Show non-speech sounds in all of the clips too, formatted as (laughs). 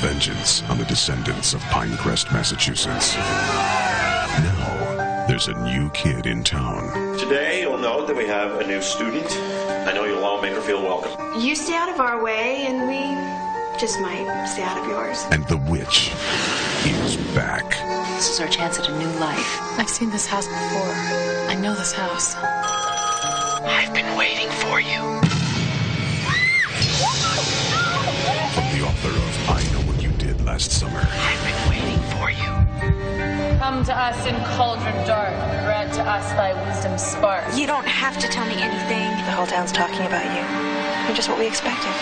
vengeance on the descendants of Pinecrest, Massachusetts. Now, there's a new kid in town. Today, you'll note that we have a new student. I know you'll all make her feel welcome. You stay out of our way, and we just might stay out of yours. And the witch is back. This is our chance at a new life. I've seen this house before. I know this house. I've been waiting for you. From the author of I Know last summer. I've been waiting for you. Come to us in cauldron dark, grant to us thy wisdom spark. You don't have to tell me anything. The whole town's talking about you. You're just what we expected.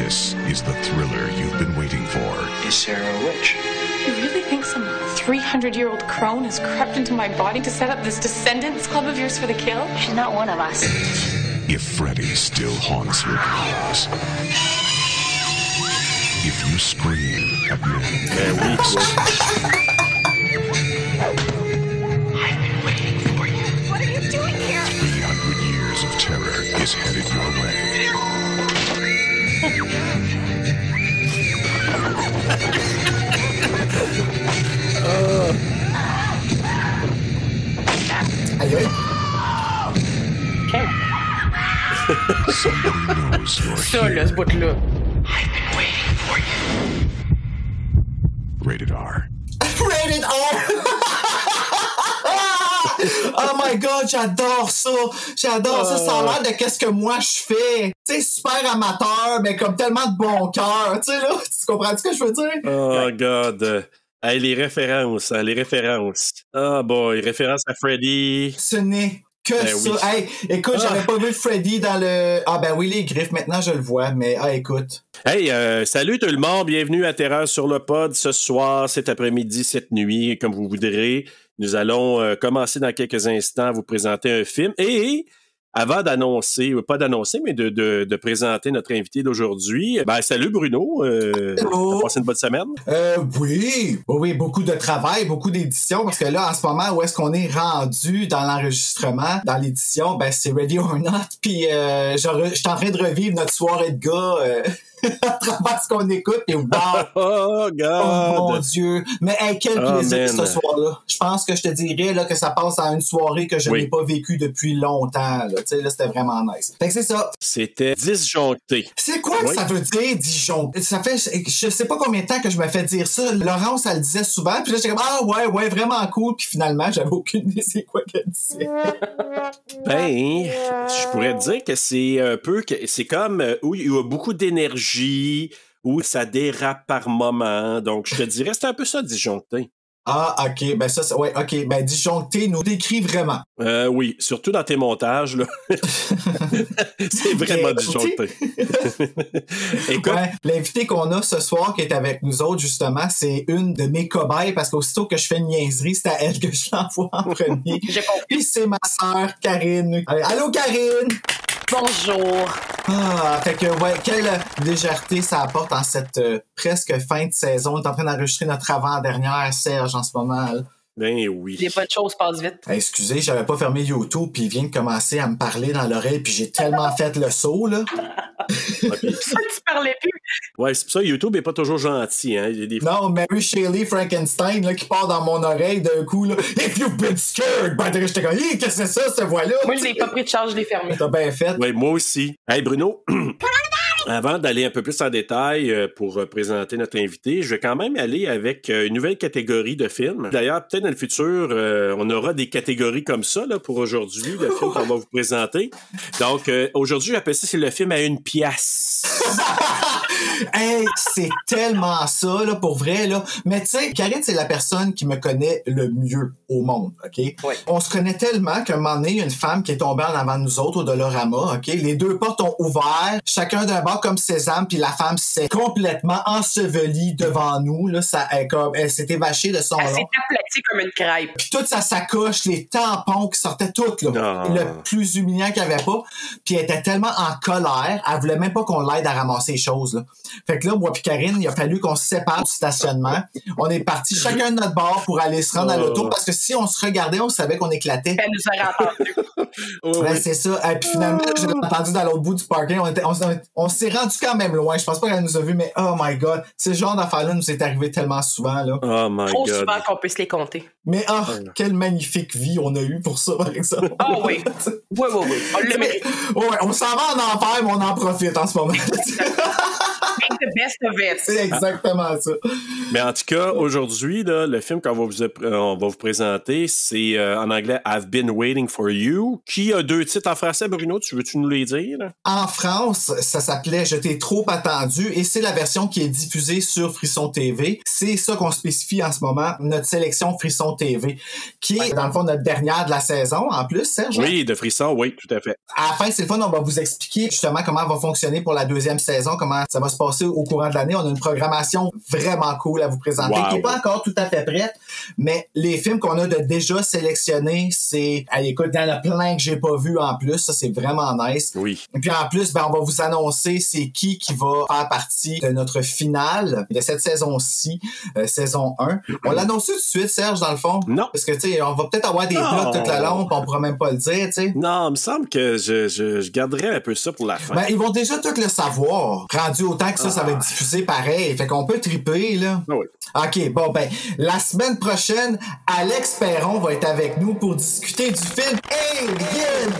This is the thriller you've been waiting for. Is Sarah a witch? You really think some 300 year old crone has crept into my body to set up this descendants club of yours for the kill? She's not one of us. If Freddy still haunts your dreams. if you scream at me. Ben oui, toi. I've been waiting for you. What are you doing here? 300 years of terror is headed your way. uh. Somebody knows you're Seul, here. ce bout-là. I've been waiting for you. Rated R. Rated R. (laughs) oh my god, j'adore ça! J'adore ça, ça a l'air de qu'est-ce que moi je fais! Tu sais, super amateur, mais comme tellement de bon cœur, tu sais là, (laughs) tu comprends ce que je veux dire? Oh god! Hey, les références, les références. Ah oh boy, référence à Freddy. Ce n'est que ben ça. Oui. Hey, écoute, ah. j'avais pas vu Freddy dans le. Ah ben oui, les griffes, maintenant je le vois, mais ah écoute. Hey, euh, salut tout le monde, bienvenue à Terreur sur le pod ce soir, cet après-midi, cette nuit, comme vous voudrez. Nous allons euh, commencer dans quelques instants à vous présenter un film. Et avant d'annoncer, euh, pas d'annoncer, mais de, de, de, présenter notre invité d'aujourd'hui. Ben, salut Bruno. Euh, T'as passé une bonne semaine? Euh, oui. Oui, beaucoup de travail, beaucoup d'édition, parce que là, en ce moment, où est-ce qu'on est rendu dans l'enregistrement, dans l'édition, ben, c'est Ready or Not, puis euh, je suis en train de revivre notre soirée de gars. Euh... (laughs) à travers ce qu'on écoute et wow! (laughs) oh, God. oh mon Dieu! Mais hey, quel oh, plaisir man. ce soir-là. Je pense que je te dirais là, que ça passe à une soirée que je oui. n'ai pas vécue depuis longtemps. Là. Tu sais, là, c'était vraiment nice. Fait que c'est ça. C'était disjoncté. C'est quoi oui. que ça veut dire disjoncté? Ça fait je sais pas combien de temps que je me fais dire ça. Laurence, elle le disait souvent, puis là j'étais comme Ah ouais, ouais, vraiment cool. Puis finalement, j'avais aucune idée c'est quoi qu'elle disait. ben, je pourrais te dire que c'est un peu c'est comme euh, où il y a beaucoup d'énergie ou ça dérape par moment. Donc, je te dirais, c'est un peu ça, disjoncté. Ah, OK. Ben, ça, ouais, OK. Ben, disjoncté nous décrit vraiment. Euh, oui, surtout dans tes montages, (laughs) là. (laughs) c'est vraiment disjoncté. Écoute. Ouais, L'invité qu'on a ce soir qui est avec nous autres, justement, c'est une de mes cobayes parce qu'aussitôt que je fais une niaiserie, c'est à elle que je l'envoie en premier. Puis c'est ma sœur, Karine. Allez, allô, Karine! Bonjour. Ah, fait que, ouais, quelle légèreté ça apporte en cette euh, presque fin de saison. On est en train d'enregistrer notre avant-dernière, Serge, en ce moment. Là. Ben oui. Les bonnes choses passent vite. Hey, excusez, j'avais pas fermé YouTube, puis il vient de commencer à me parler dans l'oreille, puis j'ai tellement fait le saut, là. c'est pour ça que tu parlais plus. Ouais, c'est pour ça YouTube est pas toujours gentil, hein. Il y a des... Non, Mary Shelley Frankenstein, là, qui part dans mon oreille d'un coup, là. If you've been scared, ben, j'étais comme, qu'est-ce que c'est ça, ce voix-là? Moi, je l'ai pas pris de charge, je l'ai fermé. T'as bien fait. Ouais, moi aussi. Hey, Bruno. (clears throat) Avant d'aller un peu plus en détail euh, pour euh, présenter notre invité, je vais quand même aller avec euh, une nouvelle catégorie de films. D'ailleurs, peut-être dans le futur, euh, on aura des catégories comme ça là, pour aujourd'hui, le film qu'on va vous présenter. Donc, euh, aujourd'hui, j'appelle ça c'est le film à une pièce. (laughs) Hey, c'est tellement ça, là, pour vrai, là. Mais tu sais, Karine, c'est la personne qui me connaît le mieux au monde, OK? On se connaît tellement qu'à un moment donné, il y a une femme qui est tombée en avant de nous autres au Dolorama, OK? Les deux portes ont ouvert, chacun d'un bord comme sésame, puis la femme s'est complètement ensevelie devant nous, là. Ça, elle, comme, elle s'est évachée de son Elle s'est long. aplatie comme une crêpe. Puis toute sa sacoche, les tampons qui sortaient toutes, là. Non. Le plus humiliant qu'il n'y avait pas. Puis elle était tellement en colère, elle voulait même pas qu'on l'aide à ramasser les choses, là. Fait que là, moi puis Karine, il a fallu qu'on se sépare du stationnement. On est partis chacun de notre bord pour aller se rendre à l'auto parce que si on se regardait, on savait qu'on éclatait. Elle nous a (laughs) rapporté. Ouais, c'est ça. Et puis finalement, je l'ai entendu dans l'autre bout du parking. On, était- on s'en- on s'est rendu quand même loin. Je pense pas qu'elle nous a vus, mais oh my god. Ce genre d'affaires-là nous est arrivé tellement souvent, là. Oh my Trop God. souvent qu'on puisse les compter. Mais ah, quelle magnifique vie on a eue pour ça, par exemple. Ah oui. Oui, oui, oui. On le mérite. Ouais, on s'en va en enfer, mais on en profite en ce moment. Make the best of it. c'est exactement ça. Mais en tout cas, aujourd'hui, là, le film qu'on va vous, euh, on va vous présenter, c'est euh, en anglais I've Been Waiting for You, qui a deux titres en français. Bruno, tu veux-tu nous les dire? En France, ça s'appelait Je t'ai trop attendu et c'est la version qui est diffusée sur Frisson TV. C'est ça qu'on spécifie en ce moment, notre sélection Frisson TV, qui est dans le fond notre dernière de la saison en plus, Serge. Oui, de frisson, oui, tout à fait. À la fin, c'est le fun, on va vous expliquer justement comment va fonctionner pour la deuxième saison, comment ça va se passer au courant de l'année. On a une programmation vraiment cool à vous présenter, Wow. qui n'est pas encore tout à fait prête, mais les films qu'on a de déjà sélectionnés, c'est... Allez, écoute, il y en a plein que j'ai pas vu en plus, ça c'est vraiment nice. Oui. Et puis en plus, ben, on va vous annoncer c'est qui qui va faire partie de notre finale de cette saison-ci, euh, saison 1. On l'annonce tout de suite, Serge, dans le fond? Non. Parce que, tu sais, on va peut-être avoir des Non. blocs toute la longue, puis on pourra même pas le dire, tu sais. Non, il me semble que je, je, je garderais un peu ça pour la fin. Ben, ils vont déjà tout le savoir. Rendu autant que ça, ça va être diffusé pareil. Fait qu'on peut triper, là. Ah oui. OK, bon, ben, la semaine prochaine, Alex Perron va être avec nous pour discuter du film Alien!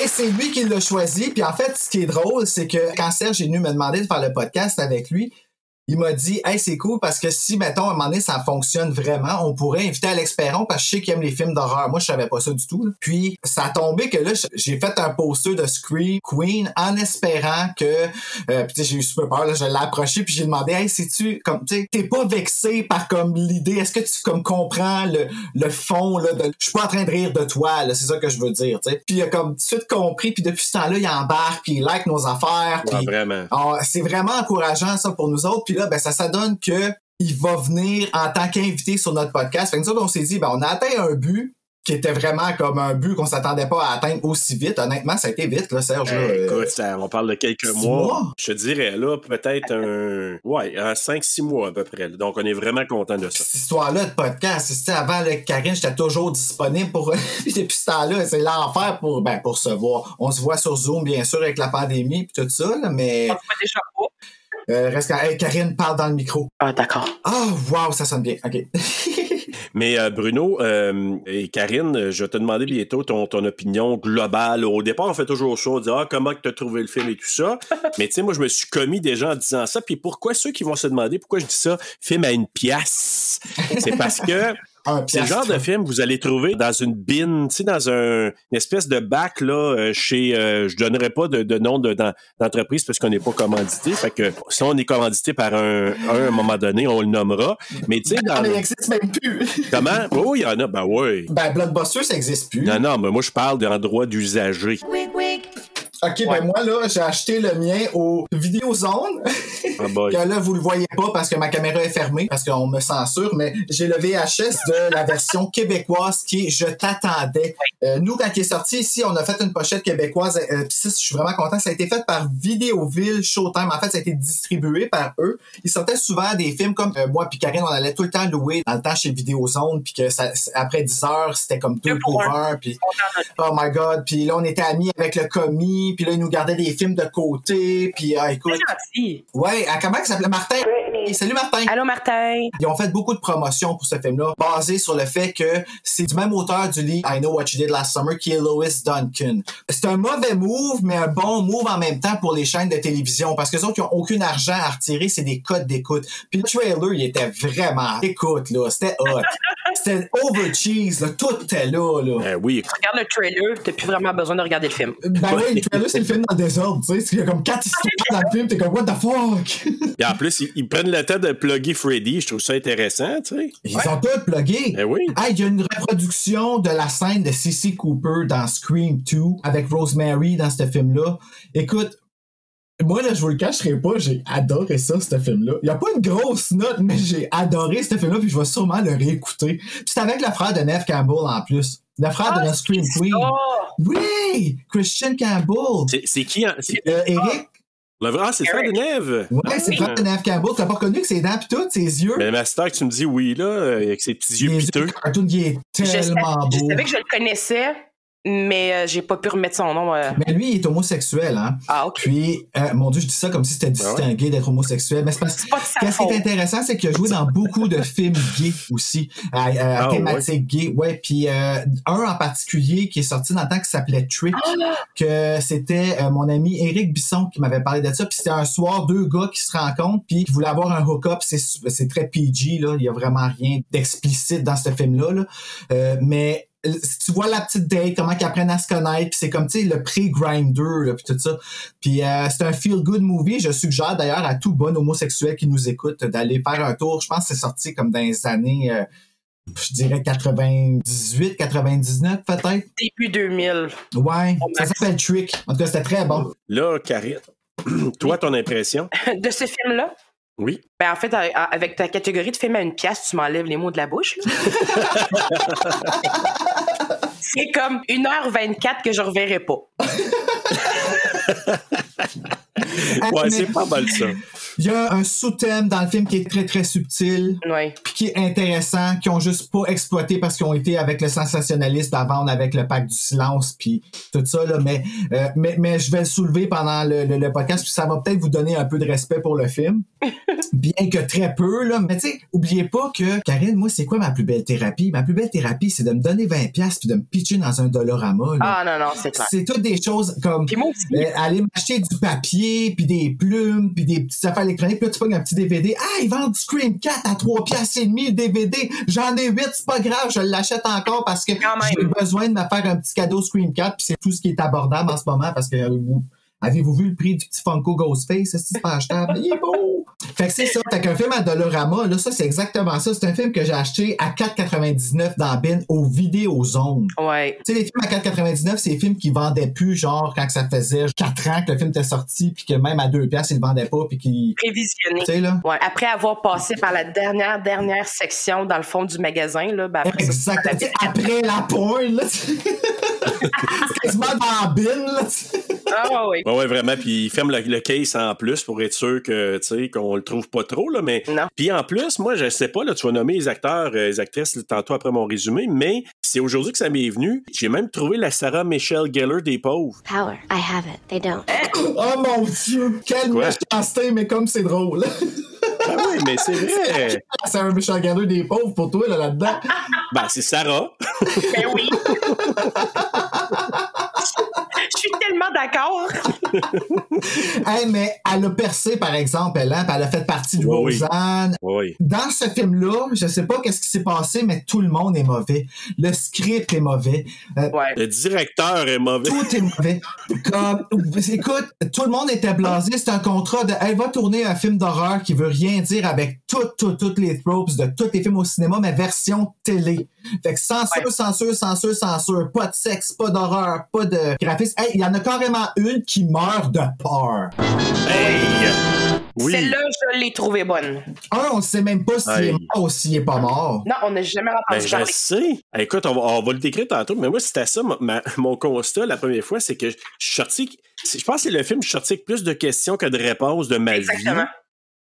Et c'est lui qui l'a choisi. Puis en fait, ce qui est drôle, c'est que quand Serge est venu me demander de faire le podcast avec lui, il m'a dit Hey, c'est cool parce que si, mettons, à un moment donné, ça fonctionne vraiment, on pourrait inviter Alex Perron parce que je sais qu'il aime les films d'horreur. Moi, je savais pas ça du tout. là. Puis, ça a tombé que là, j'ai fait un poster de Scream Queen en espérant que. euh, puis, tu sais, j'ai eu super peur. Là, je l'ai approché puis j'ai demandé Hey, sais-tu, comme, tu sais, t'es pas vexé par comme l'idée Est-ce que tu comme comprends le, le fond là, de. Je suis pas en train de rire de toi, là, c'est ça que je veux dire, tu sais. Puis, il a comme tout de suite compris. Puis, depuis ce temps-là, il embarque puis il like nos affaires. Ouais, puis- vraiment. ah, c'est vraiment encourageant ça pour nous autres. Puis là, ben, ça, ça donne que il va venir en tant qu'invité sur notre podcast. Fait que nous autres, on s'est dit, ben, on a atteint un but qui était vraiment comme un but qu'on s'attendait pas à atteindre aussi vite. Honnêtement, ça a été vite, là, Serge. là. Eh, Euh, écoute, ça, on parle de quelques six mois. mois? Je te dirais là, peut-être un. Ouais, un 5-6 mois à peu près. là. Donc, on est vraiment content de ça. cette histoire-là de podcast, c'est- c'est avant le Karine, j'étais toujours disponible pour (laughs) puis depuis ce temps-là, c'est l'enfer pour ben pour se voir. On se voit sur Zoom bien sûr avec la pandémie puis tout ça, là, mais On se voit déjà pas. euh, reste quand hey, Karine parle dans le micro. Ah, d'accord. Ah wow, ça sonne bien. OK. (laughs) Mais euh, Bruno euh, et Karine, euh, je vais te demander bientôt ton, ton opinion globale. Au départ, on fait toujours ça, on dit ah, comment tu as trouvé le film et tout ça. (laughs) Mais tu sais, moi, je me suis commis déjà en disant ça. Puis pourquoi ceux qui vont se demander pourquoi je dis ça, film à une pièce? C'est parce (laughs) que Un c'est le genre de film que vous allez trouver dans une bin, tu sais, dans un, une espèce de bac là, euh, chez. euh, je donnerai pas de, de nom de- d'en- d'entreprise parce qu'on n'est pas commandité. Fait que si on est commandité par un, un, à un moment donné, on le nommera. Mais tu sais, dans Ah, mais le- il existe même plus. Comment? Oui, oui, il y en a. Ben oui. (laughs) Ben, Blockbuster, ça existe plus. Non, non, mais moi, je parle d'endroits d'usagers. OK, ben moi, là, j'ai acheté le mien au Vidéozone. Ah (laughs) boy. que là, vous le voyez pas parce que ma caméra est fermée, parce qu'on me censure, mais j'ai le VHS de la version (laughs) québécoise qui est Je t'attendais. Euh, nous, quand il est sorti ici, on a fait une pochette québécoise. euh, Puis ça, je suis vraiment content. Ça a été fait par Vidéoville Showtime. En fait, ça a été distribué par eux. Ils sortaient souvent des films comme euh, moi puis Karine, on allait tout le temps louer dans le temps chez Vidéozone, puis que ça, après 10 heures, c'était comme deux pour pour un. un, puis Oh my God. Puis là, on était amis avec le commis. Puis là, il nous gardait des films de côté. Puis, ah, écoute. C'est gentil. Ouais, ah, comment il s'appelait Martin? Britney Hey, salut Martin. Allô Martin. Ils ont fait beaucoup de promotions pour ce film-là, basé sur le fait que c'est du même auteur du livre I Know What You Did Last Summer qui est Lois Duncan. C'est un mauvais move, mais un bon move en même temps pour les chaînes de télévision parce que les autres, ils ont aucun argent à retirer, c'est des codes d'écoute. Puis le trailer, il était vraiment écoute, là. C'était (laughs) hot. C'était over cheese, là. Tout était là, là. Ben oui. Tu regardes le trailer, t'as plus vraiment besoin de regarder le film. Ben oui, le trailer, c'est le film dans le désordre, tu sais. Il y a comme quatre histoires dans le film, t'es comme, what the fuck? Et en plus, ils, ils prennent le temps de plugger Freddy. Je trouve ça intéressant, tu sais. Ils ont tous plugués. Ben oui. Hey, il y a une reproduction de la scène de Cissy Cooper dans Scream 2 avec Rosemary dans ce film-là. Écoute, moi, là, je vous le cacherai pas, j'ai adoré ça, ce film-là. Il n'y a pas une grosse note, mais j'ai adoré ce film-là, puis je vais sûrement le réécouter. Puis c'est avec le frère de Neve Campbell en plus. Le frère de la Scream Queen. Oui! Christian Campbell! C'est- C'est qui? en- c'est- Euh, Eric? Le vrai- Ah, c'est le frère de Neve. Ouais, c'est le frère de Neve Campbell. T'as pas reconnu que ses dents pis tout, ses yeux? Mais Master, tu me dis oui, là, euh, avec ses petits yeux Les piteux. cartoon, il est Je savais, tellement je beau. savais que je le connaissais, mais euh, j'ai pas pu remettre son nom. euh. Mais lui, il est homosexuel, hein. Ah, ok. Ben Puis, euh, mon Dieu, je dis ça comme si c'était distingué d'être homosexuel. Mais c'est parce pas de sa qu'est-ce qui faute. est intéressant, c'est qu'il a joué dans beaucoup de films gays aussi, euh, à, à- à Ah, thématique gay. Ouais, puis euh, un en particulier qui est sorti dans le temps qui s'appelait Trick, que c'était euh, mon ami Eric Bisson qui m'avait parlé de ça. Puis c'était un soir, deux gars qui se rencontrent, puis qui voulaient avoir un hook-up. C'est c'est très PG, là. Il y a vraiment rien d'explicite dans ce film-là, là. Euh, mais euh, si tu vois la petite date, comment qu'ils apprennent à se connaître, puis c'est comme, tu sais, le pré-grinder, là, puis tout ça. Puis euh, c'est un feel-good movie. Je suggère d'ailleurs à tout bon homosexuel qui nous écoute d'aller faire un tour. Je pense que c'est sorti comme dans les années, euh, je dirais 98, 99 peut-être. Début 2000. Ouais, Oh, ça Max. s'appelle Trick. En tout cas, c'était très bon. Là, Karine, (clears throat) toi, ton impression? (laughs) De ce film-là, Oui. ben en fait, à- à- avec ta catégorie de film à une pièce, tu m'enlèves les mots de la bouche. là. C'est comme 1h24 que je reverrai pas. Ouais, Ah, mais- c'est pas mal ça. Il y a un sous-thème dans le film qui est très, très subtil. Ouais. puis qui est intéressant, qui ont juste pas exploité parce qu'ils ont été avec le sensationnalisme avant, on avec le pacte du silence, puis tout ça, là. Mais, euh, mais, mais je vais le soulever pendant le, le- le podcast, puis ça va peut-être vous donner un peu de respect pour le film. Bien que très peu, là. Mais tu sais, oubliez pas que, Karine, moi, c'est quoi ma plus belle thérapie? Ma plus belle thérapie, c'est de me donner 20$ puis de me pitcher dans un dollarama, là. Ah non, non, c'est clair. C'est toutes des choses comme Puis moi aussi. euh, aller m'acheter du papier, puis des plumes, puis des petites affaires électroniques. Puis là, tu pognes un petit DVD. Ah, ils vendent du Scream 4 à 3 piastres et demi le DVD. J'en ai 8, c'est pas grave, je l'achète encore parce que Quand même. j'ai besoin de me faire un petit cadeau Scream 4, puis c'est tout ce qui est abordable en ce moment parce que euh, vous- Avez-vous vu le prix du petit Funko Ghostface? C'est pas achetable. Il est beau! Fait que c'est ça. Fait qu'un film à Dolorama, là, ça, c'est exactement ça. C'est un film que j'ai acheté à 4,99 dans Bin au Vidéozone. Ouais. Tu sais, les films à 4,99, c'est les films qui vendaient plus, genre quand que ça faisait 4 ans que le film était sorti, puis que même à 2 piastres, ils le vendaient pas, puis qui. Prévisionné. Tu sais, là. Ouais, après avoir passé par la dernière, dernière section dans le fond du magasin, là, ben après ça, c'est Exactement. Tu sais, après la pointe, là. tu- (laughs) c'est quasiment dans la bine, là. tu sais. Ah oui. Ouais, ouais, vraiment. Puis ils ferment le, le case en plus pour être sûr que, tu sais, qu'on le trouve pas trop, là. Mais. Non. Puis en plus, moi, je sais pas, là, tu vas nommer les acteurs, euh, les actrices là, tantôt après mon résumé, mais c'est aujourd'hui que ça m'est venu. J'ai même trouvé la Sarah Michelle Geller des pauvres. Power. I have it. They don't. Oh mon Dieu! Quelle Quoi? méchanceté, mais comme c'est drôle. (laughs) Ah oui, mais c'est vrai. c'est un méchant galeux des pauvres pour toi, là, là-dedans. (laughs) Ben, c'est Sarah. Ben oui. Je suis tellement d'accord. Hey, mais elle a percé, par exemple, elle, hein, puis elle a fait partie du Oui, oui. Roseanne. Oui. dans ce film-là, je sais pas qu'est-ce qui s'est passé, mais tout le monde est mauvais. Le script est mauvais. Euh, Ouais. Le directeur est mauvais. Tout est mauvais. Comme, écoute, tout le monde était blasé. C'est un contrat de, elle va tourner un film d'horreur qui veut rien dire avec toutes, toutes, toutes les tropes de tous les films au cinéma, mais version télé. Fait que censure, censure, censure, censure. Pas de sexe, pas d'horreur, pas de graphisme. Hey, il y en a carrément une qui meurt de peur. Hey! Oui. Celle-là, je l'ai trouvée bonne. Un, on ne sait même pas s'il est Aïe. mort ou s'il est pas mort. Non, on n'a jamais Ben, entendu je le parler. sais. Écoute, on va, on va le décrire tantôt, mais moi, c'était ça ma- ma- mon constat la première fois, c'est que je suis sorti. c'est- Je pense que c'est le film, où je suis sorti avec plus de questions que de réponses de ma Exactement. vie.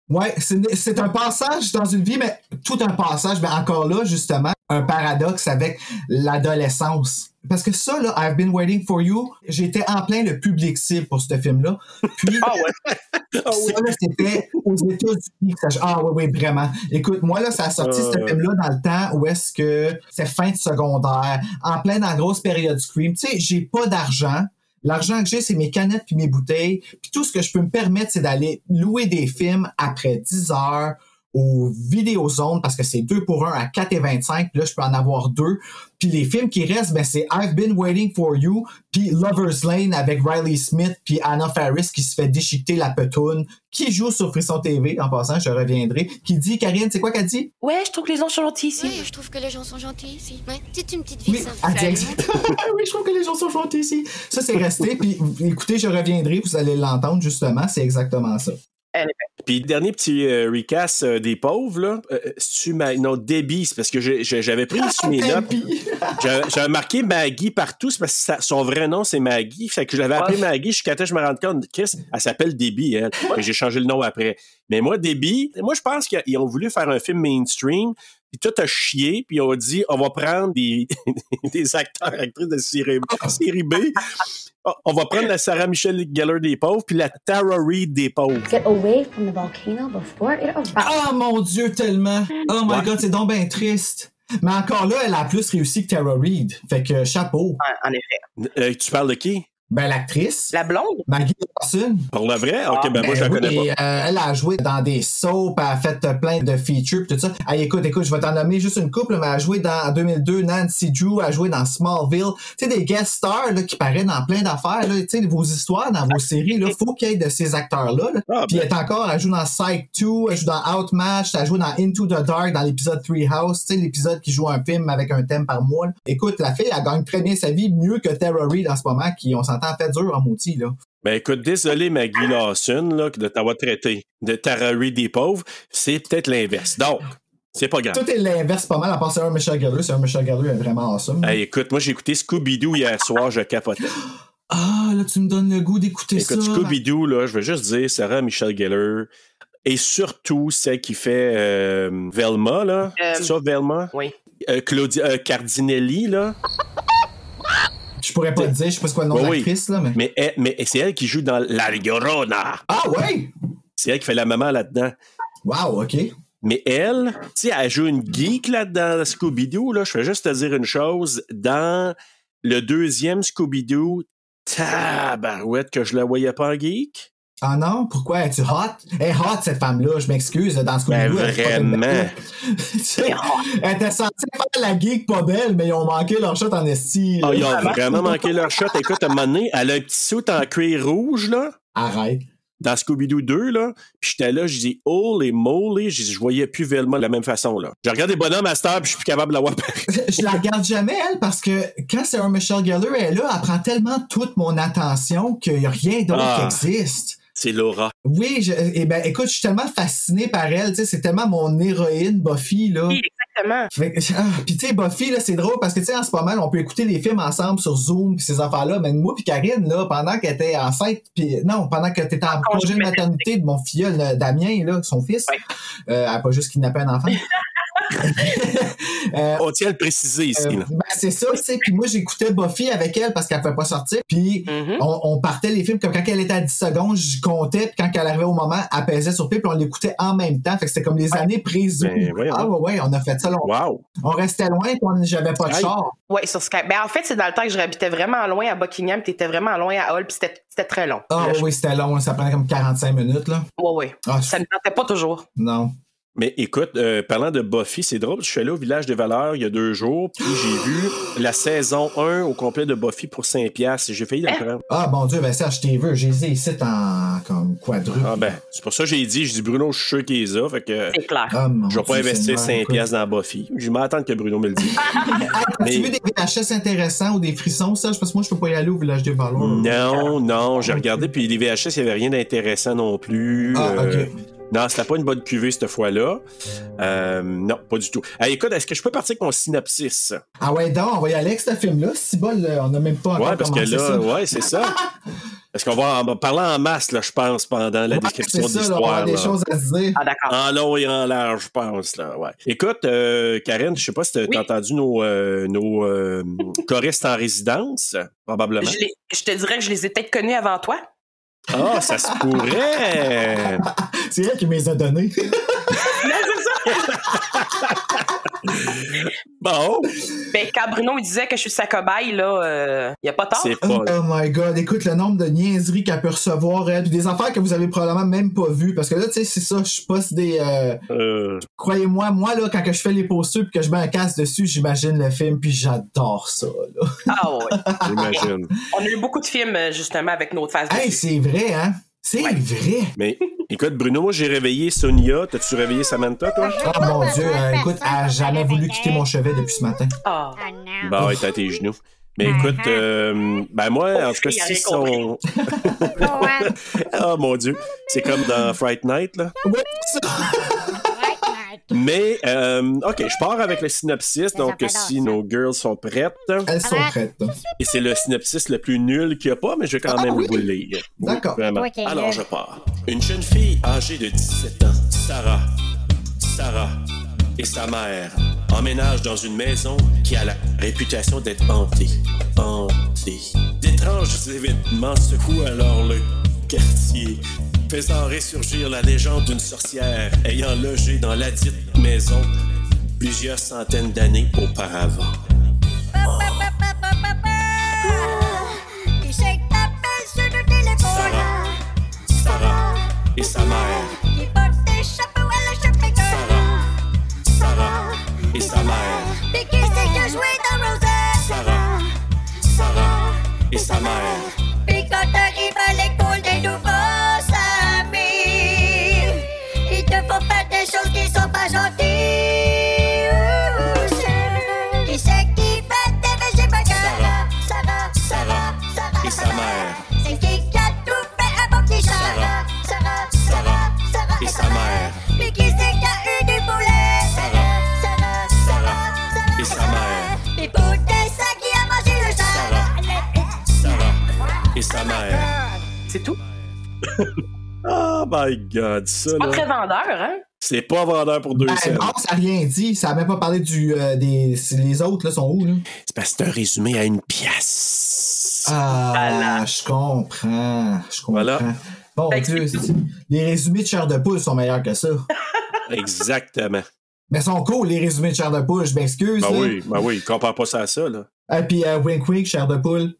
Ouais, c'est c'est un passage dans une vie, mais tout un passage, mais encore là, justement, un paradoxe avec l'adolescence. Parce que ça, là, I've been waiting for you, j'étais en plein le public cible pour ce film-là. Puis, ah ouais. ça, là, c'était aux États-Unis. que ça- Ah oui, oui, vraiment. Écoute, moi, là, ça a sorti Ah, ce ouais. film-là dans le temps où est-ce que c'est fin de secondaire, en pleine dans la grosse période Scream. Tu sais, j'ai pas d'argent. L'argent que j'ai, c'est mes canettes puis mes bouteilles. Puis tout ce que je peux me permettre, c'est d'aller louer des films après 10 heures aux Vidéozones parce que c'est 2 pour 1 à 4,25. Puis là, je peux en avoir deux. Puis les films qui restent, ben, c'est I've Been Waiting for You, puis Lover's Lane avec Riley Smith, puis Anna Faris qui se fait déchiqueter la petoune, qui joue sur Frisson TV, en passant, je reviendrai, qui dit, Karine, c'est quoi qu'elle dit? Ouais, je trouve que les gens sont gentils ici. Oui, je trouve que les gens sont gentils ici. Ouais, c'est une petite Oui, vie elle simple. dit (laughs) exactement- oui, je trouve que les gens sont gentils ici. Ça, c'est resté, puis écoutez, je reviendrai, vous allez l'entendre, justement, c'est exactement ça. Elle est Puis dernier petit euh, recast euh, des pauvres, là. Euh, c'est-tu Ma- Non, Debbie, c'est parce que j'ai- j'ai- j'avais pris Ah, sur mes notes. J'avais j'avais marqué Maggie partout, c'est parce que sa- son vrai nom, c'est Maggie. Fait que je l'avais appelée Maggie jusqu'à temps que je me rende compte, Chris, elle s'appelle Debbie, elle. Fait que J'ai changé le nom après. Mais moi, Debbie, moi, je pense qu'ils ont voulu faire un film mainstream, puis tout a chié, puis on a dit, on va prendre des, (laughs) des acteurs, actrices de série, série B, On- on va prendre la Sarah Michelle Gellar des pauvres, puis la Tara Reid des pauvres. Get away from the volcano before it erupts. Oh mon Dieu, tellement! Oh my Ouais. God, c'est donc bien triste. Mais encore là, elle a plus réussi que Tara Reid. Fait que, chapeau. En effet. Euh, tu parles de qui? Ben, l'actrice. La blonde? Maggie Larson. Pour le vrai? Ok, Ah, ben, moi, je la oui, connais et, pas. euh, elle a joué dans des soaps, elle a fait euh, plein de features, pis tout ça. Hey, écoute, écoute, je vais t'en nommer juste une couple, mais elle a joué dans, en 2002, Nancy Drew, elle a joué dans Smallville. Tu sais, des guest stars, là, qui paraissent dans plein d'affaires, là. Tu sais, vos histoires Ah. dans vos séries, là, faut qu'il y ait de ces acteurs-là, là. Puis ben. elle est encore, elle joue dans Psych 2, elle joue dans Outmatch, elle joue dans Into the Dark, dans l'épisode Three House, tu sais, l'épisode qui joue un film avec un thème par mois, là. Écoute, la fille, elle gagne très bien sa vie, mieux que Terror Reid en ce moment, qui, on s'entend, fait dur en mouti, là. Ben écoute, désolé Maggie Lawson là, de t'avoir traité de Tara Reid des pauvres, c'est peut-être l'inverse. Donc, c'est pas grave. Tout est l'inverse pas mal, à part c'est un Michel Gallo, c'est un Michel Gallo est vraiment awesome. Hey, écoute, moi j'ai écouté Scooby-Doo hier soir, je capotais. Ah, là, tu me donnes le goût d'écouter ça. Écoute, Scooby-Doo, là, je veux juste dire, Sarah Michelle Gellar et surtout celle qui fait euh, Velma, là. Euh, c'est ça, Velma? Oui. Euh, Claudia euh, Cardinelli, là. Je pourrais pas te dire, je sais pas ce qu'est le nom Oui, de oui. l'actrice, là, mais. Mais, elle- mais c'est elle qui joue dans La Llorona. Ah ouais? C'est elle qui fait la maman là-dedans. Wow, OK. Mais elle, tu sais, elle joue une geek là-dedans, Scooby-Doo. Là, je vais juste te dire une chose. Dans le deuxième Scooby-Doo, tabarouette que je la voyais pas en geek. Ah non, pourquoi es-tu hot? Elle est hot, cette femme-là, je m'excuse, dans Scooby-Doo. Ben, elle est pas vraiment. belle. (laughs) Tu sais, elle était censée faire la geek pas belle, mais ils ont manqué leur shot en esti. là. Ah, ils ont vraiment manqué leur shot. Écoute, à un moment donné, elle a un petit saut en cuir rouge, là. Arrête. Dans Scooby-Doo 2, là. Puis j'étais là, je dis, holy moly. Je dis, je voyais plus Velma de la même façon, là. Je regarde les bonhommes à cette heure, puis je suis plus capable de la voir pareil. je la regarde jamais, elle, parce que quand c'est un Michel Gallo, elle est là, elle prend tellement toute mon attention qu'il n'y a rien d'autre Ah. qui existe. (laughs) C'est Laura. Oui, je, eh ben, écoute, je suis tellement fasciné par elle, tu sais, c'est tellement mon héroïne Buffy là. Oui, exactement. Fait que- ah, puis tu sais Buffy là, c'est drôle parce que tu sais en ce moment, on peut écouter les films ensemble sur Zoom puis ces affaires là, mais moi puis Karine là, pendant qu'elle était enceinte puis non, pendant que t'étais en congé de maternité de mon filleul euh, Damien là, son fils, euh, elle a pas juste kidnappé un enfant. (laughs) Euh, On tient à le préciser ici, là. Ben, c'est ça, tu sais. Puis moi, j'écoutais Buffy avec elle parce qu'elle ne pouvait pas sortir. Puis Mm-hmm. on, on partait les films comme quand elle était à 10 secondes, je comptais. Puis quand elle arrivait au moment, elle pesait sur pied. Puis on l'écoutait en même temps. Fait que c'était comme les années prises. Ben, voyons. ah ouais, ouais, on a fait ça longtemps. On restait loin puis on- j'avais pas de char. Oui, sur Skype. Ben, en fait, c'est dans le temps que je habitais vraiment loin à Buckingham, tu étais vraiment loin à Hall, puis c'était c'était très long. Ah ouais, oui, c'était long. Ça prenait comme 45 minutes, là. Ah, Oui, oui. ça ne tentait pas toujours. Non. Mais écoute, euh, parlant de Buffy, c'est drôle, je suis allé au Village des Valeurs il y a deux jours, puis j'ai (gasps) vu la saison 1 au complet de Buffy pour 5 piastres. et J'ai failli la prendre. Ah, bon Dieu, ben Serge, je t'ai vu. J'ai les ai ici en comme quadruple. Ah ben, c'est pour ça que j'ai dit, je dis Bruno, je suis sûr qu'il les a, fait que C'est clair. Ah, mon je vais pas Dieu, investir Seigneur, 5 écoute. piastres dans Buffy. Je m'attends que Bruno me le dise. (laughs) As-tu Mais- vu des VHS intéressants ou des frissons, Serge? Parce que moi, je peux pas y aller au village des valeurs. (laughs) Non, non, j'ai regardé, puis les VHS, il n'y avait rien d'intéressant non plus. euh, Ah, ok. Non, c'était pas une bonne cuvée cette fois-là. Euh, non, pas du tout. Hey, écoute, est-ce que je peux partir avec mon synopsis? Ah ouais, donc, on va y aller avec ce film-là. Si bol, on n'a même pas encore Ouais, parce que commencé là, ça. ouais, c'est ça. (laughs) Parce qu'on va en parler en masse, là, je pense, pendant la Ouais, description Ah, c'est de ça, là, on va l'histoire. avoir des là. choses à se dire. Ah, d'accord. En long et en large, je pense. Là, ouais. Écoute, euh, Karen, je sais pas si tu as Oui. entendu nos, euh, nos euh, choristes en résidence, probablement. Je, les- je te dirais que je les ai peut-être connus (laughs) avant toi. Ah, ça se pourrait! C'est elle qui me les a donnés. Bon, Ben, quand Bruno il disait que je suis sa cobaye, là, euh, il n'y a pas tort. c'est Oh, pas... my god, écoute le nombre de niaiseries qu'elle peut recevoir, elle, puis des affaires que vous avez probablement même pas vues. Parce que là, tu sais, c'est ça, je passe des. euh, Euh, Croyez-moi, moi, là, quand que je fais les postures puis que je mets un casque dessus, j'imagine le film, puis j'adore ça, là. Ah ouais. J'imagine. On a eu beaucoup de films, euh, justement, avec notre face. Hey, c'est vrai, hein? C'est vrai! Mais écoute, Bruno, moi, j'ai réveillé Sonia. T'as-tu réveillé Samantha, toi? Oh mon dieu, euh, écoute, elle a jamais voulu quitter mon chevet depuis ce matin. Ah. Bon, elle est à Bah, tes genoux. Mais écoute, euh, ben moi, en tout cas, il a si rien son. (laughs) Ah, oh mon Dieu, c'est comme dans Fright Night, là. Ouais, ça. (laughs) Mais, euh, OK, je pars avec le synopsis. Donc, si nos girls sont prêtes, Elles sont prêtes. et c'est le synopsis le plus nul qu'il n'y a pas, mais je vais quand même vous le lire. Oui, Ah, D'accord. vraiment. Ok, Ah, Alors, là. je pars. Une jeune fille âgée de 17 ans, Sarah, Sarah et sa mère emménagent dans une maison qui a la réputation d'être hantée. Hantée. D'étranges événements secouent alors le quartier, faisant ressurgir la légende d'une sorcière ayant logé dans la dite maison plusieurs centaines d'années auparavant. Sarah, Sarah et sa mère, Sarah et sa mère, Sarah, Sarah et sa mère. Sarah et sa mère, C'est qui qui a tout fait avant qu'il Sarah, Sarah, Sarah, Sarah et sa mère, Puis qui c'est qui a eu du poulet Sarah, Sarah, Sarah et sa mère, Puis pour tes sacs qui a mangé le chat Sarah, Sarah et sa mère. C'est tout. (laughs) Oh my god, ça Pas très là, vendeur, hein? c'est pas vendeur pour deux Ben, cents. Mars a rien dit, ça a même pas parlé du, euh, des. si Les autres, là, sont où, là? C'est parce que c'est un résumé à une pièce. Ah, je comprends. Je comprends. Voilà. Bon, Ça Dieu, explique c'est- les résumés de chair de poule sont meilleurs que ça. Exactement. Mais sont cool, les résumés de chair de poule, je m'excuse. Ben là. oui, ben oui, compare pas ça à ça là. Et puis, euh, wink wink, chair de poule.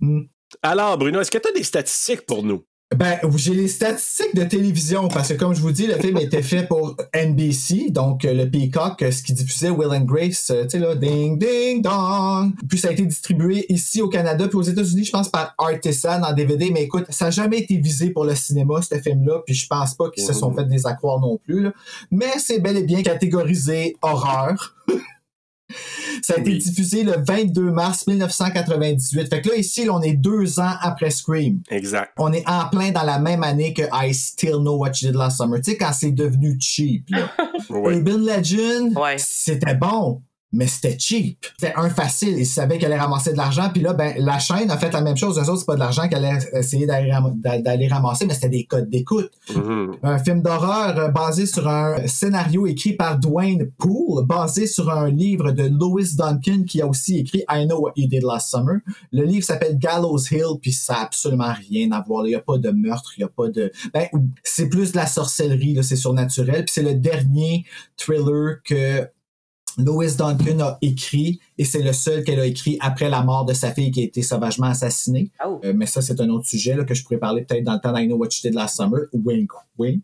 (laughs) Alors Bruno, est-ce que t'as des statistiques pour nous? Ben, j'ai les statistiques de télévision parce que, comme je vous dis, le film était fait pour NBC, donc euh, le Peacock, euh, ce qui diffusait Will and Grace, euh, tu sais là, ding ding dong. Puis ça a été distribué ici au Canada puis aux États-Unis, je pense par Artisan en DVD. Mais écoute, ça n'a jamais été visé pour le cinéma ce film-là, puis je pense pas qu'ils se sont fait des accroires non plus. là. Mais c'est bel et bien catégorisé horreur. (laughs) Ça a été Oui. diffusé le 22 mars 1998. Fait que là, ici, là, on est deux ans après Scream Exact. on est en plein dans la même année que I Still Know What You Did Last Summer. Tu sais, quand c'est devenu cheap. Là. Oui. Urban Legend, Ouais. c'était bon, mais c'était cheap. C'était un facile. Ils savaient qu'elle allait ramasser de l'argent. Puis là, ben, la chaîne a fait la même chose. Eux autres, c'est pas de l'argent qu'elle allait essayer d'aller ram- d'a- d'aller ramasser, mais c'était des codes d'écoute. Mhm. Un film d'horreur euh, basé sur un scénario écrit par Dwayne Poole, basé sur un livre de Lewis Duncan qui a aussi écrit I Know What You Did Last Summer. Le livre s'appelle Gallows Hill, puis ça n'a absolument rien à voir. Il n'y a pas de meurtre, il n'y a pas de... Ben, c'est plus de la sorcellerie, là, c'est surnaturel. Puis c'est le dernier thriller que Lois Duncan a écrit, et c'est le seul qu'elle a écrit après la mort de sa fille qui a été sauvagement assassinée. Oh. Euh, mais ça, c'est un autre sujet là, que je pourrais parler peut-être dans le temps d'I Know What You Did Last Summer. Wink, wink.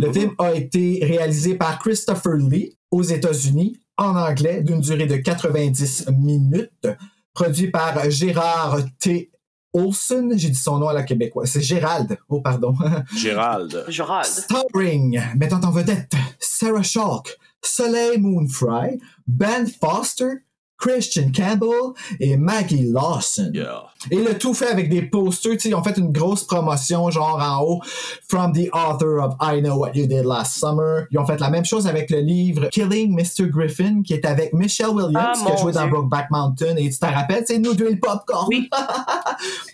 Le film a été réalisé par Christopher Lee aux États-Unis, en anglais, d'une durée de 90 minutes, produit par Gérard T. Olson. J'ai dit son nom à la québécoise. C'est Gérald. Oh, pardon. (laughs) Gérald. Gerard. Starring, mettant en vedette Sarah Chalk, Soleil Moonfry, Ben Foster, Christian Campbell et Maggie Lawson. Yeah. Et le tout fait avec des posters, tu sais, ils ont fait une grosse promotion, genre en haut, From the author of I Know What You Did Last Summer. Ils ont fait la même chose avec le livre Killing Mr. Griffin, qui est avec Michelle Williams, Ah, qui a mon joué dans Dieu. Brokeback Mountain. Et tu te rappelles, c'est nous deux le popcorn. (laughs) Oui.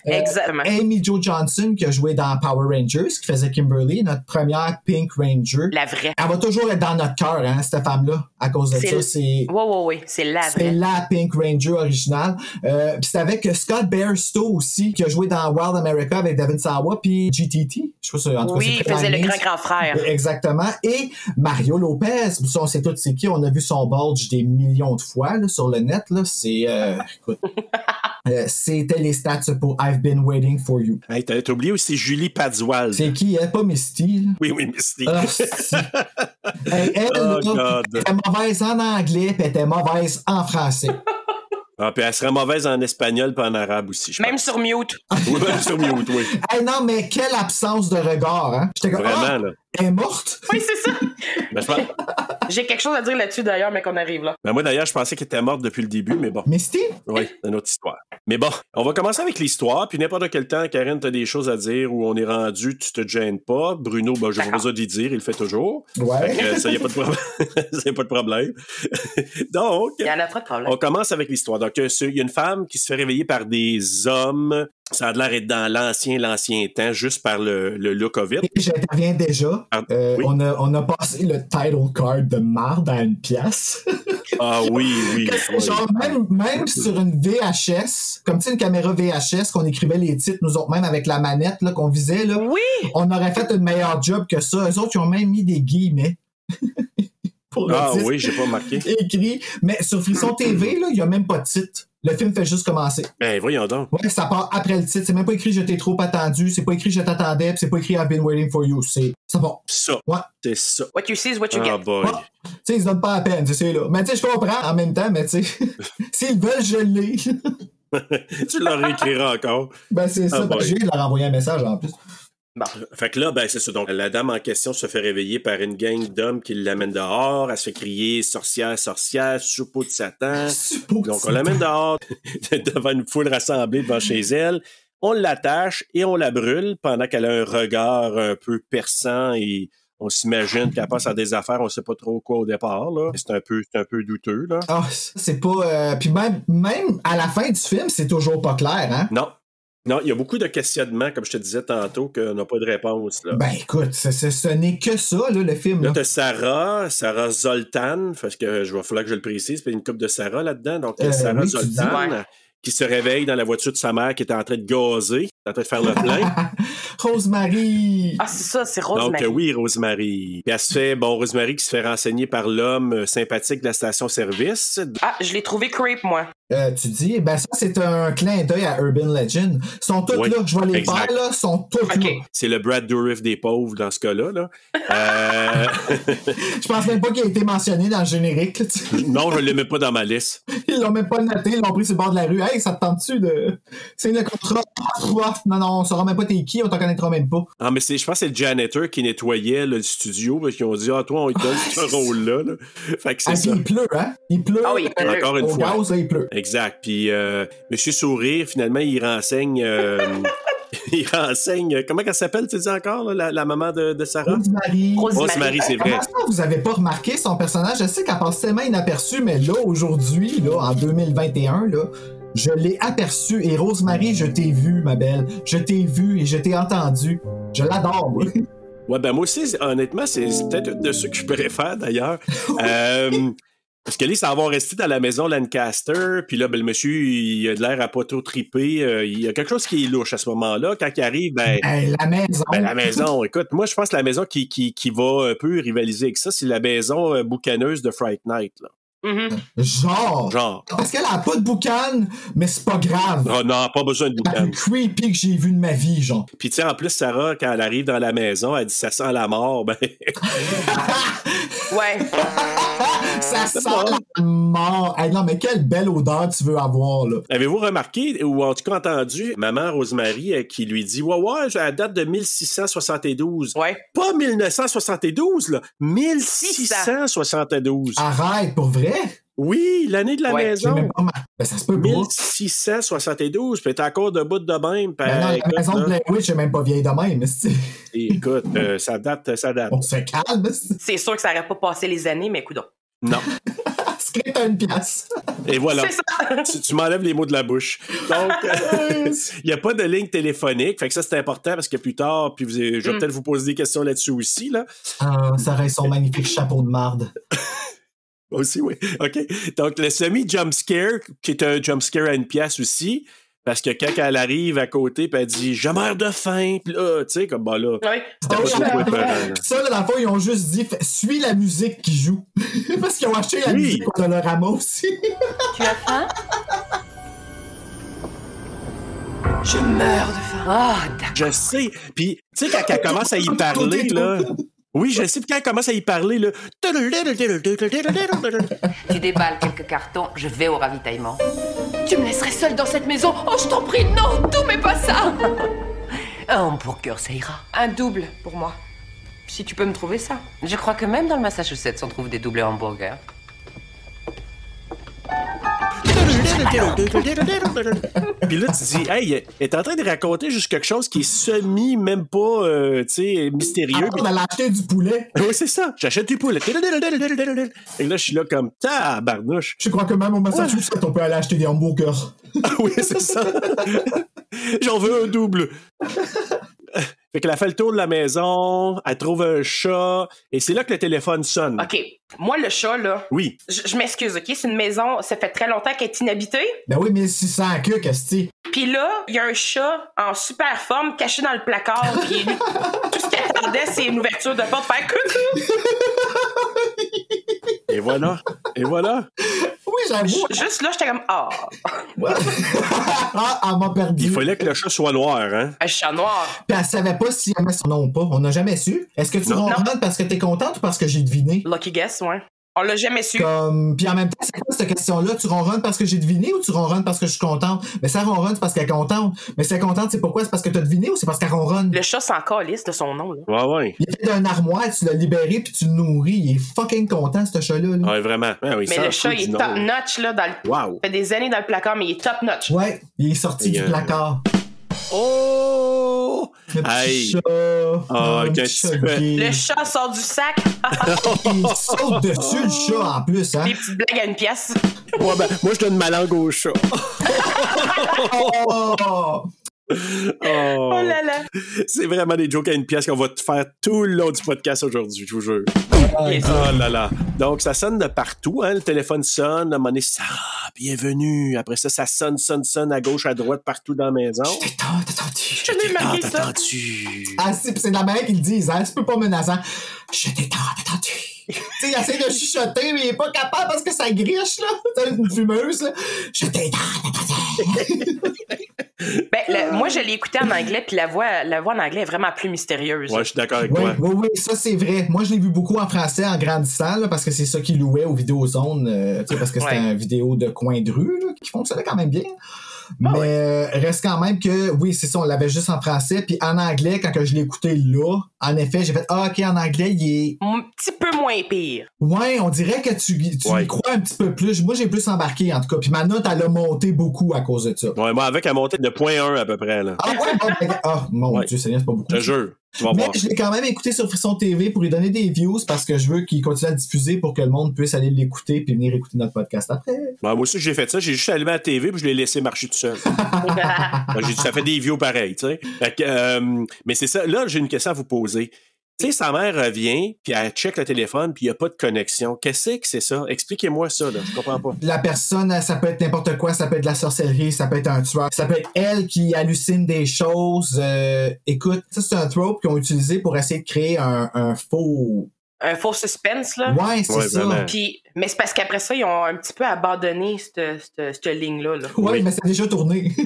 Euh, Exactement. Amy Jo Johnson, qui a joué dans Power Rangers, qui faisait Kimberly, notre première Pink Ranger. La vraie. Elle va toujours être dans notre cœur, hein, cette femme-là, à cause de ça. C'est Oui, oui, oui. C'est la c'est vraie. la Pink Ranger originale. Euh, puis c'est avec euh, Scott Bairstow aussi, qui a joué dans Wild America avec David Sawa, puis GTT. Je sais pas si, en tout cas, Oui, c'est il faisait très le nice. grand grand frère. Exactement. Et Mario Lopez, ça, on sait tous c'est qui, on a vu son bulge des millions de fois là, sur le net. là. C'est, euh, écoute, euh, c'était les stats pour I've Been Waiting For You. Hey, t'as t'as oublié aussi Julie Padual. C'est qui, hein? Pas Misty, là. Oui, oui, Misty. Ah, si. Hey, elle, Oh, là, God. elle était mauvaise en anglais, puis elle était mauvaise en français. (laughs) (laughs) Ah, puis elle serait mauvaise en espagnol pas en arabe aussi, je Même sur mute. pense. (laughs) Oui, même sur mute, oui. Hey, non, mais quelle absence de regard, hein? J'étais comme, Vraiment, (laughs) ah, là. elle est morte. (laughs) Oui, c'est ça. Ben, je pense- J'ai quelque chose à dire là-dessus d'ailleurs, mais qu'on arrive là. ben, moi, d'ailleurs, je pensais qu'elle était morte depuis le début, mais bon. Misty? Oui, c'est une autre histoire. Mais bon, on va commencer avec l'histoire, puis n'importe quel temps, Karen, t'as des choses à dire où on est rendu, tu te gênes pas. Bruno, ben, je vous D'accord. besoin d'y dire, il le fait toujours. Fait Ouais. que, ça, y a pas de (laughs) problème. ça, y a pas de problème. Donc, Il y en a pas de problème. on commence avec l'histoire. Donc, euh, ce- il y a une femme qui se fait réveiller par des hommes. Ça a l'air d'être dans l'ancien, l'ancien temps, juste par le, le look of it. Et J'interviens déjà. Ah, Euh, oui. on, a, on a passé le title card de marde à une pièce. Ah oui, oui. oui. Genre, même, même sur une VHS, comme tu sais, une caméra VHS, qu'on écrivait les titres, nous autres, même avec la manette là, qu'on visait, là, Oui! on aurait fait une meilleure job que ça. Eux autres, ils ont même mis des guillemets. (laughs) pour le Ah disque. oui, j'ai pas marqué. écrit. Mais sur Frisson TV, là, il n'y a même pas de titre. Le film fait juste commencer. Ben voyons donc. Ouais, ça part après le titre. C'est même pas écrit Je t'ai trop attendu. C'est pas écrit Je t'attendais. puis C'est pas écrit I've been waiting for you. C'est ça va. Ça, Ouais. c'est ça. What you see is what you Ah get. boy. Ouais. Tu sais, ils se donnent pas à peine. C'est là. Mais tu sais, je comprends en même temps. Mais tu sais, (laughs) s'ils veulent, je l'ai. (laughs) tu leur réécriras encore. ben, c'est Ah ça. parce que boy. je viens de leur envoyer un message en plus. Fait que là, ben c'est ça. Donc, la dame en question se fait réveiller par une gang d'hommes qui l'amènent dehors. Elle se fait crier sorcière, sorcière, soupeau de Satan. Suppose Ah, Donc, on que- l'amène dehors (laughs) devant une foule rassemblée devant chez elle. On l'attache et on la brûle pendant qu'elle a un regard un peu perçant et on s'imagine qu'elle passe à des affaires, on sait pas trop quoi au départ. là. C'est un peu, c'est un peu douteux là. Ah, c'est pas. euh, Puis même, même à la fin du film, c'est toujours pas clair, hein? Non, non, il y a beaucoup de questionnements comme je te disais tantôt qu'on n'a pas de réponse là. Ben écoute, c'est- c'est- ce n'est que ça, là, le film. Là, Là. (laughs) t'as Sarah, Sarah Zoltan, parce que je vais falloir que je le précise, puis il y a une coupe de Sarah là-dedans. Donc, t'as Euh, Sarah oui, tu Zoltan dis, ouais. qui se réveille dans la voiture de sa mère qui était en train de gazer, en train de faire le plein. (laughs) Rosemary! Ah, c'est ça, c'est Rose Donc, euh, oui, Rosemary. Puis elle se fait, bon, Rosemary qui se fait renseigner par l'homme euh, sympathique de la station-service. Ah, je l'ai trouvé creep, moi. Euh, tu dis, ben ça, c'est un clin d'œil à Urban Legend. Ils sont tous Oui, là, je vois les exact. faire, là, ils sont tous OK. là. C'est le Brad Dourif des pauvres dans ce cas-là. Là. Euh, (laughs) Je pense même pas qu'il a été mentionné dans le générique. là, tu- non, je ne le mets pas dans ma liste. Ils l'ont même pas noté, ils l'ont pris sur le bord de la rue. Hey, ça te tente-tu de. C'est le contrat. Ouf, Non, non, on saura même pas t'es qui, on t'en connaîtra même pas. Ah, mais c'est, je pense que c'est le janitor qui nettoyait là, le studio parce qu'ils ont dit Ah, toi, on te donne ce rôle-là. là. Fait que c'est Ah, puis ça. il pleut, hein? Il pleut. Ah oui, il pleut. Encore une Au fois. gaz, là, il pleut. Exact. Puis euh, Monsieur Sourire, finalement, il renseigne. euh, (laughs) il renseigne. euh, Comment elle s'appelle, tu dis encore, là, la, la maman de, de Sarah? Rosemary. Rosemary. Rosemary, c'est vrai. Comment ça, vous avez pas remarqué son personnage? Je sais qu'elle passe tellement inaperçue, mais là, aujourd'hui, là, en 2021, là, je l'ai aperçue. Et Rosemary, je t'ai vue, ma belle. Je t'ai vue et je t'ai entendue. Je (laughs) l'adore, moi. Ouais, ben moi aussi, c'est- honnêtement, c'est c'est peut-être une de ceux que je préfère d'ailleurs. Euh, parce que là, ça va rester dans la maison Lancaster, puis là, ben, le monsieur, il a de l'air à pas trop triper. euh, il y a quelque chose qui est louche à ce moment-là. Quand il arrive, ben, Hey, la maison. ben, la maison, écoute, moi, je pense que la maison qui, qui, qui va un peu rivaliser avec ça, c'est la maison euh, boucaneuse de Fright Night, là. Mhm. Genre. Genre. Parce qu'elle a pas de boucan, mais c'est pas grave. Oh non, pas besoin de La boucan. plus creepy que j'ai vue de ma vie, genre. Puis tu sais, en plus, Sarah, quand elle arrive dans la maison, elle dit ça sent la mort. Ben, Ouais. Ah, ça sent la mort. Hey, non, mais quelle belle odeur tu veux avoir, là. Avez-vous remarqué, ou en tout cas entendu, maman Rosemary euh, qui lui dit Ouais, ouais, j'ai la date de 1672. Ouais. Pas 1972, là. 1672. Arrête, pour vrai? Oui, l'année de la Ouais. maison. J'ai même pas mar- Ben, ça se peut pas. 1672, puis t'es encore debout de même. puis, Ben non, euh, écoute, la maison de là, Blair Witch est même pas vieille de même. (laughs) mais c'est- écoute, euh, ça date, ça date. On se calme. (laughs) c'est- C'est sûr que ça n'aurait pas passé les années, mais coudons. Non. Script à une pièce. Et voilà. C'est ça. (laughs) Tu, tu m'enlèves les mots de la bouche. Donc, (laughs) il n'y a pas de ligne téléphonique. Fait que ça, c'est important parce que plus tard, puis vous- je vais Mm. peut-être vous poser des questions là-dessus aussi. Là. (laughs) Ah, ça reste son magnifique chapeau de marde. Aussi, oui. OK. Donc, le semi-jump scare, qui est un jump scare à une pièce aussi, parce que quand elle arrive à côté, puis elle dit Je meurs de faim, puis là, tu sais, comme bah là. Oui. c'était pas trop épeurant, là. Ça, là, dans le fond, ils ont juste dit Fais- suis la musique qui joue. (laughs) Parce qu'ils ont acheté la Oui. musique au Dolorama (laughs) aussi. Tu as faim Je meurs de faim. Ah, d'accord. Je sais. Puis, tu sais, quand elle commence à y parler, là. Oui, je sais. Puis quand elle commence à y parler, là. Tu déballes quelques cartons, je vais au ravitaillement. Tu me laisserais seule dans cette maison Oh, je t'en prie, non, tout mais pas ça (laughs) Un pour cœur, ça ira. Un double pour moi. Si tu peux me trouver ça. Je crois que même dans le Massachusetts, on trouve des doubles hamburgers. Puis là, tu dis, hey, elle est en train de raconter juste quelque chose qui est semi, même pas, euh, tu sais, mystérieux. On a acheté du poulet. Oui, Ah, c'est ça. J'achète du poulet. Et là, je suis là comme tabarnouche. Je crois que même au Massachusetts, on peut aller acheter des hamburgers. oui, c'est ça. J'en veux un double. Fait qu'elle a fait le tour de la maison, elle trouve un chat, et c'est là que le téléphone sonne. OK. Moi, le chat, là, Oui. je, je m'excuse, OK? C'est une maison, ça fait très longtemps qu'elle est inhabitée. Ben oui, 1600 queues, Casti. Puis là, il y a un chat en super forme caché dans le placard. Puis lui, tout ce qu'elle attendait, c'est une ouverture de porte. Faire coucou! Et voilà. Et voilà. Oui, j'avoue. Juste là, j'étais comme, ah, (laughs) Ah, elle m'a perdu. Il fallait que le chat soit noir, hein? un chat noir. Puis elle savait pas si elle aimait son nom ou pas. On n'a jamais su. Est-ce que tu Non. ronronnes parce que t'es contente ou parce que j'ai deviné? Lucky guess, ouais. On l'a jamais su. Comme... Puis en même temps, c'est quoi cette question-là? Tu ronronnes parce que j'ai deviné ou tu ronronnes parce que je suis contente? Mais ça ronronne, c'est parce qu'elle est contente. Mais si elle est contente, c'est pourquoi? C'est parce que t'as deviné ou c'est parce qu'elle ronronne? Le chat s'en calisse de son nom, là. Ouais, ouais. Il était dans un armoire, tu l'as libéré puis tu le nourris. Il est fucking content, ce chat-là. là. Ah Ouais, vraiment. Ouais, oui, Mais ça, le un chat, fou il du est nom. top notch, là, dans le. Wow. Ça fait des années dans le placard, mais il est top notch. Ouais, il est sorti Et, du euh, placard. Oh! Le petit Hey. chat. Ah, le petit qu'est-ce que chat tu fais? gay. Le chat sort du sac. (laughs) Il saute dessus, le chat, en plus. Hein? Oh. Des petites blagues à une pièce. Ouais, ben, moi, je donne ma langue au chat. Oh! Oh. Oh là là. C'est vraiment des jokes à une pièce qu'on va te faire tout le long du podcast aujourd'hui, je vous jure. Bien sûr. Oh là là. Donc, ça sonne de partout. Hein? Le téléphone sonne. À un moment donné, Sarah, bienvenue. Après ça, ça sonne, sonne, sonne à gauche, à droite, partout dans la maison. Attends, attends, tu- Je l'ai Ah, marqué ça. t'attends-tu? Ah, c'est c'est de la manière qu'ils le disent, hein. Tu peux pas menaçant. Je t'étends, attends, tu. (laughs) Tu sais, il essaie de chuchoter, mais il est pas capable parce que ça griche, là. (laughs) T'as une fumeuse, là. Je t'étends, Ben, la- moi, je l'ai écouté en anglais, puis la voix, la voix en anglais est vraiment plus mystérieuse. Ouais, je suis d'accord avec Oui, toi. oui, oui, ça c'est vrai. Moi, je l'ai vu beaucoup en français en grandissant, là, parce que c'est ça qu'ils louaient aux vidéos zones, euh, tu sais, parce que c'était Ouais. un vidéo de coin de rue, là, qui fonctionnait quand même bien. Mais euh, reste quand même que, oui, c'est ça, on l'avait juste en français. Puis en anglais, quand que je l'ai écouté là, en effet, j'ai fait, ah, ok, en anglais, il est... Un petit peu moins pire. Ouais, on dirait que tu, tu Ouais. y crois un petit peu plus. Moi, j'ai plus embarqué, en tout cas. Puis ma note, elle a monté beaucoup à cause de ça. Ouais, moi, avec, elle montait de 0.1 à peu près. Là. Ah, ouais, bon, ben, ah, mon Ouais. Dieu, Seigneur, c'est pas beaucoup. Je te jure. Tu vas Ah, Mais voir. je l'ai quand même écouté sur Frisson TV pour lui donner des views parce que je veux qu'il continue à le diffuser pour que le monde puisse aller l'écouter puis venir écouter notre podcast après. Ouais, moi aussi, j'ai fait ça. J'ai juste allumé la TV puis je l'ai laissé marcher tout (laughs) seul. Ouais, j'ai dit, ça fait des vieux pareils, tu sais. Fait que, euh, mais c'est ça. Là, j'ai une question à vous poser. Tu sais, sa mère revient, puis elle check le téléphone, puis il n'y a pas de connexion. Qu'est-ce que c'est ça? Expliquez-moi ça, là. Je comprends pas. La personne, elle, ça peut être n'importe quoi, ça peut être de la sorcellerie, ça peut être un tueur, ça peut être elle qui hallucine des choses. Euh, écoute, ça c'est un trope qu'ils ont utilisé pour essayer de créer un, un faux. Un faux suspense, là. Ouais, c'est Ouais, ça. vraiment. Puis, mais c'est parce qu'après ça, ils ont un petit peu abandonné cette, cette, cette ligne-là. là. Ouais, Oui. mais c'est déjà tourné. (laughs)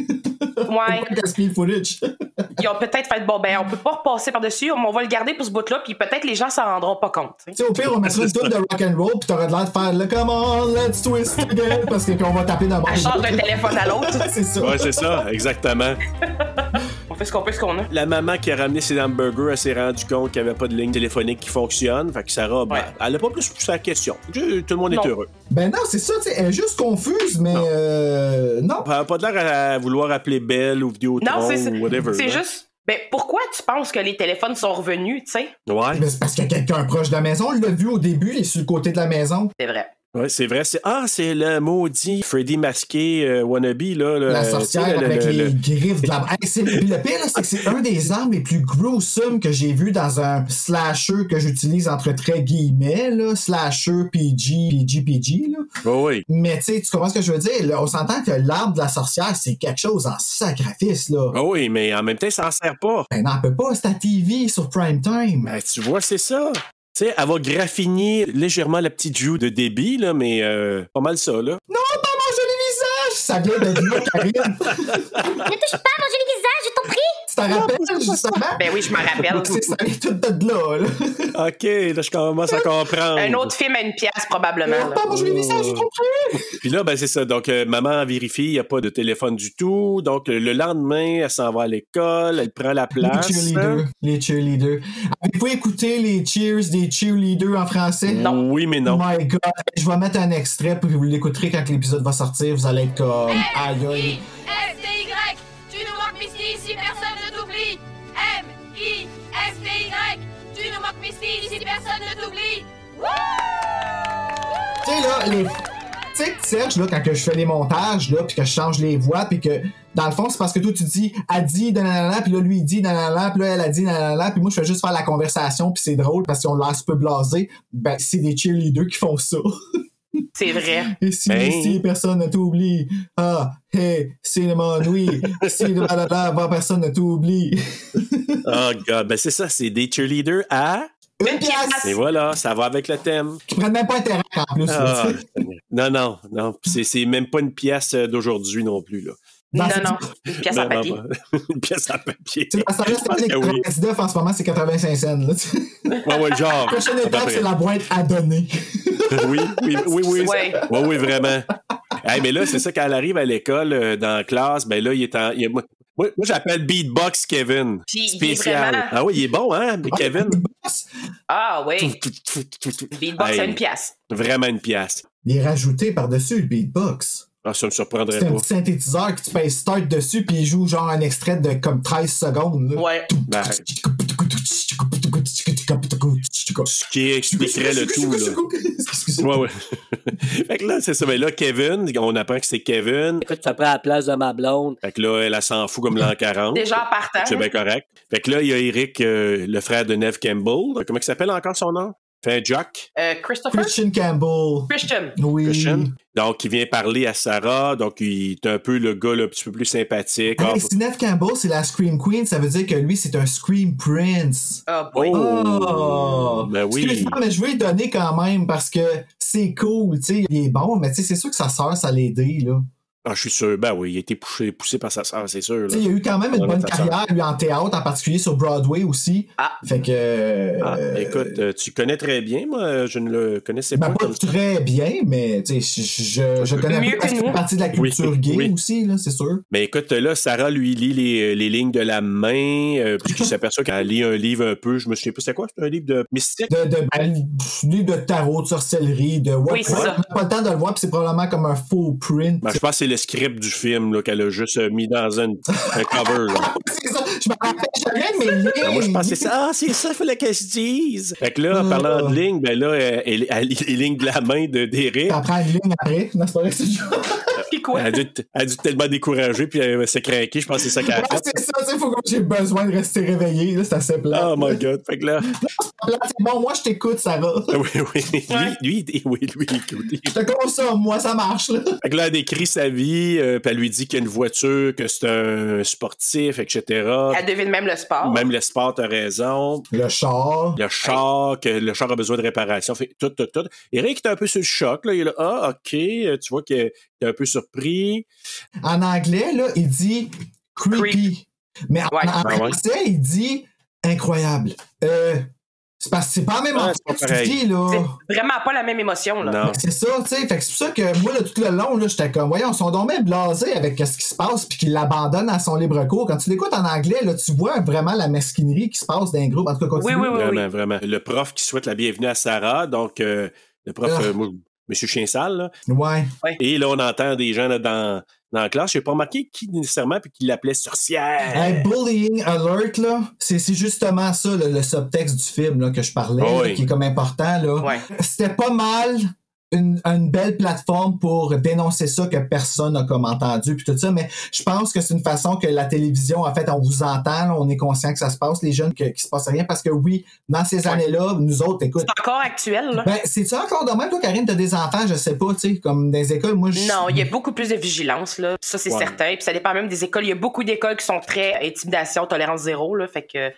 Ouais. Pourquoi gaspiller le footage? (laughs) ils ont peut-être fait bon, ben, on peut pas repasser par-dessus, on va le garder pour ce bout-là, puis peut-être les gens s'en rendront pas compte. Tu sais, au pire, on mettra une tune de rock'n'roll, puis t'aurais de l'air de faire le come on, let's twist again, parce que qu'on va taper dans Elle change d'un téléphone à l'autre. c'est ça. Ouais, c'est ça, exactement. (laughs) On fait ce qu'on peut, ce qu'on a. La maman qui a ramené ses hamburgers, elle s'est rendue compte qu'il n'y avait pas de ligne téléphonique qui fonctionne. Fait que Sarah, ben, Ouais. elle n'a pas plus poussé la question. Je- tout le monde Non. est heureux. Ben non, c'est ça, tu sais, elle est juste confuse, mais euh, non. Elle n'a pas de l'air à, à vouloir appeler Belle ou Vidéotron Non, c'est c'est- ou Oh, whatever. hein. C'est là. juste. Ben, pourquoi tu penses que les téléphones sont revenus, tu sais? Ouais, Mais c'est parce qu'il y a quelqu'un proche de la maison, on l'a vu au début, il est sur le côté de la maison. C'est vrai. ouais c'est vrai. c'est- Ah, c'est le maudit Freddy masqué euh, wannabe, là. le- La Euh, tu sais, sorcière le- avec le- les le- griffes de la Hey, c'est- puis Le pire, là, c'est que c'est un des armes les plus gruesome que j'ai vu dans un slasher que j'utilise entre très guillemets, là, slasher PG, PG, PG. Là. Ouais, ouais. Mais tu sais, tu comprends ce que je veux dire? Là, on s'entend que l'arme de la sorcière, c'est quelque chose en sacrifice. Là. Ah oui, mais en même temps, ça s'en sert pas. Ben non, elle peut pas, c'est à TV sur prime time. Ben, tu vois, c'est ça. Tu sais, elle va graffiner légèrement la petite joue de débit, là, mais euh, pas mal ça, là. Non, Oh, pas manger les visages! Ça vient de là, (laughs) Karine. Ne touche pas à mon joli visage, je t'en prie. tu t'en rappelles, justement? Ben oui, je m'en rappelle. C'est ça vient tout de là. là. OK, là, je commence à comprendre. Un autre film à une pièce, probablement. là. (laughs) Pas manger les visages, j'ai compris. Puis là, ben, c'est ça. Donc, euh, maman vérifie, il n'y a pas de téléphone du tout. Donc, euh, le lendemain, elle s'en va à l'école, elle prend la place. Les cheerleaders. Les cheerleaders. Avez-vous écouté les cheers des cheerleaders en français? Oh Non. Oui, mais non. My God. Je vais mettre un extrait puis vous l'écouterez quand l'épisode va sortir. Vous allez être comme. Aïe, aïe. S-T-Y Tu nous manques, Misty, ici personne ne t'oublie M-I-S-T-Y Tu nous manques, Misty, ici personne ne t'oublie Tu sais, là, les. Tu sais, que Serge, là, quand que je fais les montages, là, puis que je change les voix, puis que. Dans le fond, c'est parce que toi, tu dis, elle dit, nanana, puis là, lui, il dit, nanana, puis là, elle a dit, nanana, puis moi, je fais juste faire la conversation, puis c'est drôle parce qu'on l'a un petit peu blasé. Ben, c'est des cheerleaders qui font ça. (laughs) C'est vrai. Et si, Ben. si personne ne t'oublie, ah, hey, c'est le monde, oui. si le balada, va, personne ne t'oublie. Oh, God. Ben, c'est ça. C'est des cheerleaders à. Une pièce! Et voilà, ça va avec le (laughs) thème. Qui prennent même pas intérêt en plus. là, Ah, tu sais. non, non, non. C'est- C'est même pas une pièce euh, d'aujourd'hui non plus, là. Dans non, cette- non. Une pièce en Vraiment papier. pas. (laughs) une pièce à papier. Tu sais, parce que Je là, pense c'est que pas les oui. 99 en ce moment, c'est 85 cents. Là, tu sais. Ouais, ouais, genre. Prochaine à peu étape, près. c'est la boîte à donner. Oui, oui, oui, oui. Ouais. Ouais, oui, vraiment. Hey, mais là, c'est ça, quand elle arrive à l'école, euh, dans la classe, ben là, il est en. il est- moi, moi, j'appelle Beatbox Kevin. Puis, il est spécial. vraiment- Ah oui, il est bon, hein, Kevin? Ah oui. Beatbox Hey, à une pièce. Vraiment une pièce. Il est rajouté par-dessus le beatbox. Ah, ça me surprendrait C'est un pas. petit synthétiseur que tu payes start dessus, puis il joue genre un extrait de comme 13 secondes. là. Ouais. Ben, ce qui expliquerait le tout, là. Ouais, ouais. (laughs) fait que là, c'est ça. Mais là, Kevin, on apprend que c'est Kevin. Écoute, ça prend la place de ma blonde. Fait que là, elle, elle s'en fout comme l'an 40. Déjà en partant. C'est bien correct. Fait que là, il y a Eric, euh, le frère de Neve Campbell. Comment il s'appelle encore son nom? Fait Jack. Euh, Christopher Christian Campbell. Christian. Oui. Christian. Donc, il vient parler à Sarah. Donc, il est un peu le gars là, un petit peu plus sympathique. Ah, Hey, si Neve Campbell, c'est la Scream Queen, ça veut dire que lui, c'est un Scream Prince. Ah boy. oh! Oh! Ben oui. Excuse-moi, mais je vais lui donner quand même parce que c'est cool, tu sais, il est bon, mais tu sais, c'est sûr que sa sœur, ça l'a aidé, là. Ah, je suis sûr. Ben oui, il a été poussé, poussé par sa sœur, c'est sûr. là. Tu sais, il a eu quand même Ouais, une bonne sa sœur. carrière, lui, en théâtre, en particulier sur Broadway aussi. Ah. Fait que. euh, Ah, écoute, euh, tu connais très bien, moi, je ne le connaissais ben, pas. pas comme ça. très bien, mais tu sais, je, je- je connais Mieux un peu parce que que nous. c'est partie de la Oui, culture gay oui. aussi, là, c'est sûr. Mais Ben, écoute, là, Sarah lui lit les, euh, les lignes de la main, euh, puisqu'il s'aperçoit qu'elle lit un livre un peu, je me souviens pas, c'est quoi? C'est un livre de mystique? De, de, ben, pff, livre de tarot, de sorcellerie, de what- Oui, c'est on ça. n'a pas le temps de le voir, puis c'est probablement comme un faux print. (laughs) Ben, je pense que c'est le script du film là, qu'elle a juste euh, mis dans un, un cover. Là. C'est ça, je me rappelle, j'avais mes liens. Ben, moi, je pensais ça. Ah, c'est ça, il fallait qu'elle se dise. Fait que là, en parlant de lignes, ben là, elle, elle- elle lit les lignes de la main de d'Eric. T'apprends une ligne après. Non, c'est pas vrai, c'est (laughs) Puis quoi? Elle a dû, elle a dû tellement décourager, puis elle s'est craquée. Je pense que c'est ça qu'elle a Ouais, fait. c'est ça, tu sais, faut que j'ai besoin de rester réveillé, là, c'est assez plat. Oh my god. Fait que là, (laughs) Ah. C'est bon, moi, je t'écoute, Sarah. (laughs) oui, oui. Lui, lui, oui, lui, écoutez. Je te consomme, moi, ça marche, là. Fait que là, elle décrit sa vie, euh, puis elle lui dit qu'il y a une voiture, que c'est un sportif, etc. Elle devine même le sport. Même le sport, t'as raison. Le char. Le char, que le char a besoin de réparation. Fait tout, tout, tout. Eric est un peu sur le choc. Là. Il est là, ah, OK. Euh, Tu vois qu'il est un peu surpris. En anglais, là, il dit creepy. Mais en, Ouais. en Ah ouais. français, il dit incroyable. Euh, c'est parce que c'est pas la même Ouais, en Ah, c'est pas français pareil. que tu dis, là. Vraiment pas la même Oh, émotion, là. Oh. Non. C'est ça, tu sais. Fait que c'est pour ça que moi, là, tout le long, là, j'étais comme, voyons, ils sont donc bien blasés avec ce qui se passe, puis qu'ils l'abandonnent à son libre cours. Quand tu l'écoutes en anglais, là, tu vois vraiment la mesquinerie qui se passe d'un groupe. En tout cas, continue. Oui, oui, oui. Vraiment, vraiment. Le prof qui souhaite la bienvenue à Sarah, donc euh, le prof, Ah. euh, moi, Monsieur Chien Sale, là. Ouais. Et là, on entend des gens là, dans, dans la classe. Je n'ai pas remarqué qui nécessairement, puis qui l'appelait sorcière. Hey, bullying alert, là, c'est c'est justement ça, le, le subtexte du film là, que je parlais, Ah oui. là, qui est comme important. Là. Oh Ouais. C'était pas mal une, une belle plateforme pour dénoncer ça que personne n'a comme entendu, puis tout ça, mais je pense que c'est une façon que la télévision, en fait, on vous entend, là, on est conscient que ça se passe, les jeunes, que- qu'il se passe rien, parce que oui, dans ces années-là, nous autres, écoute, C'est encore actuel, là. ben, c'est-tu encore de même, toi, Karine, t'as des enfants, je sais pas, tu sais, comme dans les écoles, moi, je... Non, il y a beaucoup plus de vigilance, là. Ça, c'est Ouais. certain. Puis ça dépend même des écoles. Il y a beaucoup d'écoles qui sont très intimidation, tolérance zéro, là. Fait que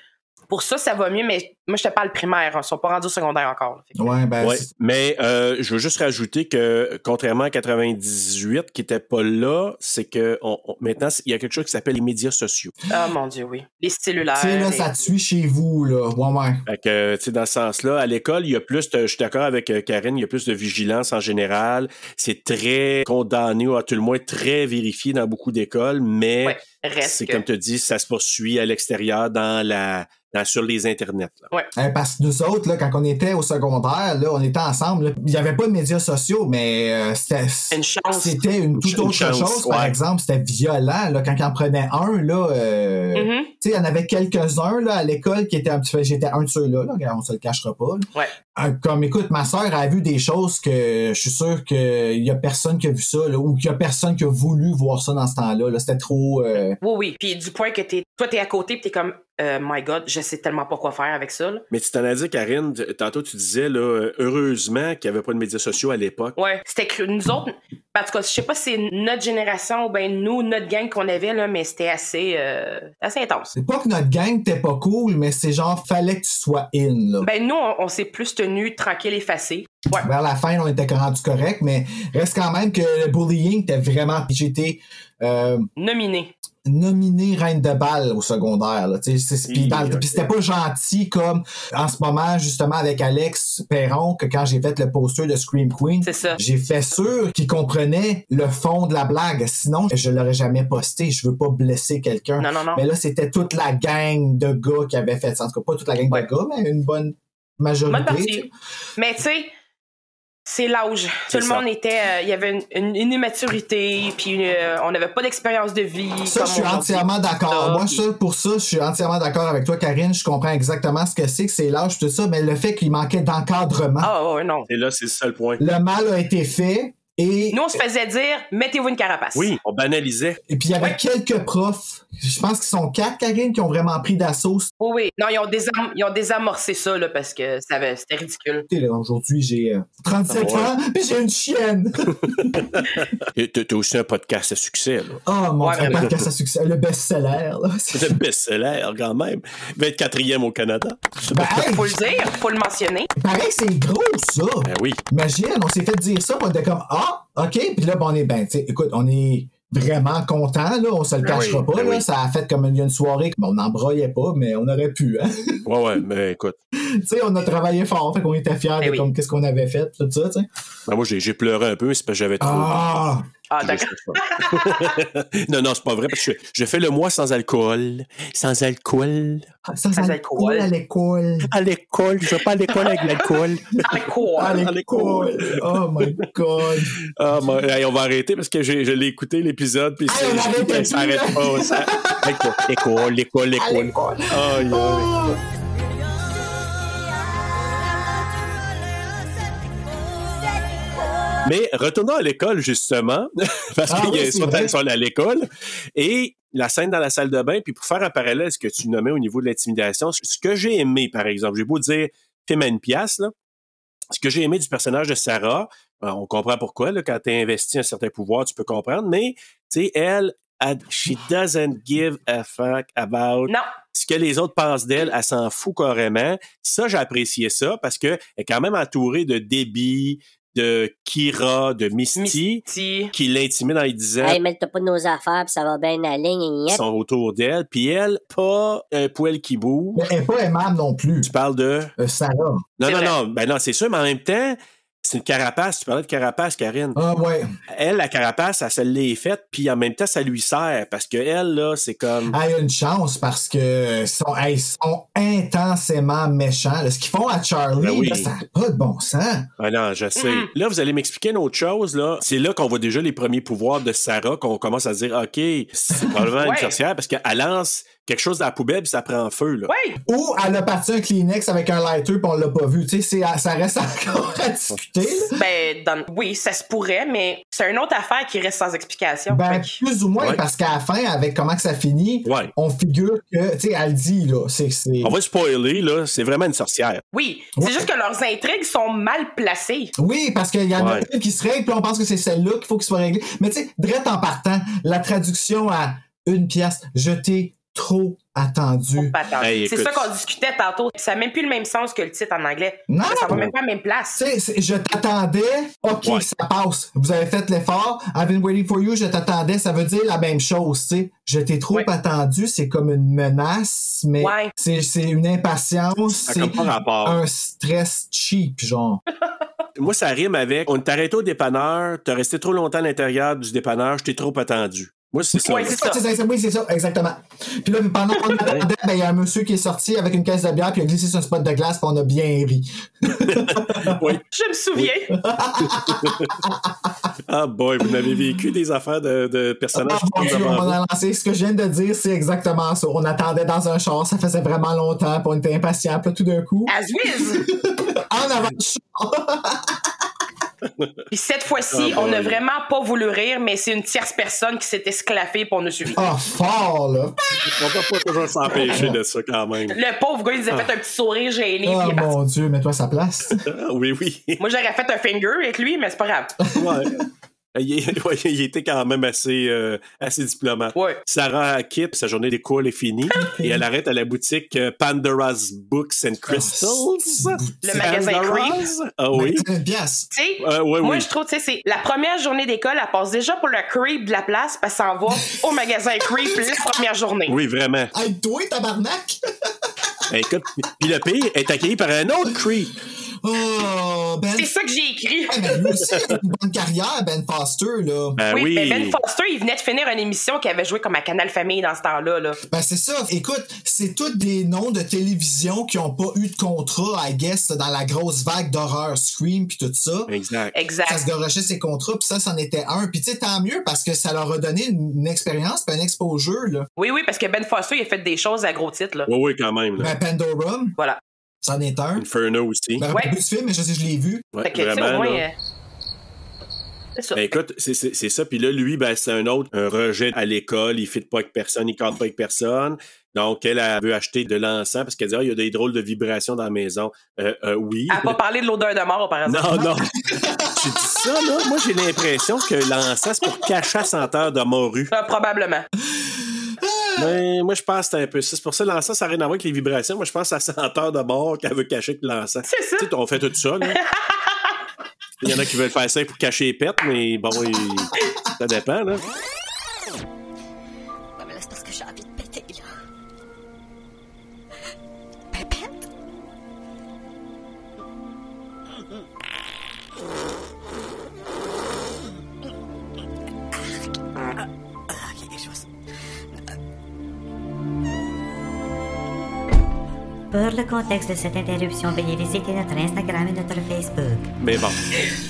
pour ça, ça va mieux, mais moi, je te parle primaire. hein. Ils sont pas rendus au secondaire encore. là. Fait que- Ouais, ben, Ouais, c'est- mais euh, je veux juste rajouter que, contrairement à 98, qui n'était pas là, c'est que on- on- maintenant, c'est- il y a quelque chose qui s'appelle les médias sociaux. Ah, mon Dieu, oui. Les cellulaires. tu sais, là, les- ça tue chez vous, là, ouais, ouais. Fait que, tu sais, dans ce sens-là, à l'école, il y a plus, de- je suis d'accord avec euh, Karine, il y a plus de vigilance en général. C'est très condamné, ou à tout le moins très vérifié dans beaucoup d'écoles, mais Ouais, reste c'est que- comme tu dis, ça se poursuit à l'extérieur dans la, dans- sur les internets. là. Hein, parce que nous autres, là, quand on était au secondaire, là, on était ensemble. là. Il n'y avait pas de médias sociaux, mais euh, c'était Une chance. c'était une toute Une autre chance, chose. Par ouais. exemple, c'était violent. Là, quand il en prenait un, là, euh, Mhm. tu sais, il y en avait quelques-uns là, à l'école qui étaient un petit peu. J'étais un de ceux-là, là, regarde, on se le cachera pas. là. Ouais. Euh, Comme écoute, ma sœur a vu des choses que je suis sûr qu'il y a personne qui a vu ça, là, ou qu'il y a personne qui a voulu voir ça dans ce temps-là. là. C'était trop. euh, Oui, oui. Puis du point que t'es, toi, t'es à côté, puis t'es comme, Euh, my God, je sais tellement pas quoi faire avec ça. là. Mais tu t'en as dit, Karine, t- tantôt tu disais, là, euh, heureusement qu'il n'y avait pas de médias sociaux à l'époque. Ouais, c'était cru. Nous autres, ben, en tout cas, je sais pas si c'est notre génération ou ben nous, notre gang qu'on avait, là, mais c'était assez, euh, assez intense. C'est pas que notre gang n'était pas cool, mais c'est genre fallait que tu sois in. Là. Ben nous, on, on s'est plus tenus tranquilles, effacés. Ouais. vers la fin, on était rendu correct, mais reste quand même que le bullying était vraiment. J'ai été euh, Nominés. nominé reine de balle au secondaire. là, tu sais, c'est- Puis dans le- Oui, puis c'était pas gentil comme en ce moment, justement, avec Alex Perron, que quand j'ai fait le poster de Scream Queen, C'est ça. j'ai fait sûr qu'il comprenait le fond de la blague. Sinon, je l'aurais jamais posté. Je veux pas blesser quelqu'un. Non, non, non. Mais là, c'était toute la gang de gars qui avait fait ça. En tout cas, pas toute la gang Ouais. de gars, mais une bonne majorité. Bonne tu sais. partie. Mais tu sais, c'est l'âge. Tout C'est le ça. monde était. euh, Il y avait une, une- une immaturité, puis une- euh, on n'avait pas d'expérience de vie. Ça, comme je suis aujourd'hui. entièrement d'accord. Ça, Moi, puis- ça, pour ça, je suis entièrement d'accord avec toi, Karine. Je comprends exactement ce que c'est, que c'est l'âge, tout ça, mais le fait qu'il manquait d'encadrement. Ah, ouais, non. Et là, c'est le seul point. Le mal a été fait et, Nous, on se faisait dire, mettez-vous une carapace. Euh, Oui, on banalisait. et puis il y avait quelques profs. Je pense qu'ils sont quatre, Karine, qui ont vraiment pris d'assaut. Oui, oui. Non, ils ont, désam- ils ont désamorcé ça, là, parce que ça avait- c'était ridicule. Tu sais, là, Aujourd'hui, j'ai euh, 37 Ah, Ouais. ans, puis j'ai une chienne. Et T'as t'as aussi un podcast à succès, là. Oh mon Ouais, dieu, vraiment. podcast à succès, le best-seller. là. C'est un best-seller quand même. 24e au Canada. Ben, hey, Faut le dire, faut le mentionner. pareil, c'est gros ça. Ben oui. Imagine, on s'est fait dire ça, puis on était comme Ah, OK, puis là, ben, on est ben, tu sais, écoute, on est vraiment content, là, on se le Ben cachera oui, pas, ben là, oui. ça a fait comme une, une soirée, ben, on n'embroyait pas, mais on aurait pu, hein. (laughs) Ouais, ouais, mais écoute. tu sais, on a travaillé fort, fait qu'on était fiers Ben de oui. comme qu'est-ce qu'on avait fait, tout ça, tu sais. Ben, moi, j'ai j'ai pleuré un peu, c'est parce que j'avais trop. Ah! Ah, Je d'accord. sais pas. (laughs) non, non, c'est pas vrai, parce que je fais le mois sans alcool. Sans alcool. Ah, Ça, À ça l'école. cool à l'école. À l'école, je vais pas à l'école avec l'alcool. À D'accord. l'école. Oh my god. Ah, mon- hey, on va arrêter parce que j'ai- je l'ai écouté l'épisode. Puis Hey, on arrête ben, (laughs) ça plus, arrête pas. ça- L'école, l'école, À l'école. l'école. Aïe, aïe. Oh! Mais retournons à l'école, justement, (laughs) parce Ah qu'ils oui, c'est sont, vrai. sont allés à l'école. Et la scène dans la salle de bain, puis pour faire un parallèle, ce que tu nommais au niveau de l'intimidation, ce que j'ai aimé, par exemple, j'ai beau dire film à une pièce, là, ce que j'ai aimé du personnage de Sarah, euh, on comprend pourquoi, là, quand tu investi un certain pouvoir, tu peux comprendre, mais tu sais, elle, elle- she doesn't give a fuck about Non. ce que les autres pensent d'elle, elle s'en fout carrément. Ça, j'ai apprécié ça parce que elle est quand même entourée de débit, de Kira, de Misty, Misty. qui l'intimide en lui disant Hey, mais t'as pas de nos affaires, puis ça va bien aller, qu'ils ligne. sont autour d'elle. Puis elle, pas euh, un poil qui bouge. Mais elle est pas aimable non plus, Tu parles de... euh, Sarah. Non, C'est non, vrai. non. Ben non, c'est sûr, mais en même temps, c'est une carapace. Tu parlais de carapace, Karine. Ah ouais. Elle, la carapace, elle se l'est faite, puis en même temps, ça lui sert. Parce que elle, là, c'est comme. Elle a une chance parce que sont, elles sont intensément méchants. Là, ce qu'ils font à Charlie, Ben oui. là, ça n'a pas de bon sens. Ah non, je sais. Là, vous allez m'expliquer une autre chose, là. C'est là qu'on voit déjà les premiers pouvoirs de Sarah, qu'on commence à se dire, OK, c'est probablement une Ouais. sorcière, parce qu'elle lance quelque chose dans la poubelle, puis ça prend feu, là. Oui! Ou elle a parti un Kleenex avec un lighter puis on l'a pas vu. Tu sais, c'est- ça reste (laughs) encore à discuter. là. Ben, dans- oui, ça se pourrait, mais c'est une autre affaire qui reste sans explication. Ben, Fait que- plus ou moins, Ouais. parce qu'à la fin, avec comment que ça finit, Ouais. on figure que, tu sais, elle dit, là, c'est... c'est- On va spoiler, là. C'est vraiment une sorcière. Oui, Ouais. c'est juste que leurs intrigues sont mal placées. Oui, parce qu'il y en Ouais. a une qui se règle, puis on pense que c'est celle-là qu'il faut qu'il soit réglé. Mais tu sais, drette en partant, la traduction à une pièce, je t'ai trop attendu. Pas tant. Hey, Ah, c'est écoute. ça qu'on discutait tantôt. Ça n'a même plus le même sens que le titre en anglais. Non! Ça va même pas à la même place. Tu sais, c'est- je t'attendais, ok, Ouais. ça passe. Vous avez fait l'effort. I've been waiting for you, je t'attendais. Ça veut dire la même chose, tu sais. Je t'ai trop Ouais. attendu, c'est comme une menace, mais Ouais. c'est c'est une impatience, Ça c'est n'a pas rapport. un stress cheap, genre. Moi, ça rime avec on t'arrête au dépanneur, t'as resté trop longtemps à l'intérieur du dépanneur, je t'ai trop attendu. Moi, c'est ça. Ouais, là. c'est ça. C'est ça, oui, c'est ça, exactement. Puis là, pendant (laughs) qu'on attendait, ben, il y a un monsieur qui est sorti avec une caisse de bière, puis il a glissé sur un spot de glace, puis on a bien ri. Oui. Je me souviens. Ah boy, vous n'avez vécu des affaires de, de personnages. Ah, mon qui Dieu, tombent on devant a lancé. Ce que je viens de dire, c'est exactement ça. On attendait dans un char, ça faisait vraiment longtemps, puis on était impatients. Puis là, tout d'un coup, As is. (laughs) en avant du char. Puis cette fois-ci, Ah, on n'a boy. vraiment pas voulu rire, mais c'est une tierce personne qui s'est esclaffée pour nous suivre. Ah, fort, là. nous. On peut pas toujours s'empêcher de ça quand même. Le pauvre gars, il nous a fait un petit sourire gêné. puis il Oh est parti. mon Dieu, mets-toi à sa place. Ah, oui, (laughs) oui. Moi, j'aurais fait un finger avec lui, mais c'est pas grave. Ouais. Euh, Il, est- ouais, il était quand même assez, euh, assez diplomate. Ouais. Sarah quitte, sa journée d'école est finie et elle arrête à la boutique euh, Pandora's Books and Crystals. Oh, Le magasin Pandora's? Ah oui. C'est une pièce. Tu sais, Euh, ouais, moi, oui. je trouve, tu sais, c'est la première journée d'école, elle passe déjà pour le creep de la place, parce qu'elle s'en (laughs) va au magasin creep la première journée. Oui, vraiment. Ben, Hey, toi, tabarnak! Écoute, puis le pire elle est accueilli par un autre creep. Oh, Ben. C'est ça que j'ai écrit. Hey, mais lui aussi, il a une bonne carrière, Ben Foster, là. Ben oui, oui. mais Ben Foster, il venait de finir une émission qui avait joué comme à Canal Famille dans ce temps-là. Là. Ben, c'est ça. Écoute, c'est tous des noms de télévision qui ont pas eu de contrat, I guess, dans la grosse vague d'horreur Scream puis tout ça. Exact. Exact. Ça se garochait ses contrats, puis ça, c'en était un. Puis tu sais, tant mieux, parce que ça leur a donné une, une expérience puis un exposure, là. Oui, oui, parce que Ben Foster, il a fait des choses à gros titres. Là. Oui, oui, quand même. là. Ben, Pandorum, Voilà. c'en est un. Inferno aussi. Ben, Ouais. ouais. du film, mais je sais, je l'ai vu. Ouais, Fait que, tu sais, vraiment, au moins, là. euh, C'est ça. Ben, écoute, c'est- c'est c'est ça. Puis là, lui, ben, c'est un autre, un rejet à l'école. Il ne fit pas avec personne, il ne cadre pas avec personne. Donc, elle, elle veut acheter de l'encens parce qu'elle dit Ah, il y a des drôles de vibrations dans la maison. Euh, euh, oui. Elle n'a pas parlé de l'odeur de mort, par exemple. Non, non. (laughs) J'ai dit ça, là. Moi, j'ai l'impression que l'encens, c'est pour cacher la senteur de morue. Euh, probablement. Mais moi, je pense que c'est un peu ça. C'est pour ça que l'encens, ça n'a rien à voir avec les vibrations. Moi, je pense à la senteur de mort qu'elle veut cacher avec l'encens. C'est ça. Tu sais, on fait tout ça, (laughs) là. Il y en a qui veulent faire ça pour cacher les pets, mais bon, il- ça dépend, là. Ouais, mais là, c'est parce que j'ai envie de péter, là. Pépette? Arc. Ah, il y a quelque chose. Pour le contexte de cette interruption, veuillez visiter notre Instagram et notre Facebook. Mais bon.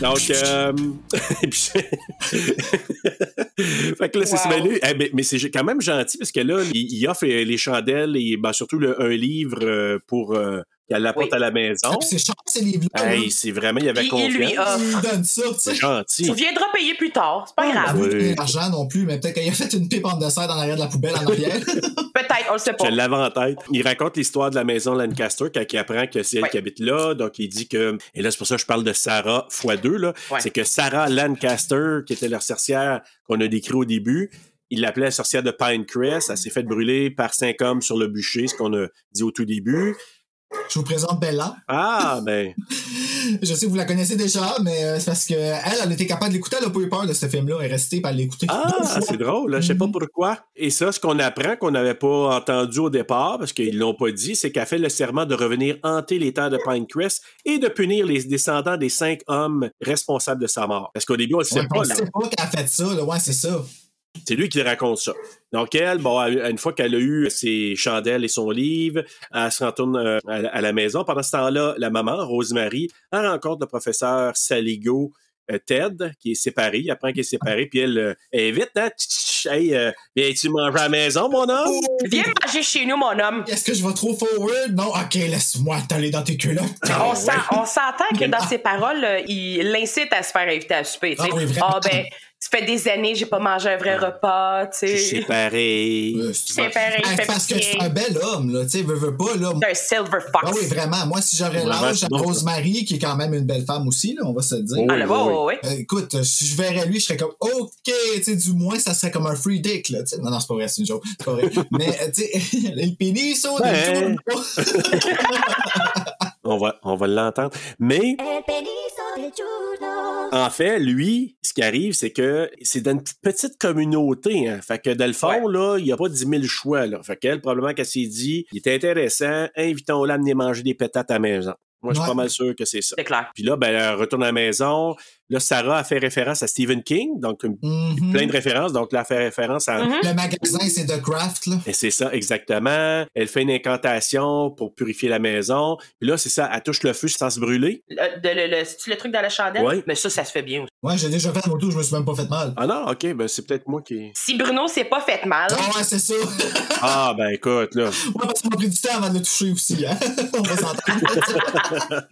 Donc, euh... (laughs) et puis- (laughs) fait que là, c'est Wow. ça. Mais, lui- eh, mais- mais c'est quand même gentil parce que là, il, il offre euh, les chandelles et ben, surtout le- un livre euh, pour euh, qu'elle l'apporte Oui. à la maison. Ah, puis C'est cher, ces livres-là. là. Hey, c'est vraiment, il avait Puis il lui confiance. offre. Ils donnent ça, tu sais. C'est gentil. Tu viendras payer plus tard, c'est pas Elle grave. veut Ah Oui. pas l'argent non plus, mais peut-être qu'il a fait une pipe en dessert dans l'arrière de la poubelle (laughs) en arrière. Peut-être, on le sait pas. Je l'avais en tête. Il raconte l'histoire de la maison Lancaster quand il apprend que c'est elle Ouais. qui habite là. Donc, il dit que. Et là, c'est pour ça que je parle de Sarah x2. là. Ouais. C'est que Sarah Lancaster, qui était leur sorcière qu'on a décrit au début, il l'appelait la sorcière de Pinecrest. Elle s'est faite brûler par cinq hommes sur le bûcher, ce qu'on a dit au tout début. Je vous présente Bella. Ah, ben. je sais que vous la connaissez déjà, mais euh, c'est parce que elle, elle était capable de l'écouter. Elle n'a pas eu peur de ce film-là. Elle est restée par l'écouter. (laughs) Ah, c'est drôle. Là. Je sais pas pourquoi. Et ça, ce qu'on apprend, qu'on n'avait pas entendu au départ, parce qu'ils l'ont pas dit, c'est qu'elle fait le serment de revenir hanter les terres de Pinecrest et de punir les descendants des cinq hommes responsables de sa mort. Parce qu'au début, on ne sait Ouais, pas. on là. sait pas qu'elle a fait ça. là. Ouais, c'est ça. C'est lui qui raconte ça. Donc, elle, bon, elle- une fois qu'elle a eu ses chandelles et son livre, elle se retourne euh, à, la- à la maison. Pendant ce temps-là, la maman, Rosemary, elle rencontre le professeur Saligo euh, Ted, qui est séparé. Elle apprend qu'il est séparé, puis elle euh, invite, hein, Tch, tch, hey, euh, viens-tu manger à la maison, mon homme? Viens manger chez nous, mon homme. Est-ce que je vais trop forward? Non, ok, laisse-moi t'aller dans tes culottes. Ah, on s'en- on s'entend que dans ses paroles, là, il l'incite à se faire inviter à souper. tu sais. Ah oui, vraiment. Ah ben, ça fait des années, j'ai pas mangé un vrai repas, tu Je sais. suis séparé. C'est pareil, Euh, Hey, fait parce que pitié. c'est un bel homme, là. Tu sais, veux, veux pas, là. C'est un silver fox. Ah oui, vraiment. Moi, si j'aurais Ouais, l'âge, c'est bon, ça. Rosemary, qui est quand même une belle femme aussi, là, on va se le dire. Oh, Ah, là, oui, oui, oui. Euh, écoute, si je verrais lui, je serais comme, OK, tu sais, du moins, ça serait comme un free dick, là. tu sais. Non, non, c'est pas vrai, c'est une joke. C'est pas (laughs) vrai. Mais, euh, tu sais, (laughs) le pénis, ça, on est Ben. toujours- On va, on va l'entendre. Mais En fait, lui, ce qui arrive, c'est que c'est dans une petite- petite communauté. Hein. Fait que dans le fond, là, il n'y a pas 10 000 choix. Là. Fait qu'elle, probablement qu'elle s'est dit, il est intéressant, invitons-la à venir manger des pétates à la maison. Moi, je suis Ouais. pas mal sûr que c'est ça. C'est clair. Puis là, ben, elle retourne à la maison. Là, Sarah a fait référence à Stephen King, donc une- Mhm. plein de références. Donc, là, elle fait référence à Le magasin, c'est The Craft, là. et c'est ça, exactement. Elle fait une incantation pour purifier la maison. Puis là, c'est ça, elle touche le feu sans se brûler. Le, de- le, le- c'est-tu le truc dans la chandelle? Ouais. Mais ça, ça se fait bien aussi. Ouais, j'ai déjà fait mon tour, je me suis même pas fait mal. Ah non, OK, ben c'est peut-être moi qui... Si Bruno s'est pas fait (laughs) mal, Ah ouais, c'est ça. Ouais, Ah, ben écoute, là... parce qu'on m'a pris du temps avant de le toucher aussi, hein. (laughs) On va s'entendre.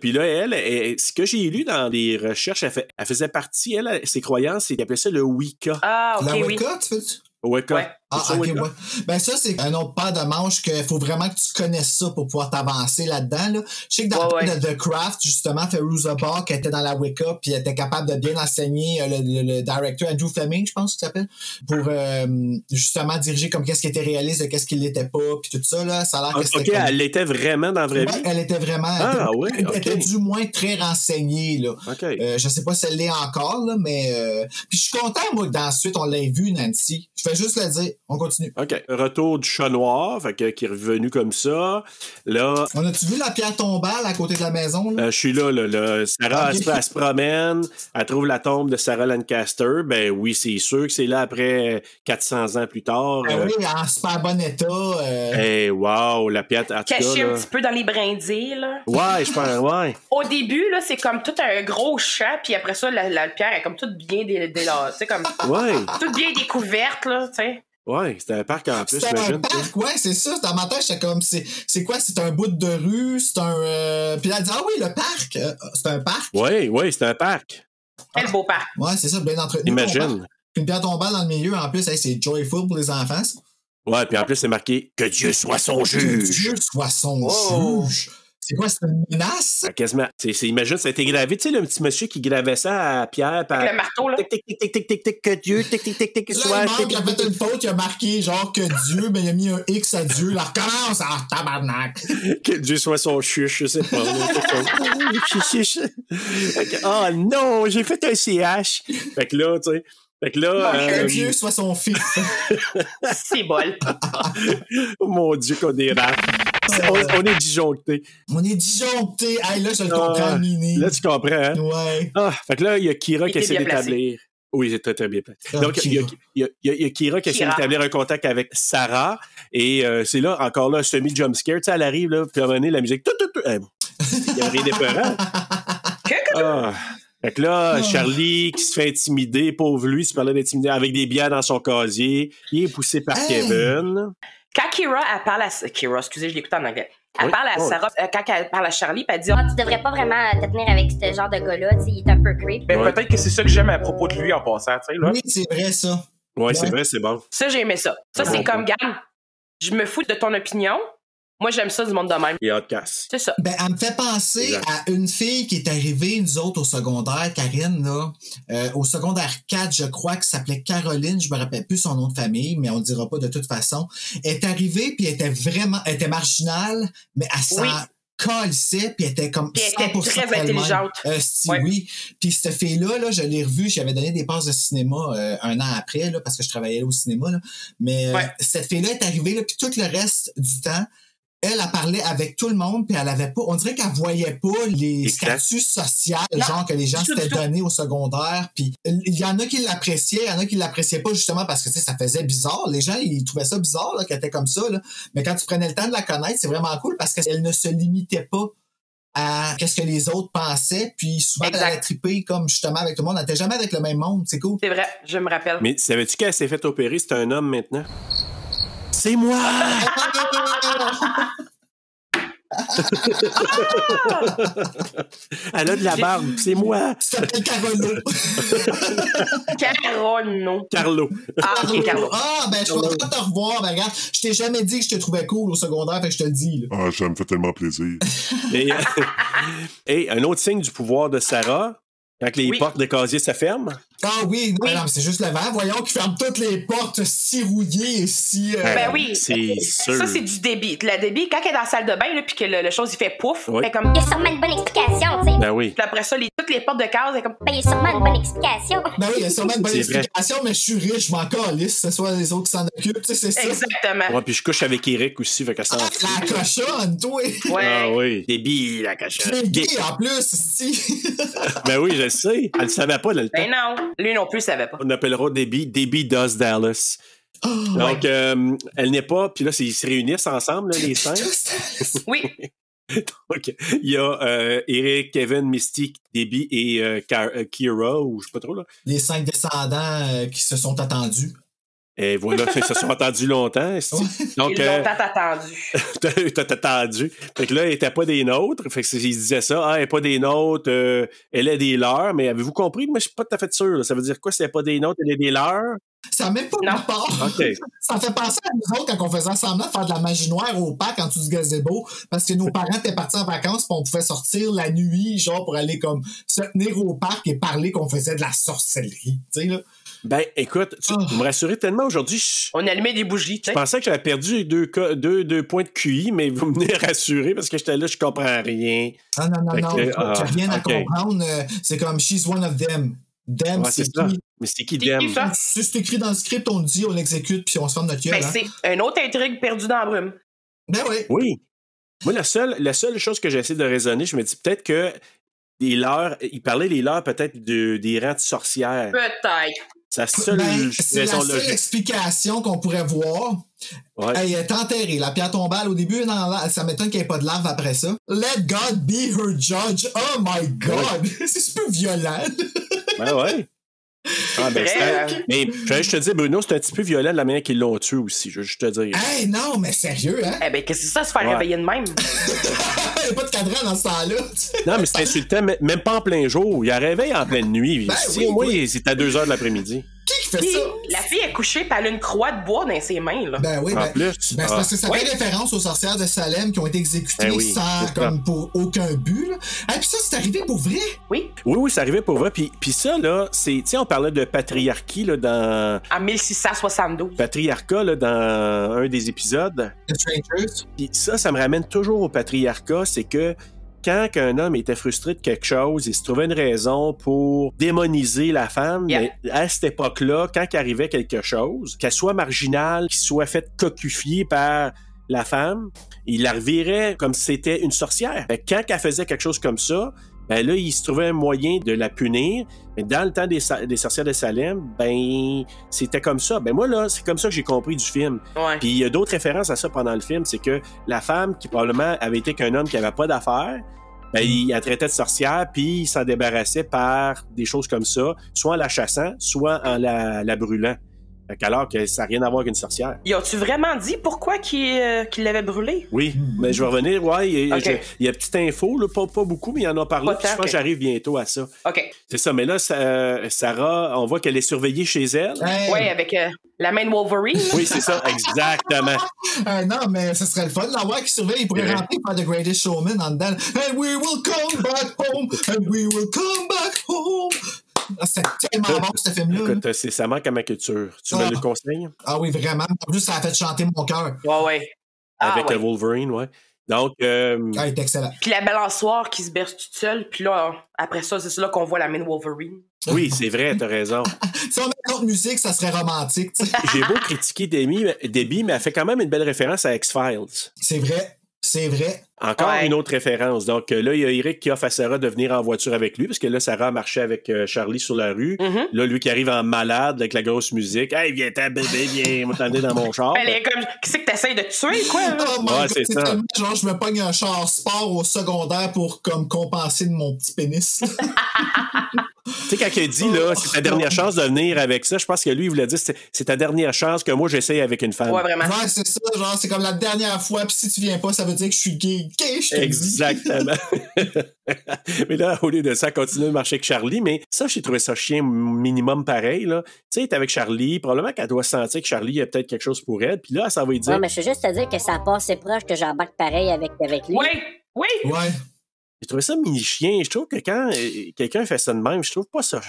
Puis là, elle, elle- ce que j'ai lu dans des recherches, elle, fait- elle faisait partie, elle, ses croyances, elle appelait ça le Wicca. ah, La ok, oui. Wicca, Ben tu fais-tu? Wicca. Ouais. Ah, C'est ça, ok, Wicca? ouais. Ben, ça, c'est un autre pas de manche qu'il faut vraiment que tu connaisses ça pour pouvoir t'avancer là-dedans, là. Je sais que dans Ouais, le ouais. de The Craft, justement, Feruza Balk était dans la Wicca, puis elle était capable de bien enseigner euh, le, le- le directeur Andrew Fleming, je pense qu'il s'appelle, pour, euh, justement, diriger comme qu'est-ce qui était réaliste, de qu'est-ce qui l'était pas, puis tout ça, là. Ça a l'air que Ah, Ok, c'était comme- elle l'était vraiment dans la vraie Ouais, vie. elle était vraiment. elle Ah, était- ouais, elle ok. était du moins très renseignée, là. OK. Euh, je sais pas si elle l'est encore, là, mais. euh, Puis je suis content, moi, que dans la suite, on l'ait vu, Nancy. Je vais juste le dire. On continue. OK. Retour du chat noir, fait que, qui est revenu comme ça. Là, On a-tu vu la pierre tombale à côté de la maison, là? euh, je suis là, là, là. Sarah, elle, se, elle se promène, elle trouve la tombe de Sarah Lancaster. Ben oui, c'est sûr que c'est là après 400 ans plus tard. Ah Euh, oui, en super bon état. euh, hey, wow, la pièce, en tout cas, Caché là. un petit peu dans les brindilles, là. Ouais, je pense, ouais. Au début, là, c'est comme tout un gros champ, puis après ça, la, la pierre est comme toute bien dé- délacée, comme Ouais, toute bien découverte, là, tu sais. ouais, c'était un parc en plus, C'était un j'imagine. parc, ouais, c'est ça. Dans ma tête, j'étais comme, c'est c'est quoi? C'est un bout de rue, c'est un. euh, Puis là, elle dit, ah oui, le parc, euh, c'est un parc. Oui, oui, c'est un parc. Ah. Quel beau parc. Ouais, c'est ça, bien entretenu. ton parc. Imagine. Une pierre tombale dans le milieu, en plus, hey, c'est joyful pour les enfants. ça. Ouais, puis en plus, c'est marqué Que Dieu soit son Que juge. Dieu soit son Oh. juge. C'est quoi, c'est une menace? Ah, Quasiment. C'est, c'est- imagine, ça a été gravé. Tu sais, le petit monsieur qui gravait ça à Pierre. par- Ah. Avec le marteau, là. Tic, tic, tic, tic, tic, tic, tic, que Dieu, tic, tic, tic, tic, Là, soit. le tic, manque, il a tic, fait une faute, il a marqué genre que Dieu, ben il a mis un X à Dieu, là, recommence, ah, tabarnak! tic. Que Dieu soit son chuche, je sais pas. là, quelque chose. Chuche, (laughs) chuche. Fait que, oh non, j'ai fait un CH. Fait que là, tu sais. Fait que là. Que euh, Dieu soit son fils. C'est bol. mon Dieu, qu'on dérape. On, on est disjoncté. On est disjoncté. Hey, là, je le comprends, Ah, Mini. Là, tu comprends, hein? Ouais. (laughs) Ah, fait que là, il y a Kira Il qui était essaie bien placé. d'établir. Oui, il est très, très bien placé. Ah, Donc, il y, a, Kira. il y a- il y a- il y a Kira qui essaie Kira. d'établir un contact avec Sarah. Et euh, c'est là, encore là, semi-jumpscare. Tu sais, elle arrive, là, puis à un moment donné, la musique. tout, tout, tout. Euh, Il y a rien d'épeurant. Ah. Fait que là, Charlie qui se fait intimider, pauvre lui, tu parlais d'intimider, avec des bières dans son casier. Il est poussé par Hey. Kevin. Quand Kira, elle parle à... Kira, excusez, je l'écoute en anglais. Elle Oui. parle à Oh. Sarah, Ah, euh, quand elle parle à Charlie, puis elle dit... Ah, tu devrais pas vraiment te tenir avec ce genre de gars-là, tu sais, il est un peu creep. Ben, Ouais. peut-être que c'est ça que j'aime à propos de lui en passant, tu sais, là. Oui, c'est vrai, ça. Ouais, c'est Ouais. vrai, c'est bon. Ah, Ça, j'ai aimé ça. Ça, c'est Ouais. comme, gamme. je me fous de ton opinion. Moi, j'aime ça du monde de même. Et hot casse. C'est ça. Ben, elle me fait penser Exact. à une fille qui est arrivée, nous autres, au secondaire, Karine, là, euh, au secondaire 4, je crois, qui s'appelait Caroline, je me rappelle plus son nom de famille, mais on le dira pas de toute façon. Elle est arrivée, puis elle était vraiment, elle était marginale, mais elle s'en Oui. colissait, puis elle était comme Puis elle était 100% très elle-même. intelligente. Euh, si Ouais. oui. Puis cette fille-là, là, je l'ai revue, j'avais donné des passes de cinéma euh, un an après, là, parce que je travaillais là au cinéma, là. Mais euh, Ouais. cette fille-là est arrivée, là, puis tout le reste du temps, elle, elle parlait avec tout le monde, puis elle avait pas. On dirait qu'elle voyait pas les Exact. statuts sociaux, Non, genre que les gens du tout, s'étaient du tout. donnés au secondaire. Puis il y en a qui l'appréciaient, il y en a qui l'appréciaient pas justement parce que tu sais, ça faisait bizarre. Les gens, ils trouvaient ça bizarre là, qu'elle était comme ça. là. Mais quand tu prenais le temps de la connaître, c'est vraiment cool parce qu'elle ne se limitait pas à qu'est-ce que les autres pensaient, puis souvent Exact. elle a trippé comme justement avec tout le monde. Elle n'était jamais avec le même monde, c'est cool. C'est vrai, je me rappelle. Mais savais-tu qu'elle s'est fait opérer? C'est un homme maintenant. C'est moi! Elle a de la barbe. C'est moi! Tu t'appelles Carolo. Carolino. (laughs) Carlo. Ah, ok, Carlo. Ah, ben, je peux pas te revoir, ben, regarde. Je t'ai jamais dit que je te trouvais cool au secondaire, fait que je te le dis, là. Ah, ça me fait tellement plaisir. Et, euh, et un autre signe du pouvoir de Sarah, quand les Oui. portes de casier se ferment, Ah oui, non, mais non, mais c'est juste le vent. Voyons qui ferme toutes les portes si rouillées et si. euh, Ben oui. c'est sûr. Ça, c'est du débit. La débit, quand elle est dans la salle de bain, là, puis que le, le chose, il fait pouf, Oui. elle est comme. Il y a sûrement une bonne explication, tu sais. Ben oui. Puis après ça, les, toutes les portes de case, elle est comme. Ben, il y a sûrement une bonne (laughs) explication. Ben oui, il y a sûrement une bonne C'est vrai. explication, mais je suis riche, je m'en calisse, que ce soit les autres qui s'en occupent, tu sais, c'est ça. Exactement. Ouais, puis je couche avec Eric aussi, fait qu'elle s'en Ah, fout. la cochonne, toi! Ah Ouais. oui. Des billes, la cochonne. C'est Des- gay en plus, (laughs) si! (laughs) Ben oui, je le sais. Elle le savait pas dans le temps. Ben non. Lui non plus, il savait pas. On appellera Debbie Debbie Does Dallas. Donc, euh, elle n'est pas. Puis là, c'est- ils se réunissent ensemble, là, les cinq. Oui. Donc, il y a euh, Eric, Kevin, Mystique, Debbie et euh, Ka- euh, Kira, ou je sais pas trop, là. les cinq descendants euh, qui se sont attendus. Et voilà, ils se sont entendus longtemps. est-ce que- Donc, Ils euh, l'ont tant attendu. t'as t'as- t'as attendu. Fait que là, elle n'était pas des nôtres. Fait que c'est- ils disaient ça. Ah, elle n'est pas des nôtres. euh, elle est des leurs. Mais avez-vous compris? Moi, je suis pas tout à fait sûr. là. Ça veut dire quoi si elle n'est pas des nôtres? Elle est des leurs? Ça n'a même pas Non. de part. OK. Ça me fait penser à nous autres quand on faisait semblant de faire de la magie noire au parc en dessous du gazebo parce que nos parents étaient partis en vacances puis on pouvait sortir la nuit, genre pour aller comme se tenir au parc et parler qu'on faisait de la sorcellerie. Tu sais, là. Ben, écoute, tu, Oh. vous me rassurez tellement aujourd'hui. Je, On allumait des bougies, tu je sais. pensais que j'avais perdu deux, co- deux, deux points de QI, mais vous venez rassurer parce que j'étais là, je comprends rien. Non, non, non, Fait non. que, Tu ah, n'as rien à ok. comprendre. euh, C'est comme She's one of them. Them, Ouais, Ah, c'est c'est ça. qui? Mais c'est qui C'est d'aime? qui, ça? Si c'est écrit dans le script, on le dit, on l'exécute, puis on se ferme notre gueule. Ben, hein. c'est une autre intrigue perdue dans la brume. Ben oui. Oui. Moi, la seule, la seule chose que j'essaie de raisonner, je me dis peut-être que les leurs, ils parlaient les leurs peut-être de- des rangs de sorcières. Peut-être. Sa seule Ben, c'est la raison seule logique. explication qu'on pourrait voir. Ouais. Elle est enterrée. La pierre tombale, au début, dans la- ça m'étonne qu'il n'y ait pas de larve après ça. Let God be her judge. Oh my God! (laughs) c'est super violent. (laughs) Ben ouais. Ah, ben, vrai, c'est- hein? mais je vais juste te dire, Bruno, c'est un petit peu violent de la manière qu'ils l'ont tué aussi. Je veux juste te dire. hey, non, mais sérieux, hein? Eh ben, qu'est-ce que c'est ça, se faire Ouais. réveiller de même? (laughs) Il n'y a pas de cadran dans ce temps-là. (laughs) Non, mais c'est insultant, mais- même pas en plein jour. Il a réveillé en pleine nuit. Ben Si, oui, moi, oui. il- c'est à 2 heures de l'après-midi. Qui fait Puis, ça? la fille est couchée, puis elle a une croix de bois dans ses mains, là. Ben oui, En ben, plus, ben, c'est ah. parce que ça fait référence aux sorcières de Salem qui ont été exécutées Ben oui, sans, c'est ça. comme, pour aucun but. là. Ah, puis ça, c'est arrivé pour vrai? Oui, Oui, oui, ça arrivait pour vrai. Puis, puis ça, là, c'est. Tu sais, on parlait de patriarchie là, dans. en 1672. Patriarcat, là, dans un des épisodes. The Strangers? Puis ça, ça me ramène toujours au patriarcat, c'est que quand un homme était frustré de quelque chose, il se trouvait une raison pour démoniser la femme. Yeah. Mais à cette époque-là, quand il arrivait quelque chose, qu'elle soit marginale, qu'il soit faite cocufier par la femme, il la revirait comme si c'était une sorcière. Fait que quand elle faisait quelque chose comme ça, ben là, il se trouvait un moyen de la punir. Mais dans le temps des, sa- des sorcières de Salem, ben, c'était comme ça. Ben moi, là, c'est comme ça que j'ai compris du film. Ouais. Puis il y a d'autres références à ça pendant le film, c'est que la femme qui probablement avait été qu'un homme qui avait pas d'affaires, ben, il la traitait de sorcière, puis il s'en débarrassait par des choses comme ça, soit en la chassant, soit en la, la brûlant. Fait Alors que ça n'a rien à voir qu'une sorcière. Ils ont-tu vraiment dit pourquoi qu'ils euh, qu'ils l'avaient brûlé? Oui, Mm. mais je vais revenir. Ouais, il y a- Ok. je- il y a petite info, là, pas, pas beaucoup, mais il y en a parlé. Pas puis Je tant, pense que ok. j'arrive bientôt à ça. OK. C'est ça, mais là, ça- euh, Sarah, on voit qu'elle est surveillée chez elle. Ah. Ouais, avec euh, la main de Wolverine. là. Oui, c'est ça, exactement. Euh, non, mais ce serait le fun de l'avoir qui surveille. Il pourrait Ouais. rentrer par The Greatest Showman en dedans. And we will come back home. And we will come back home. Ah, C'est tellement bon, ce film-là. Écoute, c'est, ça manque à ma culture. Tu me Ah. le conseilles? Ah oui, vraiment. En plus, ça a fait chanter mon cœur. Ouais, ouais. Ah, Avec ouais. le Wolverine, ouais. Donc, euh, Ah, il est excellent. Puis la balançoire qui se berce toute seule. Puis là, euh, après ça, c'est ça là qu'on voit la main de Wolverine. oui, c'est vrai, t'as raison. Si on met une autre musique, ça serait romantique. tu sais. J'ai beau critiquer Demi, Debbie, mais elle fait quand même une belle référence à X-Files. C'est vrai. C'est vrai. Encore Ouais. une autre référence. Donc euh, là, il y a Eric qui offre à Sarah de venir en voiture avec lui, parce que là, Sarah marchait avec euh, Charlie sur la rue. Mhm. Là, lui qui arrive en malade avec la grosse musique. Hey, viens ta bébé, viens, moi t'emmener dans mon char. Elle est comme. Qu'est-ce que t'essayes de tuer, quoi? là? Oh my Ouais, God, c'est ça. tellement genre, je me pogne un char sport au secondaire pour comme compenser de mon petit pénis. Tu sais, quand il dit, Oh. là, c'est ta dernière chance de venir avec ça, je pense que lui, il voulait dire, c'est c'est ta dernière chance que moi, j'essaye avec une femme. Ouais, vraiment. Ouais, c'est ça, genre, c'est comme la dernière fois, puis si tu viens pas, ça veut dire que je suis gay. Gay, je te le dis. Exactement. (laughs) mais là, au lieu de ça, elle continue de marcher avec Charlie. Mais ça, j'ai trouvé ça chien minimum pareil. là. Tu sais, t'es avec Charlie. Probablement qu'elle doit sentir que Charlie a peut-être quelque chose pour elle. Puis là, ça va lui dire. Ouais, mais je veux juste te dire que ça passe assez proche que j'embarque pareil avec, avec lui. Oui, oui. Ouais. J'ai trouvé ça mini-chien. Je trouve que quand euh, quelqu'un fait ça de même, je trouve pas ça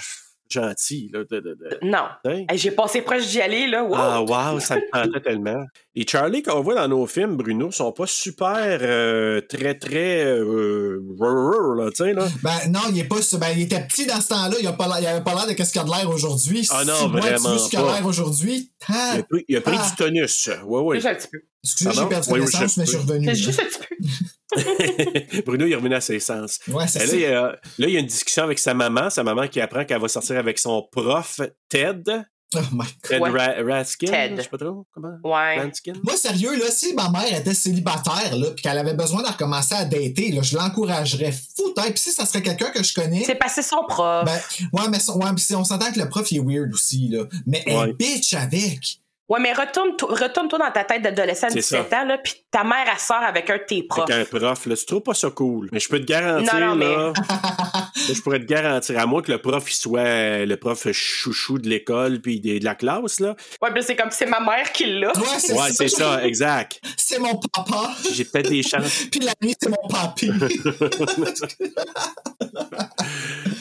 gentil. là, de- de- de- Non. tu sais. Hey, J'ai passé proche d'y aller, là. Wow. Ah, wow, ça me tentait tellement. Les Charlie qu'on voit dans nos films, Bruno, sont pas super euh, très, très. euh, là, tu sais, là. Ben non, il est pas ben, il était petit dans ce temps-là, il a pas l'air- il avait pas l'air de qu'est-ce qu'il a de l'air aujourd'hui. Ah non, si moi, vraiment tu veux ce qu'il a pas. l'air aujourd'hui, ah, Il a pris, il a pris Ah. du tonus. Oui, oui. Juste un petit peu. excusez, j'ai Pardon? perdu Oui, oui, connaissance, je mais je suis peux. revenu. C'est Mm-hmm. Juste un petit peu. (laughs) Bruno, il est revenu à ses sens. Ouais, (laughs) c'est Et ça. Euh, Là il, y a, là, il y a une discussion avec sa maman, sa maman qui apprend qu'elle va sortir avec son prof Ted. Oh my God. Ted Ouais. Ra- Raskin. Ted. Je sais pas trop comment. Ouais. Ranskin? Moi, sérieux, là, si ma mère était célibataire, là, puis qu'elle avait besoin de recommencer à dater, là, je l'encouragerais fou, hein, puis si ça serait quelqu'un que je connais. C'est passé son prof. Ben, ouais, mais son- ouais, puis si on s'entend que le prof, il est weird aussi, là. Mais elle Ouais. bitch avec. Ouais, mais retourne-toi retourne dans ta tête d'adolescent de C'est 17 ça. ans, là, puis ta mère, elle sort avec un de tes profs. Avec un prof, là, tu trouves pas ça cool. Mais je peux te garantir, Non, non, mais- là, là, je pourrais te garantir, à moins que le prof il soit euh, le prof chouchou de l'école puis des- de la classe, là. Ouais, mais c'est comme c'est ma mère qui l'a. Ouais, c'est Ouais, c'est ça, exact. C'est mon papa. (laughs) J'ai peut-être des chances. Puis la nuit, c'est mon papy. (laughs)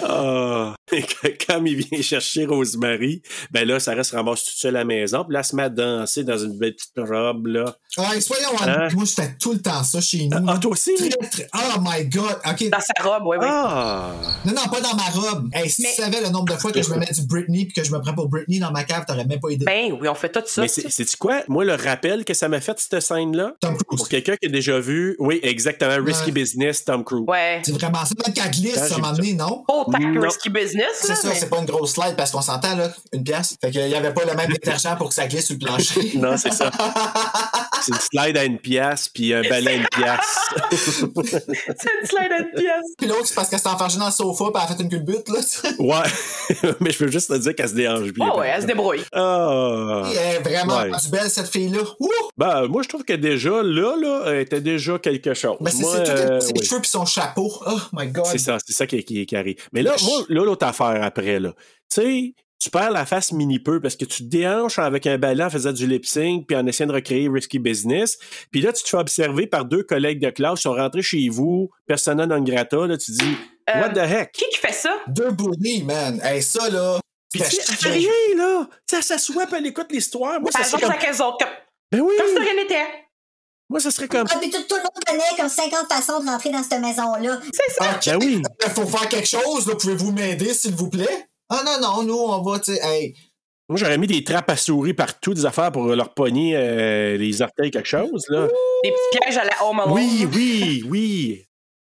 Ah. Et que- Comme il vient chercher Rosemary, ben là, Sarah se ramasse toute seule à la maison. Puis là, elle se met à danser dans une belle petite robe, là. ouais, soyons Hein? honnêtes. Moi, j'étais tout le temps ça chez nous. Ah, toi aussi? Très, très- Oh my god. OK. Dans sa robe, ouais, ouais. Ah! Non, non, pas dans ma robe. Hey, si Mais- tu savais le nombre de fois que je me mets du Britney puis que je me prends pour Britney dans ma cave, t'aurais même pas idée. Ben oui, on fait tout ça. Mais c'est quoi? Moi, le rappel que ça m'a fait, cette scène-là, Tom Cruise. pour quelqu'un qui a déjà vu, oui, exactement, Risky Ouais. Business, Tom Cruise. Ouais. C'est vraiment ça. Même quand glisse, Ah, ça j'ai m'a vu amené, non? Pas autant Non. que Risky Business, là, C'est ça, mais- c'est pas une grosse slide parce qu'on s'entend, là, une pièce. Fait qu'il y avait pas le même détergent pour que ça glisse sur le (laughs) plancher. Non, c'est ça. C'est une slide à une pièce, puis un balai à une pièce. (laughs) C'est une slide à une pièce. Puis l'autre, c'est parce qu'elle s'est enfargée dans le sofa puis elle a fait une culbute, là. Ouais, (laughs) mais je peux juste te dire qu'elle se dérange bien. Ah ouais, elle se débrouille. Ah! Elle est vraiment Ouais. du belle, cette fille-là. Ouh! Ben, moi, je trouve que déjà, là, là, elle était déjà quelque chose. Ben, c'est Moi, c'est tout euh, ses oui. cheveux puis son chapeau. Oh my god. C'est ça, c'est ça qui est, qui est carré. Mais là, Je- moi, là, l'autre affaire après, là. Tu sais, tu perds la face mini peu parce que tu te déhanches avec un ballon en faisant du lip sync puis en essayant de recréer risky business. Puis là, tu te fais observer par deux collègues de classe qui sont rentrés chez vous, persona non grata, là, tu dis, Euh, what the heck? Qui qui fait ça? Deux bourrées, man. Hey, ça, là. Puis tu sais, elle fait je- rien, là! Tu sais, elle s'assoit puis elle écoute l'histoire. Moi, ça Elle serait joue comme... avec eux autres, comme, Ben oui! comme si de rien n'était. Moi, ça serait comme... Ah, puis tout, tout le monde connaît comme 50 façons de rentrer dans cette maison-là. C'est ça. Ben oui! Il faut faire quelque chose, là. Pouvez-vous m'aider, s'il vous plaît? Ah non, non, nous, on va, tu sais. Hey. Moi, j'aurais mis des trappes à souris partout, des affaires pour leur pogner euh, les orteils, quelque chose, là. Des petits pièges à la Home Alone. Oui, oui, oui.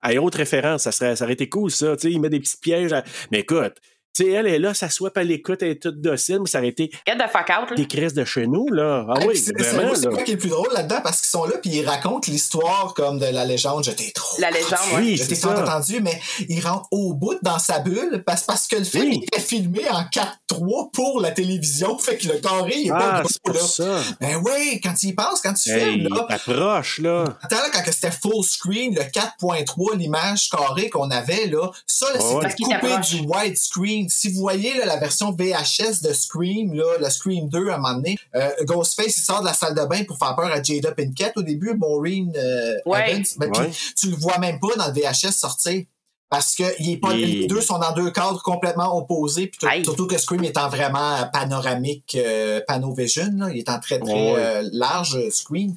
À autre référence, ça, serait, ça aurait été cool, ça. Tu sais, il met des petits pièges. à- Mais écoute, Tu sais, elle est là, s'assoit, puis elle écoute, elle est toute docile, mais ça aurait été Get the fuck out, là. des crises de chez nous, là. Ah Hein? Hey, oui, c'est vraiment, c'est- c'est là. quoi qui est le plus drôle là-dedans parce qu'ils sont là puis ils racontent l'histoire comme de la légende. Je t'ai trop. La légende, entendu, ouais. Oui, Je c'est t'ai ça. tant entendu, mais il rentre au bout dans sa bulle parce, parce que le film était filmé en 4-3 pour la télévision. (laughs) Fait que le carré, il est Ah, pas c'est gros, pour là. ça. Ben oui, quand tu y penses, quand tu Hey, filmes, là. approche, là. Attends, là, quand que c'était full screen, le 4.3, l'image carrée qu'on avait, là, ça, là, Ouais. c'était Parce qu'il coupé t'approche. du wide screen. Si vous voyez là, la version VHS de Scream, là, le Scream 2, à un moment donné, euh, Ghostface, il sort de la salle de bain pour faire peur à Jada Pinkett au début, Maureen euh, Ouais. Evans. Ben, Ouais. puis tu le vois même pas dans le VHS sortir. Parce que il est pas, Et- les deux sont dans deux cadres complètement opposés, puis tout- Aïe. surtout que Scream étant vraiment panoramique, euh, panovision, là, il est en très très Ouais. euh, large euh, Scream.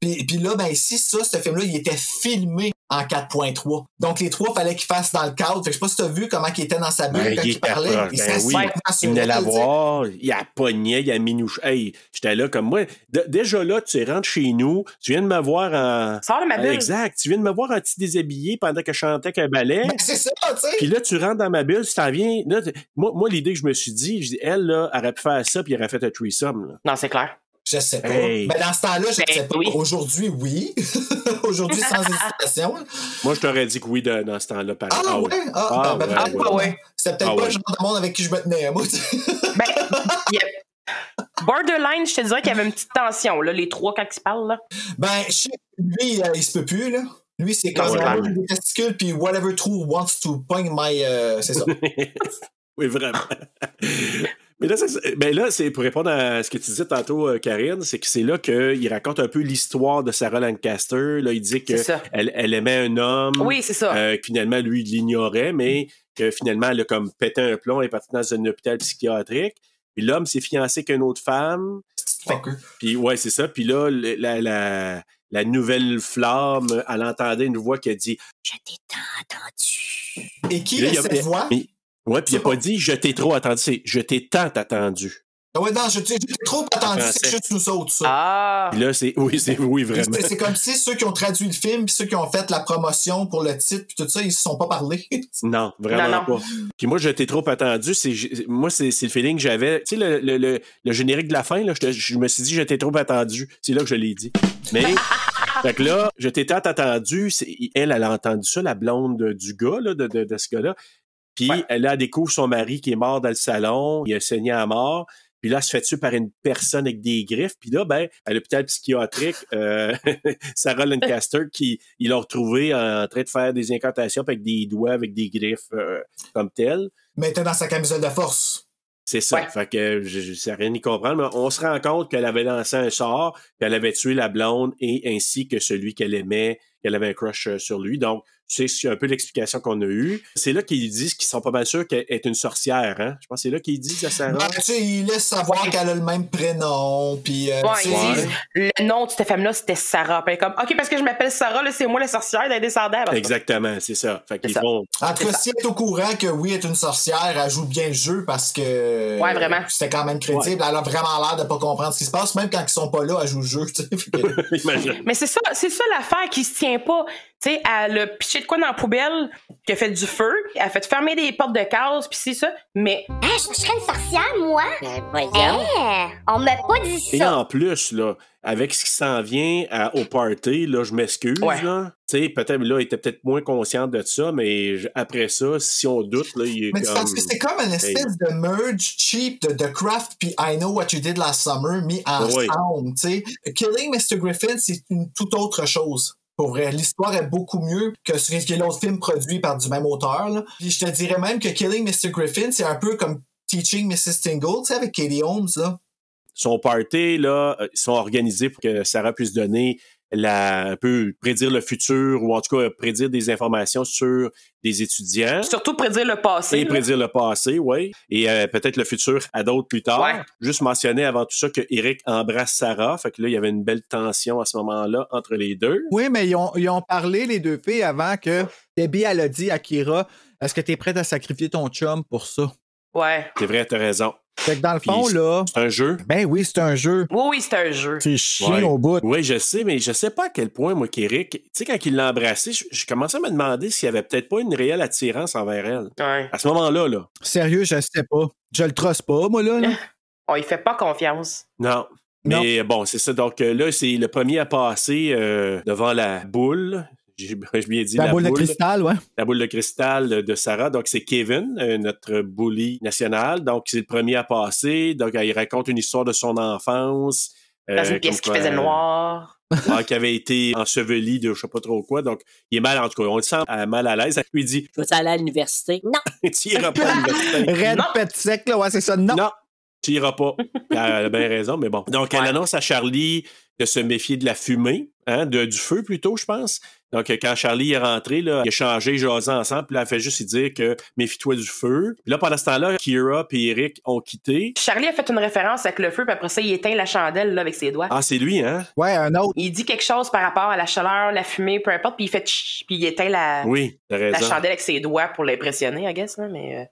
Puis, puis là, ben ici, ça, ce film-là, il était filmé en 4.3. Donc les trois, fallait qu'ils fassent dans le cadre. Fait que je sais pas si t'as vu comment il était dans sa bulle Ben, quand il il, est parlait. approche. Il Ben s'assoit oui. vraiment sur Il venait le- la voir, il a pogné, il a minouché. Hey, j'étais là comme moi. D- déjà là, tu rentres chez nous, tu viens de me voir en. Sors de ma bulle. Exact. Tu viens de me voir en petit déshabillé pendant que je chantais qu'un ballet. Ben, (laughs) c'est ça, tu sais. Puis là, tu rentres dans ma bulle, tu t'en viens. Là, t- moi, moi, l'idée que je me suis dit, je dis, elle, là, aurait pu faire ça, puis elle aurait fait un threesome. Là. Non, c'est clair. Je sais pas. Hey. Mais dans ce temps-là, je Ben, sais pas. oui. Aujourd'hui, oui. (laughs) Aujourd'hui, sans hésitation. Moi, je t'aurais dit que oui de- dans ce temps-là. par- Ah, ah, ouais? Ah, ben, ben, Ah, peut-être ouais, pas. ouais. C'était peut-être Ah, pas ouais. le genre de monde avec qui je me tenais, moi. tu sais. (laughs) Ben, (laughs) il y a- borderline, je te dirais qu'il y avait une petite tension, là, les trois quand ils se parlent, là. ben, je sais, lui, euh, il se peut plus, là. Lui, c'est Ah Non, comme c'est un clair. des testicules, puis whatever true wants to ping my. (laughs) euh, c'est ça. oui, vraiment. Mais là, c'est- ben là, c'est pour répondre à ce que tu disais tantôt, euh, Karine, c'est que c'est là qu'il raconte un peu l'histoire de Sarah Lancaster. Là, il dit C'est ça. qu'elle elle aimait un homme. Oui, c'est ça. Euh, que finalement, lui, il l'ignorait, mais que finalement, elle a comme pété un plomb et est partie dans un hôpital psychiatrique. Puis l'homme s'est fiancé avec une autre femme. Fucker. Puis ouais, c'est ça. Puis là, le- la, la, la nouvelle flamme, elle entendait une voix qui a dit Et qui Là, est il a- cette voix? mais- Ouais, puis il a pas dit je t'ai trop attendu, c'est je t'ai tant attendu. Ah ouais, non, je t'ai je t'ai trop attendu, c'est Français. juste nous autres, ça. Ah! Puis là, c'est oui, c'est oui, vraiment. C'est c'est comme si ceux qui ont traduit le film, puis ceux qui ont fait la promotion pour le titre, puis tout ça, ils se sont pas parlé. Non, vraiment Non, non. pas. Puis moi, je t'ai trop attendu. C'est, j'ai- moi, c'est, c'est le feeling que j'avais. Tu sais, le, le- le- le générique de la fin, là, je, te- je me suis dit, je t'ai trop attendu. C'est là que je l'ai dit. (laughs) Mais, fait que là, je t'ai tant attendu. C'est- elle, elle a entendu ça, la blonde du gars, là, de, de- de ce gars-là. Puis elle, elle découvre son mari qui est mort dans le salon. Il a saigné à mort. Puis là, elle se fait tuer par une personne avec des griffes. Puis là, ben, à l'hôpital psychiatrique, euh, Sarah Lancaster, qui, ils l'ont retrouvée en train de faire des incantations avec des doigts, avec des griffes euh, comme telles. (laughs) Mais elle était dans sa camisole de force. C'est ça. Ouais. Fait que je, je sais rien y comprendre, mais on se rend compte qu'elle avait lancé un sort, puis elle avait tué la blonde et ainsi que celui qu'elle aimait, qu'elle avait un crush euh, sur lui. Donc, c'est c'est un peu l'explication qu'on a eue. C'est là qu'ils disent qu'ils sont pas mal sûrs qu'elle est une sorcière, hein? Je pense que c'est là qu'ils disent à Sarah. Ben, tu sais, il laisse savoir Ouais. qu'elle a le même prénom, puis euh, Ouais, tu ils sais, disent, le nom de cette femme-là, c'était Sarah. Puis elle est comme, OK, parce que je m'appelle Sarah, là, c'est moi la sorcière Ben, des descendants. Exactement, c'est ça. Fait qu'ils ça. font. (laughs) En tout cas, si elle est au courant que oui, elle est une sorcière, elle joue bien le jeu parce que Ouais, vraiment. c'était quand même crédible. Elle a vraiment l'air de pas comprendre ce qui se passe, même quand ils sont pas là, elle joue le jeu. (laughs) tu sais. Fait que- Imagine. Mais c'est ça, c'est ça l'affaire qui se tient pas. Tu sais, elle a piché de quoi dans la poubelle, qui a fait du feu, elle a fait fermer des portes de case, puis c'est ça. Mais Ah, je serais une sorcière, moi! Ben, voyons. Eh, on m'a pas dit Et ça! en plus, là, avec ce qui s'en vient à- au party, là, je m'excuse. Ouais. là. Tu sais, peut-être là, il était peut-être moins conscient de ça, mais je- après ça, si on doute, là, il est Mais c'est comme. parce que c'est comme une espèce Hey. de merge cheap de The Craft puis I Know What You Did Last Summer mis Oui. ensemble. tu sais. Killing Mr. Griffin, c'est une toute autre chose. Pour vrai, l'histoire est beaucoup mieux que ce que l'autre film produit par du même auteur. là. Puis je te dirais même que Killing Mr. Griffin, c'est un peu comme Teaching Mrs. Tingle, tu sais, avec Katie Holmes, là. Son party, là, euh, ils sont organisés pour que Sarah puisse donner la, un peu prédire le futur ou en tout cas euh, prédire des informations sur des étudiants. surtout prédire le passé. Et là. prédire le passé, oui. Et euh, peut-être le futur à d'autres plus tard. Ouais. Juste mentionner avant tout ça que Eric embrasse Sarah. Fait que là, il y avait une belle tension à ce moment-là entre les deux. Oui, mais ils ont, ils ont parlé, les deux filles, avant que Debbie, elle a dit à Kira Est-ce que tu es prête à sacrifier ton chum pour ça Ouais. C'est vrai, t'as raison. Fait que dans le fond, Puis là. C'est un jeu. Ben oui, c'est un jeu. Oui, oui, c'est un jeu. C'est chiant Ouais. au bout. Oui, je sais, mais je sais pas à quel point, moi, qu'Éric, tu sais, quand il l'a embrassé, je, je commençais à me demander s'il y avait peut-être pas une réelle attirance envers elle. Ouais. À ce moment-là, là. Sérieux, je sais pas. Je le trosse pas, moi, là. là. On y fait pas confiance. Non. Non. Mais bon, c'est ça. Donc euh, là, c'est le premier à passer euh, devant la boule. J'ai (laughs) j'ai bien dit la, boule de cristal, ouais. la boule de cristal de Sarah. Donc, c'est Kevin, euh, notre bully national. Donc, c'est le premier à passer. Donc, il raconte une histoire de son enfance. euh, Dans une pièce qui comme faisait quoi- noir. Ouais, Ah, qui avait été enseveli de je sais pas trop quoi. Donc, il est mal, en tout cas, on le sent euh, mal à l'aise. Elle lui dit, (laughs) Je vais aller à l'université. Non. tu iras pas à l'université. Red Non. pet sec, là, ouais, c'est ça. (laughs) Non. Non, tu iras pas. elle a bien raison, mais bon. Donc, elle annonce à Charlie de se méfier de la fumée, hein, de, du feu plutôt, je pense. Donc, euh, quand Charlie est rentré, là, il a changé, jasé ensemble, puis là, elle fait juste lui dire que méfie-toi du feu. Puis là, pendant ce temps-là, Kira et Eric ont quitté. Charlie a fait une référence avec le feu, puis après ça, il éteint la chandelle là, avec ses doigts. Ah, c'est lui, hein? Ouais, un autre. Il dit quelque chose par rapport à la chaleur, la fumée, peu importe, puis il fait tch, puis il éteint la, Oui, t'as la raison. chandelle avec ses doigts pour l'impressionner, I guess, hein, mais. euh,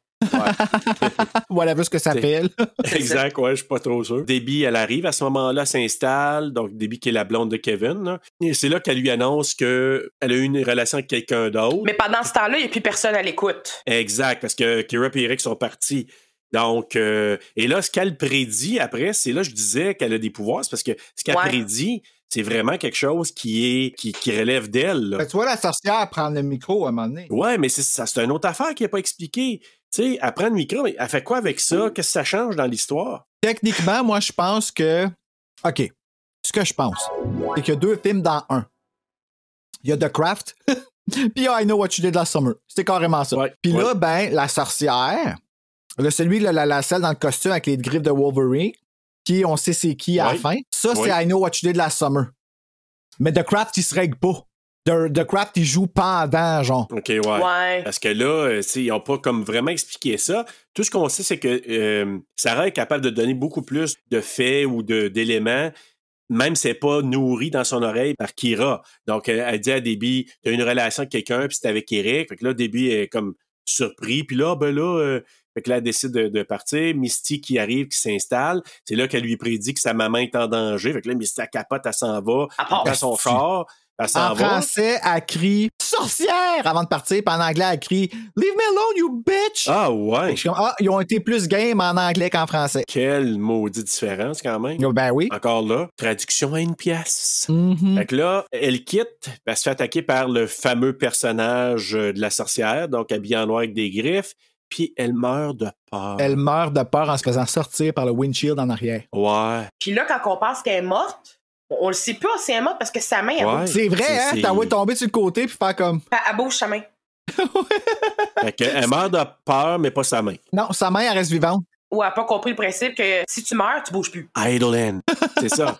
Voilà vu ce que ça C'est- s'appelle. Exact, ouais, je suis pas trop sûr. Debbie, elle arrive à ce moment-là, s'installe. Donc, Debbie qui est la blonde de Kevin. là. Et c'est là qu'elle lui annonce qu'elle a eu une relation avec quelqu'un d'autre. Mais pendant ce temps-là, il n'y a plus personne à l'écoute. Exact, parce que Kira et Eric sont partis. Donc, euh, et là, ce qu'elle prédit après, c'est là, je disais qu'elle a des pouvoirs, c'est parce que ce qu'elle Ouais. prédit, c'est vraiment quelque chose qui est qui, qui relève d'elle. là. Fait que tu vois la sorcière prendre le micro à un moment donné. Ouais, mais c'est ça, c'est une autre affaire qui n'est pas expliquée. Tu sais, elle prend le micro, mais elle fait quoi avec ça? Qu'est-ce que ça change dans l'histoire? Techniquement, moi, je pense que. OK. Ce que je pense, c'est qu'il y a deux films dans un. Il y a The Craft, (laughs) puis il y a I Know What You Did Last Summer. C'était carrément ça. Ouais, puis là, ouais. ben, la sorcière, le, celui, là, la, la selle dans le costume avec les griffes de Wolverine, qui on sait c'est qui à la Ouais. fin, ça, c'est Ouais. I Know What You Did Last Summer. Mais The Craft, il se règle pas. The, The Craft, il joue pendant, genre. OK, ouais. Ouais. Parce que là, euh, tu sais, ils n'ont pas comme vraiment expliqué ça. Tout ce qu'on sait, c'est que euh, Sarah est capable de donner beaucoup plus de faits ou de- d'éléments, même si c'est pas nourri dans son oreille par Kira. Donc, elle, elle dit à Debbie, t'as une relation avec quelqu'un, puis c'est avec Eric. Fait que là, Debbie est comme surpris. Puis là, ben là, euh, fait que là, elle décide de, de partir. Misty qui arrive, qui s'installe. C'est là qu'elle lui prédit que sa maman est en danger. Fait que là, Misty, elle capote, elle s'en va. À part. Elle prend son char, elle s'en En va. français, elle crie sorcière avant de partir. Puis en anglais, elle crie Leave me alone, you bitch! Ah ouais! Fait que je suis comme, ah, ils ont été plus game en anglais qu'en français. Quelle maudite différence quand même. Oh, Ben oui. Encore là, traduction à une pièce. Mhm. Fait que là, elle quitte, puis elle se fait attaquer par le fameux personnage euh, de la sorcière, donc habillée en noir avec des griffes, puis elle meurt de peur. Elle meurt de peur en se faisant sortir par le windshield en arrière. Ouais. Puis là, quand on pense qu'elle est morte, on on le sait pas si elle est morte parce que sa main, elle, Ouais. bouge. C'est vrai, C'est- hein? c'est- T'as envie de tomber sur le côté puis faire comme. (laughs) Elle- elle bouge sa main. Fait que elle meurt de peur, mais pas sa main. Non, sa main, elle reste vivante. Ou elle n'a pas compris le principe que si tu meurs, tu bouges plus. Idle (laughs) End. C'est ça.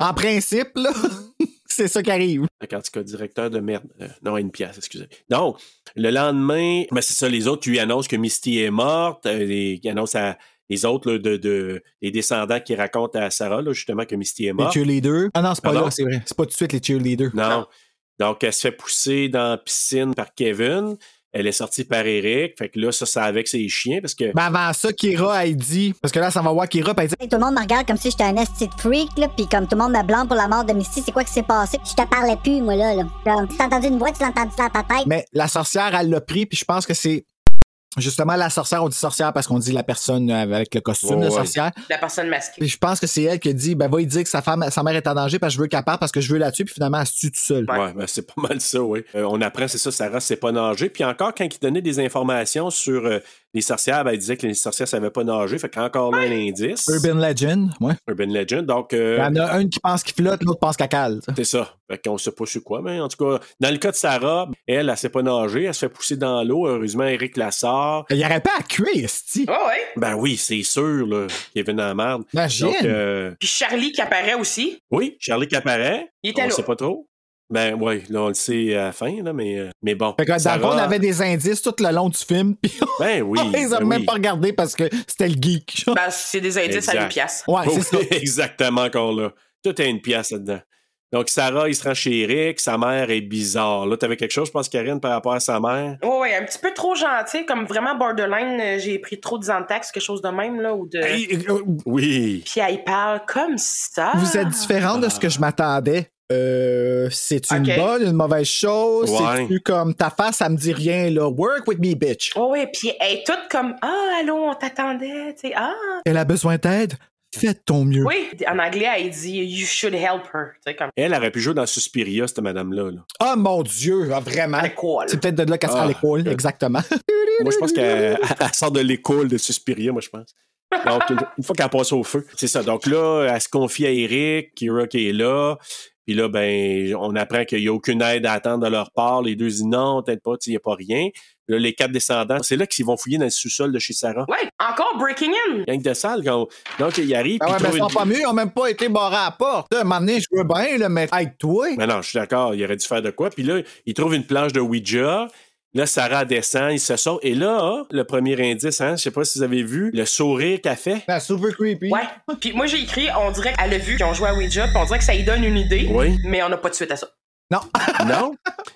En principe, là, (laughs) c'est ça qui arrive. Fait qu'en tout cas, directeur de merde. Euh, non, à une pièce, excusez. Donc, le lendemain, ben c'est ça, les autres lui annoncent que Misty est morte. euh, les- ils annoncent à les autres, là, de, de- les descendants qui racontent à Sarah, là, justement, que Misty est Les morte. cheerleaders. Ah non, c'est pas Pardon? là, c'est vrai. C'est pas tout de suite les cheerleaders. Non. Donc, elle se fait pousser dans la piscine par Kevin. Elle est sortie par Eric. Fait que là, ça, c'est avec ses chiens parce que. Mais avant ça, Kira, elle dit. Parce que là, ça va voir Kira, puis elle dit. Tout le monde me regarde comme si j'étais un esti de freak, là, pis comme tout le monde me blâme pour la mort de Misty, c'est quoi qui s'est passé? Je te parlais plus, moi, là, là. Comme, t'as entendu une voix, tu l'as entendu dans ta tête? Mais la sorcière, elle l'a pris, puis je pense que c'est. Justement, la sorcière, on dit sorcière parce qu'on dit la personne avec le costume Ouais, de ouais. sorcière. La personne masquée. Puis je pense que c'est elle qui a dit ben va lui dire que sa femme, sa mère est en danger parce que je veux qu'elle parte parce que je veux la tuer puis finalement elle se tue tout seule. Ouais, ben, c'est pas (laughs) mal ça, oui. Euh, on apprend, c'est ça, Sarah, c'est pas nager. Puis encore, quand il donnait des informations sur euh, les sorcières, ben, il disait que les sorcières savaient pas nager. Fait qu'encore là, un indice. Urban Legend, ouais. Urban Legend. Donc, euh, Il y en a une qui pense qu'il flotte, l'autre pense qu'elle cale. ça. c'est ça. Fait qu'on sait pas sur quoi. Mais en tout cas, dans le cas de Sarah, elle, elle sait pas nager. Elle se fait pousser dans l'eau. Heureusement, Eric la sort. Il n'y aurait pas à cuire, esti. Ouais, ouais. Ben oui, c'est sûr, là, Kevin en marde. Imagine. Donc, euh, Puis Charlie qui apparaît aussi. Oui, Charlie qui apparaît. Il on était le là. sait pas trop. Ben oui, là, on le sait à la fin, là, mais, euh, mais bon. Fait que dans Sarah- le fond, on avait des indices tout le long du film (laughs) puis Ben oui. on les a ben même oui. pas regardés parce que c'était le geek. genre. Ben, c'est des indices Exact. à une pièce. (laughs) Ouais, Oh, c'est ça. exactement, encore là. Tout est une pièce là-dedans. Donc, Sarah, il se rend chez Eric. Sa mère est bizarre. Là, t'avais quelque chose, je pense, Karine, par rapport à sa mère? Oui, oui, un petit peu trop gentil, comme vraiment borderline, euh, j'ai pris trop de Zantax, quelque chose de même, là, ou de... Hey, euh, oui. Puis elle parle comme ça. Vous êtes différent de ce que je m'attendais. Euh, c'est une Ok. bonne, une mauvaise chose. Ouais. C'est comme ta face, ça me dit rien là. Work with me, bitch. Oui, oui, puis elle est toute comme « Ah, allô, on t'attendait, tu sais, ah! Elle a besoin d'aide. Fais de ton mieux. » Oui, en anglais, elle dit « You should help her », tu sais, comme... Elle aurait pu jouer dans Suspiria, cette madame-là. là. Ah mon Dieu, ah, vraiment. C'est peut-être de là qu'elle sera à Ah, l'école, exactement. Moi, je pense qu'elle elle sort de l'école de Suspiria, moi, je pense. Donc, une- une fois qu'elle passe au feu, c'est ça. Donc là, elle se confie à Eric, Kira qui est là. Puis là, ben, on apprend qu'il n'y a aucune aide à attendre de leur part. Les deux disent non, peut-être pas, tu sais, il n'y a pas rien. Puis Là, les quatre descendants, c'est là qu'ils vont fouiller dans le sous-sol de chez Sarah. Ouais, encore Breaking In! Gang de salle. quand- Donc, ils arrivent. puis Ah (laughs) ouais, ils mais trouvent ils sont une- pas mieux, ils ont même pas été barrés à la porte. À un moment donné, je veux bien, là, mais aide-toi. Mais non, je suis d'accord, il aurait dû faire de quoi. Puis là, il trouve une planche de Ouija. Là, Sarah descend, il se sauve. Et là, oh, le premier indice, hein, je sais pas si vous avez vu, le sourire qu'elle fait. La ben, super creepy. Ouais. Puis moi, j'ai écrit, on dirait qu'elle a vu qu'ils ont joué à Ouija, puis on dirait que ça lui donne une idée, Oui. mais on n'a pas de suite à ça. Non. non.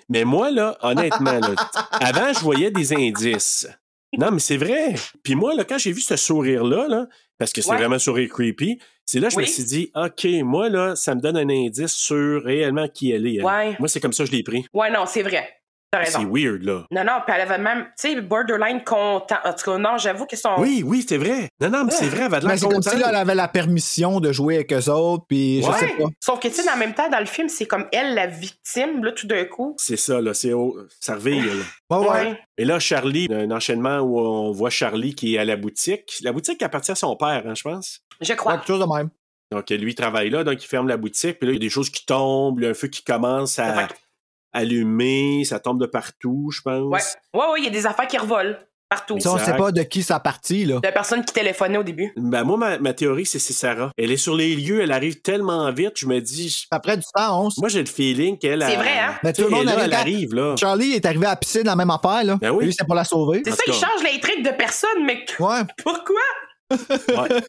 Mais moi, là, honnêtement, là, avant, je voyais des indices. Non, mais c'est vrai. Puis moi, là, quand j'ai vu ce sourire-là, là, parce que c'est Ouais. vraiment un sourire creepy, c'est là que je me Oui. suis dit, OK, moi, là, ça me donne un indice sur réellement qui elle est. elle. Ouais. Moi, c'est comme ça que je l'ai pris. Ouais, non, c'est vrai. T'as C'est raison. weird, là. Non, non, puis elle avait même, tu sais, borderline content. En tout cas, non, j'avoue qu'ils sont. Oui, oui, c'est vrai. Non, non, mais c'est vrai, elle va de Mais l'air Ben, c'est comme contente. si là, elle avait la permission de jouer avec eux autres, puis je Ouais. sais pas. Sauf que, tu sais, en même temps, dans le film, c'est comme elle, la victime, là, tout d'un coup. C'est ça, là. C'est au- ça revire, là. Ouais, ouais. Et là, Charlie, un enchaînement où on voit Charlie qui est à la boutique. La boutique appartient à son père, hein, je pense. Je Ouais, crois. quelque chose de même. Donc, lui, il travaille là, donc il ferme la boutique. Puis là, il y a des choses qui tombent, il y a un feu qui commence à allumer, ça tombe de partout, je pense. Ouais. Ouais, ouais, il y a des affaires qui revolent partout. Ça, on sait pas de qui ça partit, là. La personne qui téléphonait au début. Ben, moi, ma, ma théorie, c'est c'est Sarah. Elle est sur les lieux, elle arrive tellement vite, je me dis. je- Après du temps, on s- Moi, j'ai le feeling qu'elle. C'est elle- vrai, hein? Mais Tu Ben, tout le sais, monde elle, là, arrive elle à- arrive, là. Charlie est arrivé à la piscine, la même affaire, là. Ben oui. Lui, c'est pour la sauver. C'est En ça, tout il cas. change l'intrigue de personne, mais Ouais. pourquoi? Ouais.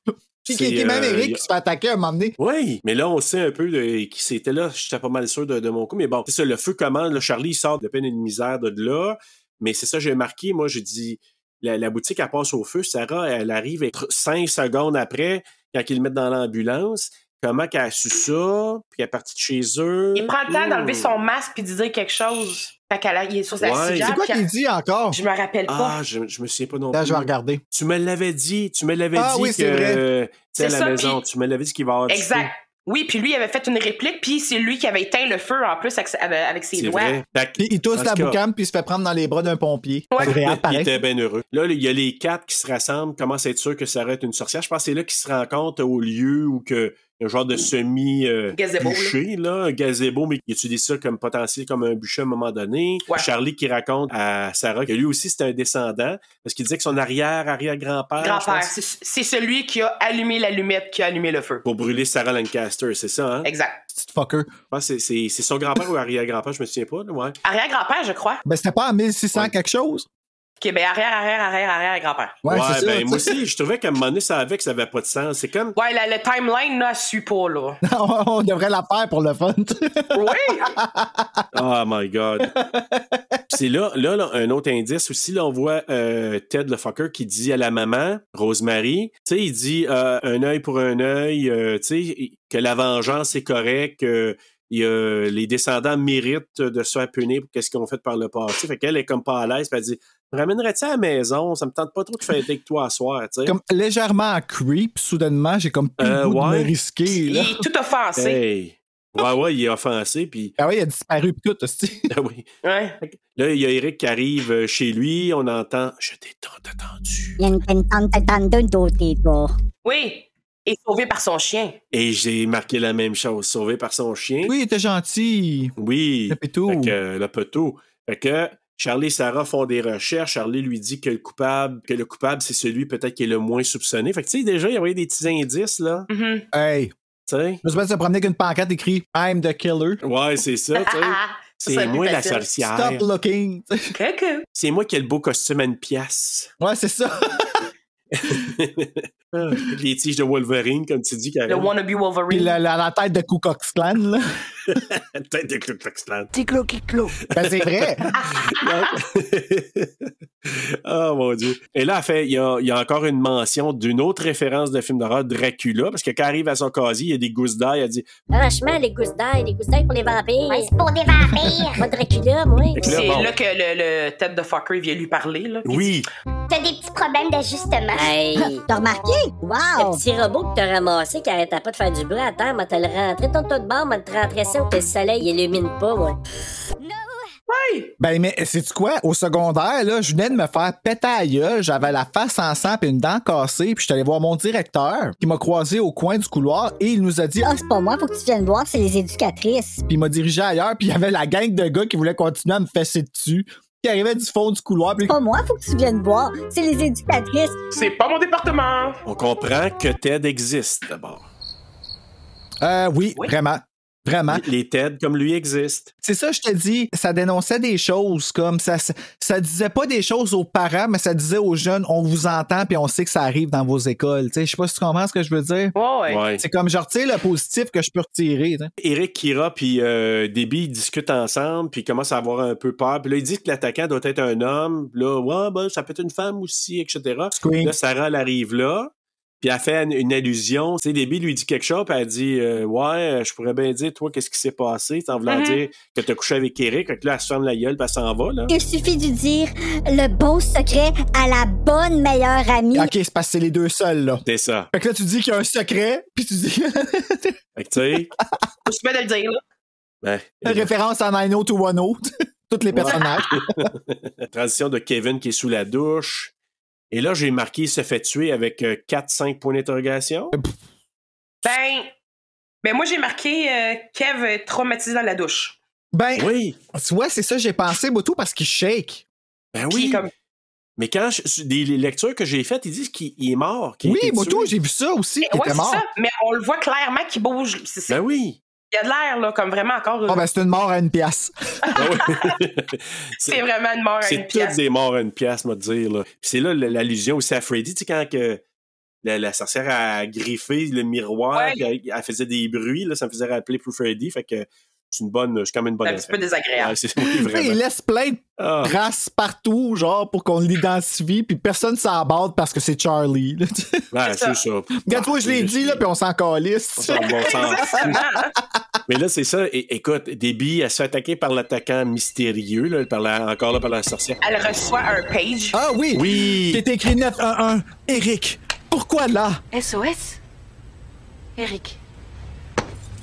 Puis C'est, qui, qui- même euh, Eric y a- qui se fait attaquer à un moment donné. Oui, mais là, on sait un peu de- qui c'était là. J'étais pas mal sûr de, de mon coup. Mais bon, c'est ça, le feu commande. Là, Charlie, il sort de peine et de misère de là. Mais c'est ça, j'ai marqué. Moi, j'ai dit, la, la boutique, elle passe au feu. Sarah, elle arrive être cinq secondes après, quand ils le mettent dans l'ambulance. Comment qu'elle a su ça? Puis elle est partie de chez eux. Il prend le temps Hmm. d'enlever son masque puis de dire quelque chose. Fait qu'elle a- il est sur sa Ouais. civière, Ah, C'est Quoi puis qu'il elle- dit encore? Je me rappelle pas. Ah, je, je me souviens pas non plus. Là, je vais regarder. Tu me l'avais dit. Tu me l'avais Ah dit oui, que c'est vrai. euh, tu sais, à C'est la ça, maison. puis- Tu me l'avais dit qu'il va y avoir du feu. exact. Oui, puis lui, il avait fait une réplique, puis c'est lui qui avait éteint le feu en plus avec, avec- avec ses C'est doigts. vrai. Fait que- Puis il tousse en la tout cas, boucane, puis il se fait prendre dans les bras d'un pompier. Ouais. Agréable, Il Ah, pareil. était bien heureux. Là, il y a les quatre qui se rassemblent, commencent à être sûrs que Sarah est une sorcière. Je pense que c'est là qu'ils se rencontrent au lieu où que, il y a un genre de semi euh, Gazebo, bûcher, là. un gazebo, mais qui utilise ça comme potentiel, comme un bûcher à un moment donné. Ouais. Charlie qui raconte à Sarah que lui aussi, c'est un descendant, parce qu'il disait que son arrière-arrière-grand-père. Ah, je Grand-père, pense, c'est c'est celui qui a allumé l'allumette, qui a allumé le feu. Pour brûler Sarah Lancaster, c'est ça, hein? Exact. Petite fucker. Je pense que c'est- c'est c'est son grand-père ou arrière-grand-père, je me souviens pas, là, ouais. Arrière-grand-père, je crois. Ben, c'était pas en 1600 quelque chose? Ok, ben arrière, arrière, arrière, arrière, grand-père. Ouais, c'est ben, ça. moi tu (laughs) sais. aussi, je trouvais qu'à un moment donné, ça avait que ça avait pas de sens. C'est comme Ouais, la- le timeline, là, elle suit pas, là. on devrait la faire pour le fun. tu sais. oui! Oh my God. Puis c'est là, là, là, un autre indice aussi. Là, on voit euh, Ted le fucker qui dit à la maman, Rosemary, tu sais, il dit euh, un œil pour un œil, euh, tu sais, que la vengeance est correcte, que il y a- les descendants méritent de se faire punir pour qu'est-ce qu'ils ont fait par le passé. Fait qu'elle est comme pas à l'aise, puis elle dit Ramènerais-tu à la maison Ça me tente pas trop de fêter avec toi à soir, tu sais. Comme légèrement en creep, soudainement, j'ai comme plus Euh, le goût de ouais. me risquer. Il Là. est tout offensé. Hey. Ouais, ouais, il est offensé, puis. (laughs) Ah oui, il a disparu pis tout, aussi. Ah oui. Ouais. Là, il y a Eric qui arrive euh, chez lui, on entend Je t'ai tant attendu. Oui. Et sauvé par son chien. Et j'ai marqué la même chose, sauvé par son chien. Oui, il était gentil. Oui. Le pétou. Fait que, euh, le petou. Fait que Charlie et Sarah font des recherches. Charlie lui dit que le coupable, que le coupable, c'est celui peut-être qui est le moins soupçonné. Fait que tu sais, déjà, il y avait des petits indices, là. Mhm. Hey, Tu sais? je me souviens de se promener avec une pancarte écrit I'm the killer. Ouais, c'est ça, tu sais. Ça, C'est c'est moi la facile. sorcière. Stop looking. Coucou. C'est moi qui ai le beau costume à une pièce. ouais, c'est ça. (laughs) Les tiges de Wolverine, comme tu dis, Karine. Le wannabe Puis Wolverine. la, la- la tête de Ku Klux Klan, là. (laughs) Tête de Ku Klux Klan. Ticlo, clo Ben, (laughs) c'est vrai. Ah! oh mon Dieu. Et là, elle fait, il y a, il y a encore une mention d'une autre référence de film d'horreur, Dracula, parce que quand elle arrive à son casier, il y a des gousses d'ail. Elle dit Franchement, les gousses d'ail, les gousses d'ail pour les vampires. Ouais, c'est pour des vampires. Moi, Dracula, moi. Fait que là, C'est bon. là que le, le tête de fucker vient lui parler. Là. Oui, T'as des petits problèmes d'ajustement. Hey! T'as remarqué? Le petit robot que t'as ramassé qui arrêtait pas de faire du bruit à terre, m'a te le rentré ton tas de bord, m'a te rentré ça où que le soleil illumine pas, moi. Ben, mais c'est quoi? Au secondaire, là, je venais de me faire péter à la gueule. J'avais la face en sang et une dent cassée. Puis je suis allé voir mon directeur qui m'a croisé au coin du couloir et il nous a dit Ah, c'est pas moi, faut que tu viennes voir, c'est les éducatrices. Puis il m'a dirigé ailleurs. Puis il y avait la gang de gars qui voulaient continuer à me fesser dessus. Qui arrivait du fond du couloir. Puis Pas moi, faut que tu viennes voir, c'est les éducatrices. C'est pas mon département. on comprend que Ted existe d'abord. Euh, oui, Oui. vraiment. Vraiment. Les Ted comme lui existent. C'est ça, je te dis, ça dénonçait des choses comme ça, ça. ça disait pas des choses aux parents, mais ça disait aux jeunes, on vous entend puis on sait que ça arrive dans vos écoles. Tu sais, je sais pas si tu comprends ce que je veux dire. Ouais, ouais. Ouais. C'est comme genre, tu sais, le positif que je peux retirer. tu sais. Eric Kira puis euh, Debbie ils discutent ensemble puis ils commencent à avoir un peu peur. Puis là, ils disent que l'attaquant doit être un homme. Puis Là, ouais, ben, ça peut être une femme aussi, etc. Scream. Là, Sarah, elle arrive là. Puis elle fait une, une allusion. Tu sais, Debbie lui dit quelque chose, puis elle dit euh, Ouais, euh, je pourrais bien dire, toi, qu'est-ce qui s'est passé, en voulant Mm-hmm. Mhm. dire que t'as couché avec Eric. Fait que là, elle se ferme la gueule, puis elle s'en va, là. Il suffit de dire le bon secret à la bonne meilleure amie. Ok, c'est parce que c'est les deux seuls, là. C'est ça. Fait que là, tu dis qu'il y a un secret, puis tu dis (laughs) Fait que, tu sais, Je suis bien de le dire. Là. ben, une référence à (laughs) 90210, tous les personnages. la transition de Kevin qui est sous la douche. Et là, j'ai marqué Il se fait tuer avec 4-5 points d'interrogation. Ben, ben, moi, j'ai marqué euh, Kev est traumatisé dans la douche. Ben, Oui. tu vois, c'est ça, j'ai pensé beaucoup parce qu'il shake. Ben Puis oui. comme- Mais quand je- sur des les lectures que j'ai faites, ils disent qu'il il est mort. qu'il a Oui, été Moto, tué. j'ai vu ça aussi, Eh Ouais, qu'il était c'est mort. ça. Mais on le voit clairement qu'il bouge. C'est- c'est- Ben (laughs) oui. Il y a de l'air, là, comme vraiment encore. Ah, ben, c'est une mort à (laughs) une pièce. Ben oui. (laughs) c'est vraiment une mort à une C'est pièce. toutes des morts à une pièce, moi, de dire. Là. Puis c'est là l- l'allusion aussi à Freddy, tu sais, quand que la, la sorcière a griffé le miroir, Ouais. puis elle, elle faisait des bruits, là, ça me faisait rappeler pour Freddy. Fait que c'est une bonne. C'est quand même une bonne C'est un petit peu référence. désagréable. Ouais, c'est (laughs) oui, Tu sais, il vraiment. laisse plein de Ah. traces partout, genre, pour qu'on l'identifie, puis personne s'en aborde parce que c'est Charlie. (laughs) là. Ouais, c'est ça. ça. Regarde-toi, je l'ai dit, là, puis on s'en calisse. Ah, On s'en- on s'en (laughs) ah. Mais là, c'est ça. É- écoute, Debbie, elle se fait attaquer par l'attaquant mystérieux, là, par la- encore là, par la sorcière. Elle reçoit un page. Ah oui! Oui! Qui est écrit 911. Eric, pourquoi là? SOS? Eric,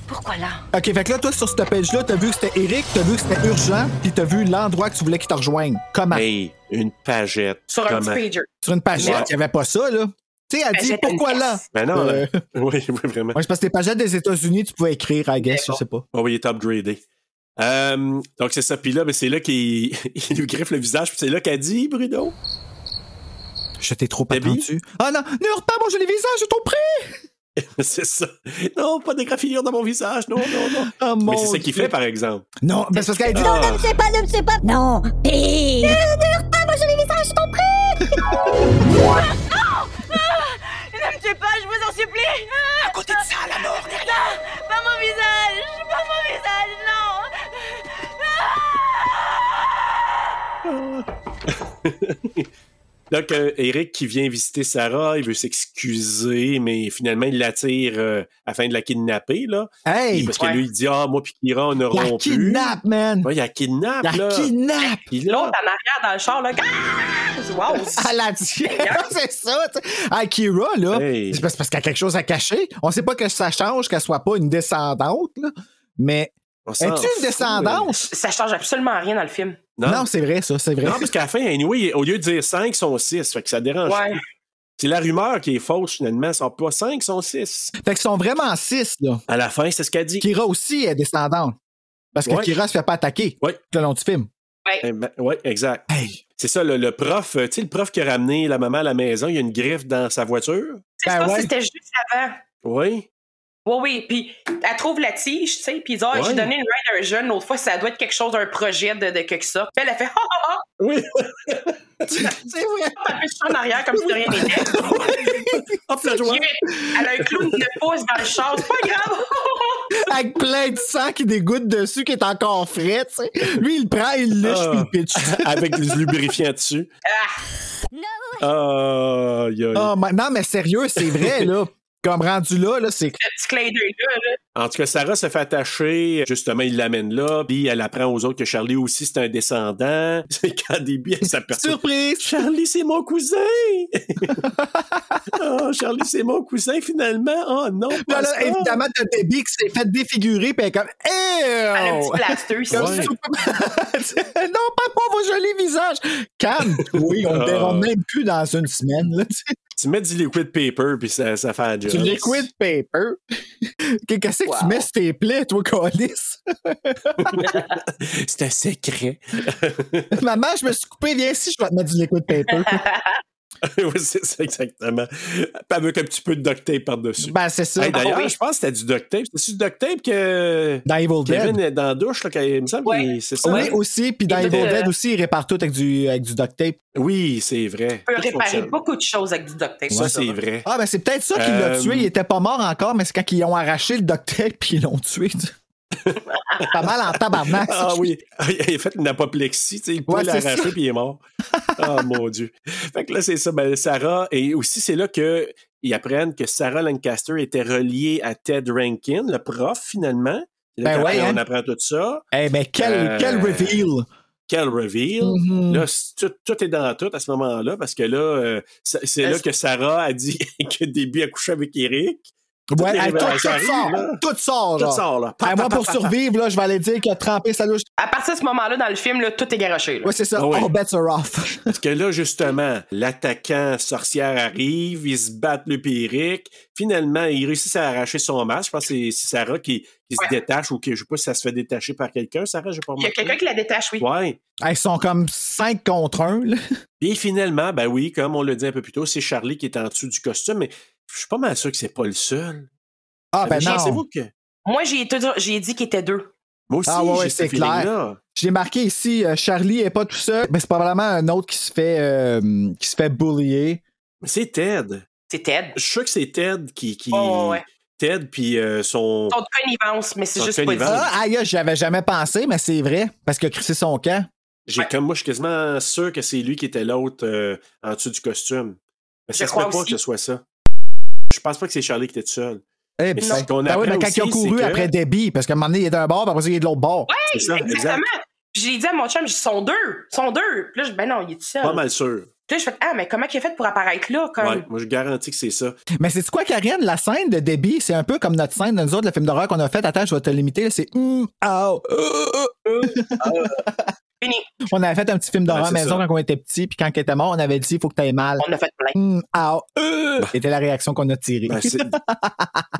pourquoi là? Ok, fait que là, toi, sur cette page-là, t'as vu que c'était Eric, t'as vu que c'était urgent, puis t'as vu l'endroit que tu voulais qu'il te rejoigne. Comment? Hey, une pagette. Sur un Comment? petit pager. Sur une page, il Ouais. y avait pas ça, là. Tu sais, elle dit Pagette pourquoi à une là? pièce. Ben non, là. Euh. (laughs) oui, oui, vraiment. Ouais, c'est parce que les pagettes des États-Unis, tu pouvais écrire, I guess, je sais pas. Oh, oui, il est upgradé. Euh, donc, c'est ça. Puis là, ben, c'est là qu'il (laughs) il lui griffe le visage. Puis c'est là qu'elle dit, Bruno. (laughs) J'étais trop Debbie? attendu. Ah non, ne heurte pas mon joli visage, je t'en prie! c'est ça. Non, pas de graffure dans mon visage. Non, non, non. Ah, mon Mais c'est ça qu'il Dieu. fait, par exemple. Non, mais c'est parce qu'elle dit. Ah. Ne me sais pas, ne me sais pas. Non, pire. Ne heurte pas, moi j'ai les visages, je t'en prie. Ne me tuez pas, je vous en supplie À côté de ça, la mort Non Pas mon visage Pas mon visage, non Donc, euh, Eric qui vient visiter Sarah, il veut s'excuser, mais finalement, il l'attire euh, afin de la kidnapper, là. Hey! parce que Ouais. lui, il dit, ah, moi puis Kira, on a La rompu. kidnappe, man! Ouais, il la kidnappe, La là. kidnappe! Puis là, L'autre en arrière dans le char, là. Ah! Wow! Ah! À la tienne, (laughs) c'est ça. tu sais. À Kira, là, Hey. c'est parce, parce qu'elle a quelque chose à cacher. On sait pas que ça change, qu'elle soit pas une descendante, là. Mais on s'en es-tu fout, une descendante? Ça change absolument rien dans le film. Non. Non, c'est vrai, ça, c'est vrai. Non, parce qu'à la fin, anyway, au lieu de dire 5, sont 6. Fait que ça dérange. Ouais. C'est la rumeur qui est fausse, finalement. Ils sont pas 5, sont 6. Fait qu'ils sont vraiment six, là. À la fin, c'est ce qu'elle dit. Kira aussi est descendante. Parce que Ouais. Kira se fait pas attaquer Ouais. tout le long du film. Eh ben, ouais, exact. Hey. C'est ça, le, le prof, euh, tu sais, le prof qui a ramené la maman à la maison, il y a une griffe dans sa voiture. C'est Ben ça, ouais. c'était juste avant. Oui. Oui, oui. Puis elle trouve la tige, tu sais. Puis elle dit, Ah, Ouais. j'ai donné une oh, ride à un jeune. L'autre fois, ça doit être quelque chose, un projet de, de quelque sorte. Puis elle a fait, ah, ah, ah. Oui. C'est vrai. Taper sur en arrière comme si de rien n'était. (laughs) (laughs) Hop, la joie. Elle a un clown de 9 pouces dans le char. C'est pas grave. (laughs) Avec plein de sang qui dégoutte dessus, qui est encore frais, tu sais. Lui, il le prend, il le lèche, Ah. puis il pitch. Avec du lubrifiant dessus. Ah, aïe, aïe. Ah, ma- non, mais sérieux, c'est vrai, là. Comme rendu là, là, c'est. Le petit clin d'œil là, là. En tout cas, Sarah se fait attacher. Justement, il l'amène là. Puis elle apprend aux autres que Charlie aussi, c'est un descendant. (laughs) C'est qu'à début, elle s'aperçoit. Surprise! Charlie, c'est mon cousin! (laughs) oh, Charlie, c'est mon cousin, finalement. Oh non! Là, pas là, ça. évidemment, t'as Debbie qui s'est fait défigurer, puis elle est comme. Elle a un Ew! petit plaster ici. Comme Oh. Ouais. Superman. (laughs) non, pas pour vos jolis visages. Calme, oui, on ne Ah. verra même plus dans une semaine. Là, tu sais. Tu mets du liquid paper, puis ça, ça fait la job. du liquid paper. Qu'est-ce que tu mets sur tes plaies, toi, Colis? C'est un secret. (laughs) (laughs) Maman, je me suis coupé, viens ici, je vais te mettre du liquid paper. oui, c'est ça, exactement. Puis avec un petit peu de duct tape par-dessus. ben, c'est ça. Hey, D'ailleurs, Ah oui. je pense que c'était du duct tape. C'est du duct tape que Dans Evil Dead. Kevin est dans la douche, là, qu'il- il me semble Ouais. qu'il- c'est ça. Oui, hein? aussi. Puis dans Et Evil de- Dead aussi, ils réparent tout avec du, avec du duct tape. Oui, c'est vrai. peut Tout réparer fonctionne. beaucoup de choses avec du duct tape. Ça, c'est vrai. Ah, ben c'est peut-être ça qui l'a Euh, tué. Il était pas mort encore, mais c'est quand ils ont arraché le duct tape puis ils l'ont tué. tu sais. pas mal en tabarnak. ça. Ah oui, il a fait une apoplexie, tu sais, il peut Ouais, c'est l'arracher ça. puis il est (laughs) mort. Ah mon Dieu. Fait que là, c'est ça, ben, Sarah, et aussi c'est là que ils apprennent que Sarah Lancaster était reliée à Ted Rankin, le prof finalement. C'est là Ben qu'après, ouais, hein. on apprend tout ça. Eh ben, quel, Euh, quel reveal! Quel reveal. Mhm. Là, c'est- tout, tout est dans tout à ce moment-là, parce que là, euh, c'est c'est là Est-ce- que Sarah a dit (laughs) que début a couché avec Eric. Ouais, les hey, tout, révélations tout sort, arrivent, là. tout sort, Tout genre. sort, là. Hey, moi, pour survivre, là, je vais aller dire qu'il a trempé sa louche. À partir de ce moment-là, dans le film, là, tout est garoché. là. Ouais, c'est ça. Ah oui. All bets are off. Parce que là, justement, l'attaquant sorcière arrive, ils se battent le Pyrrhic. Finalement, ils réussissent à arracher son masque. Je pense que c'est c'est Sarah qui, qui Ouais. se détache ou qui, je sais pas si ça se fait détacher par quelqu'un. Sarah, j'ai pas Il y a remarqué. quelqu'un qui la détache, oui. Ouais. Hey, ils sont comme 5 contre 1. Et finalement, ben oui, comme on le dit un peu plus tôt, c'est Charlie qui est en dessous du costume, mais je suis pas mal sûr que c'est pas le seul. Ah, ben non. Pensez-vous que. Moi, j'ai été- j'ai dit qu'il était deux. Moi aussi, Ah ouais, ouais, j'ai ce c'est clair. feeling-là. J'ai marqué ici, euh, Charlie est pas tout seul, mais c'est probablement un autre qui se fait, euh, qui se fait bullier. Mais C'est Ted. C'est Ted. Je suis sûr que c'est Ted qui. qui... Oh, ouais. Ted, puis euh, son. Ton connivence, mais c'est Son juste pas dit. connivence. Ah, aïe, aïe, j'avais jamais pensé, mais c'est vrai, parce qu'il a crissé son camp. J'ai Ouais. comme moi, je suis quasiment sûr que c'est lui qui était l'autre euh, en dessous du costume. Mais ça se Je peut crois pas que aussi. ce soit ça. Je pense pas que c'est Charlie qui était tout seul. Eh, Mais puis- c'est qu'on Ah oui, apprend mais quand aussi, ils ont couru c'est que- après Debbie, parce qu'à un moment donné, il est d'un bord, puis après ça, il est de l'autre bord. C'est ça, Exactement. Puis j'ai dit à mon chum, ils sont deux. Ils sont deux. Puis là, je dis, ben non, il est tout seul. Pas mal sûr. Puis là, je fais, ah, mais comment il a fait pour apparaître là? Comme... Ouais, moi, je garantis que c'est ça. Mais c'est quoi, Karine? La scène de Debbie, c'est un peu comme notre scène de nous autres, le film d'horreur qu'on a fait. Attends, je vais te limiter. là, C'est hum, ah, oh, oh, oh. (laughs) Fini. On avait fait un petit film d'horreur Hum, Ouais, c'est maison ça. quand on était petit, puis quand on était mort, on avait dit il faut que t'ailles mal. On a fait plein. Hum, ah, oh, oh. C'était la réaction qu'on a tirée. Bah. Ben, (laughs) c'est-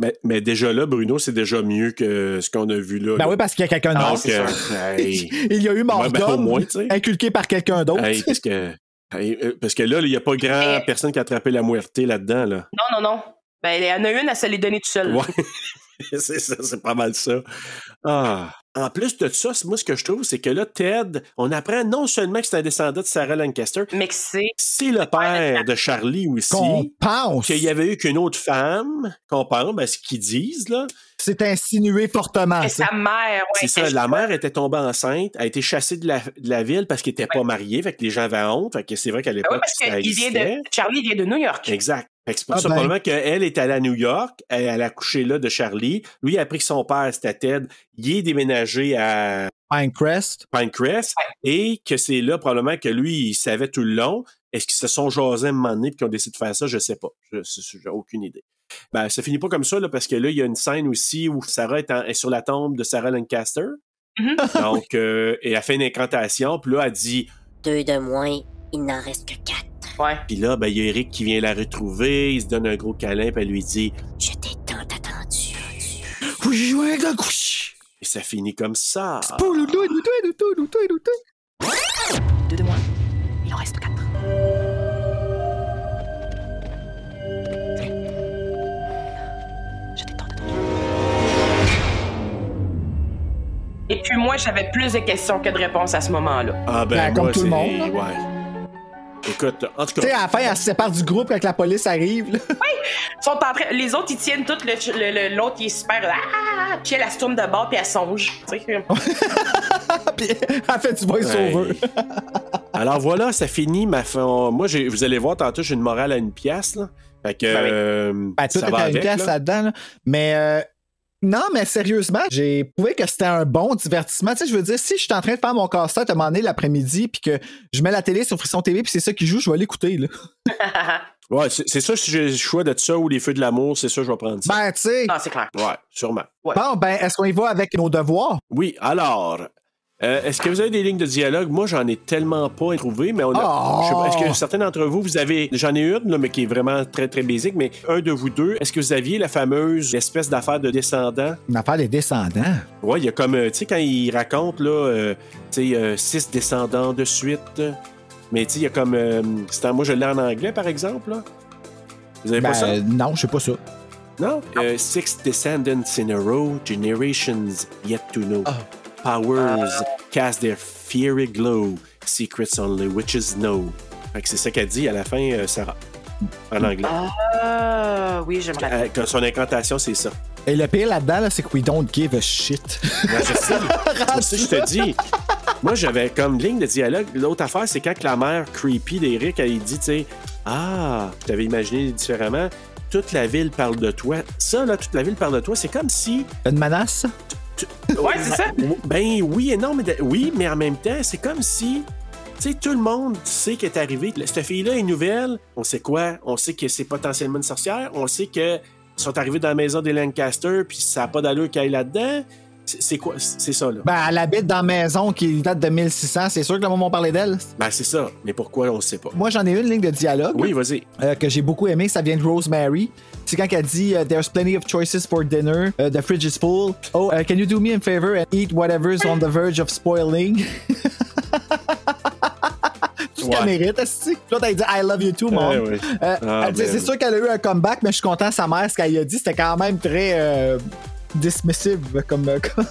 mais, mais déjà là, Bruno, c'est déjà mieux que ce qu'on a vu là. Ben là. oui, parce qu'il y a quelqu'un Donc, d'autre. euh, (laughs) hey. (laughs) Il y a eu mort Ouais, ben, au d'homme, moins, tu sais. inculqué par quelqu'un d'autre. Hey, parce que. hey, euh, parce que là, il n'y a pas grand (laughs) Mais- personne qui a attrapé la muerté là-dedans. Là. Non, non, non. Ben, il y en a une, elle se l'est donnée tout seul. Ouais. (laughs) c'est ça, c'est pas mal ça. Ah. En plus de ça, moi, ce que je trouve, c'est que là, Ted, on apprend non seulement que c'est un descendant de Sarah Lancaster, Mais que c'est. c'est le père de Charlie Qu'on aussi. pense. Qu'il y avait eu qu'une autre femme, qu'on parle, ben, ce qu'ils disent, là. C'est insinué fortement. que ça. sa mère. Ouais, Ah, c'est ça, elle- la mère était tombée enceinte, a été chassée de la, de la ville parce qu'elle n'était pas mariée, fait que les gens avaient honte, fait que c'est vrai qu'à Ben l'époque, oui, parce ça que il vient existait. de... Charlie vient de New York. Exact. Fait que c'est pour Ah ça, ben. probablement qu'elle est allée à New York, elle, elle a couché là de Charlie. Lui, il a appris que son père, c'était Ted. Il est déménagé à Pinecrest. Pinecrest et que c'est là, probablement, que lui, il savait tout le long. Est-ce qu'ils se sont jasés à un moment donné et qu'ils ont décidé de faire ça? Je sais pas. Je- je- J'ai aucune idée. Ben, ça finit pas comme ça, là, parce que là, il y a une scène aussi où Sarah est, en- est sur la tombe de Sarah Lancaster. Mhm. (laughs) Mm-hmm. Donc, euh, et elle fait une incantation, puis là, elle dit Deux de moins, il n'en reste que quatre. Ouais. Puis là, ben, il y a Eric qui vient la retrouver, il se donne un gros câlin, puis elle lui dit Je t'ai tant attendu. Et ça finit comme ça. Ah. Deux de moins. Il en reste quatre. Je t'ai tant attendu. Et puis moi, j'avais plus de questions que de réponses à ce moment-là. Ah ben, Ben, comme moi, tout le c'est- monde, là. Ouais. Écoute, en tout Tu sais, cas. à la fin, elle se sépare du groupe quand la police arrive. là. (laughs) Ils sont en train- Les autres, ils tiennent tout. le ch- le- le- L'autre, il est super. là, Ah! Puis elle, elle se tourne de bord, puis elle songe. tu sais. Elle fait du voice-over. (laughs) Alors voilà, ça finit ma fin. Moi, j'ai- vous allez voir, tantôt, j'ai une morale à une pièce. Là. Fait que. Ben oui. euh, Ben, tout ça est va à une avec. pièce là. là-dedans. là. Mais euh, non, mais sérieusement, j'ai prouvé que c'était un bon divertissement. Tu sais, je veux dire, si je suis en train de faire mon casse-tête à un moment donné l'après-midi, puis que je mets la télé sur Frisson TV, puis c'est ça qui joue, je vais l'écouter. là. (laughs) Ouais, c'est c'est ça, si j'ai le choix de ça ou les feux de l'amour, c'est ça, je vais prendre ça. Ben, tu sais. Ah, c'est clair. Ouais, sûrement. Bon, ben, est-ce qu'on y va avec nos devoirs? Oui, alors. euh, Est-ce que vous avez des lignes de dialogue? Moi, j'en ai tellement pas trouvé, mais on a. Oh! je sais pas, Est-ce que certains d'entre vous, vous avez. J'en ai une, là, mais qui est vraiment très, très basique, mais un de vous deux, est-ce que vous aviez la fameuse espèce d'affaire de descendant? Une affaire des descendants. Ouais, il y a comme. euh, Tu sais, quand il raconte, là, euh, tu sais, euh, six descendants de suite. euh, Mais tu sais, il y a comme. euh, c'est en- moi, je l'ai en anglais, par exemple, là. Vous avez Ben, pas ça? non, je sais pas ça. Non? Euh, six descendants in a row, generations yet to know. Powers cast their fiery glow, secrets only witches know. Fait que c'est ça qu'elle dit à la fin, euh, Sarah, en anglais. Ah, oui, j'aimerais. Euh, que son incantation, c'est ça. Et le pire là-dedans, là, c'est que we don't give a shit. (laughs) Ouais, je sais. C'est pour ça que je te dis. Moi, j'avais comme ligne de dialogue. L'autre affaire, c'est quand que la mère creepy d'Eric, elle dit, tu sais, ah, je t'avais imaginé différemment. Toute la ville parle de toi. Ça, là, toute la ville parle de toi, c'est comme si Une menace? Ouais, c'est ça. Ben oui et non, mais de- oui, mais en même temps, c'est comme si. Tu sais, tout le monde sait qu'elle est arrivée. Cette fille-là est nouvelle. On sait quoi? On sait que c'est potentiellement une sorcière. On sait que ils sont arrivés dans la maison des Lancaster, puis ça n'a pas d'allure qu'elle est là-dedans. C'est c'est quoi? C'est ça, là. Ben, elle habite dans la maison qui date de 1600. C'est sûr que le moment où on parlait d'elle. Ben, c'est ça. Mais pourquoi, on ne sait pas. Moi, j'en ai une ligne de dialogue. Oui, vas-y. euh, que j'ai beaucoup aimé, ça vient de Rosemary. C'est quand elle dit euh, There's plenty of choices for dinner, euh, the fridge is full. Oh, euh, can you do me a favor and eat whatever's on the verge of spoiling? (laughs) Tout Ouais. qu'elle mérite, esti. Puis L'autre, elle dit I love you too, mom. Eh oui. Euh, Ah, elle dit, ben c'est oui. sûr qu'elle a eu un comeback, mais je suis content, sa mère, ce qu'elle a dit, c'était quand même très euh, dismissive comme. euh, (laughs) comme-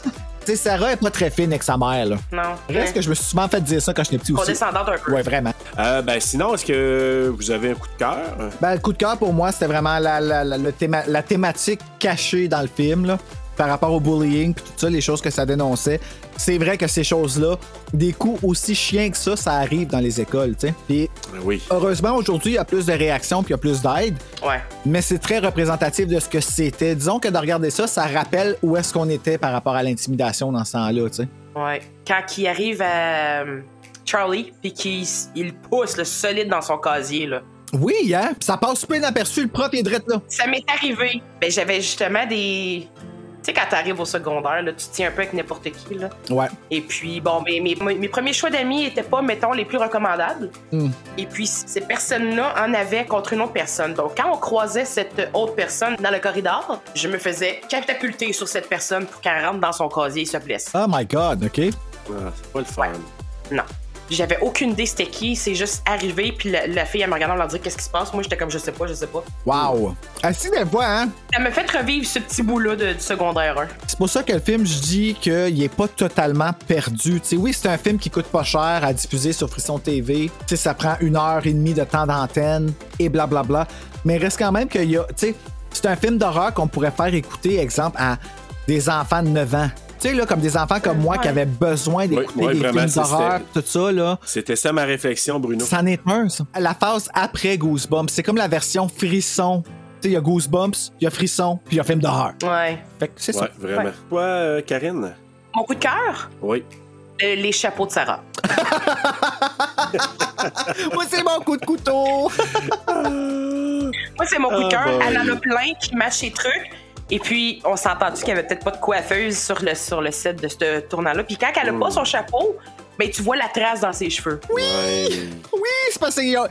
tu sais, Sarah est pas très fine avec sa mère, là. Non. Reste que je me suis souvent fait dire ça quand j'étais petit aussi. Condescendante un peu. Ouais, vraiment. Euh, ben, sinon, est-ce que vous avez un coup de cœur? Ben, le coup de cœur pour moi, c'était vraiment la, la- la- le théma- la thématique cachée dans le film, là, par rapport au bullying, puis tout ça, les choses que ça dénonçait. C'est vrai que ces choses-là, des coups aussi chiens que ça, ça arrive dans les écoles, tu sais. Puis, Ben oui. heureusement, aujourd'hui, il y a plus de réactions, puis il y a plus d'aide, Ouais. mais c'est très représentatif de ce que c'était. Disons que de regarder ça, ça rappelle où est-ce qu'on était par rapport à l'intimidation dans ce temps-là, tu sais. Ouais. Quand il arrive à euh, Charlie, puis qu'il s- il pousse le solide dans son casier, là. Oui, hein? Puis ça passe peu inaperçu, le prof est drette là. Ça m'est arrivé. Ben, j'avais justement des. Tu sais, quand t'arrives au secondaire, là, tu te tiens un peu avec n'importe qui, là. Ouais. Et puis, bon, ben, mes, mes- mes premiers choix d'amis étaient pas, mettons, les plus recommandables. Hmm. Et puis, c- ces personnes-là en avaient contre une autre personne. Donc, quand on croisait cette autre personne dans le corridor, je me faisais catapulter sur cette personne pour qu'elle rentre dans son casier et se blesse. Oh my God, OK? Ah, c'est pas le fun. Non. J'avais aucune idée c'était qui, c'est juste arrivé, puis la, la fille, elle me regardait, elle me dit qu'est-ce qui se passe. Moi, j'étais comme, je sais pas, je sais pas. Wow! Assis des fois, hein? Ça me fait revivre ce petit bout-là de- du secondaire 1. C'est pour ça que le film, je dis qu'il est pas totalement perdu. Tu sais, oui, c'est un film qui coûte pas cher à diffuser sur Frisson TV. Tu sais, ça prend une heure et demie de temps d'antenne et blablabla. Mais reste quand même qu'il y a. Tu sais, c'est un film d'horreur qu'on pourrait faire écouter, exemple, à des enfants de 9 ans. Tu sais, là, comme des enfants comme moi qui avaient besoin d'écouter Oui, oui, des vraiment, films ça, d'horreur, tout ça, là. C'était ça ma réflexion, Bruno. C'en est un, ça. La phase après Goosebumps, c'est comme la version frisson. Tu sais, il y a Goosebumps, il y a frisson, puis il y a film d'horreur. Ouais. Fait que c'est Ouais, ça. vraiment. Ouais. Toi, euh, Karine? Mon coup de cœur, Oui. euh, les chapeaux de Sarah. (laughs) Moi, c'est mon coup de couteau! Ah. Moi, c'est mon coup de Ah, cœur. bah Elle oui. en a plein qui matchent ses trucs. Et puis, on s'est entendu qu'il n'y avait peut-être pas de coiffeuse sur le, sur le set de ce tournant-là. Puis quand elle a Hmm. pas son chapeau, ben, tu vois la trace dans ses cheveux. Oui! Oui, c'est parce qu'ils ont,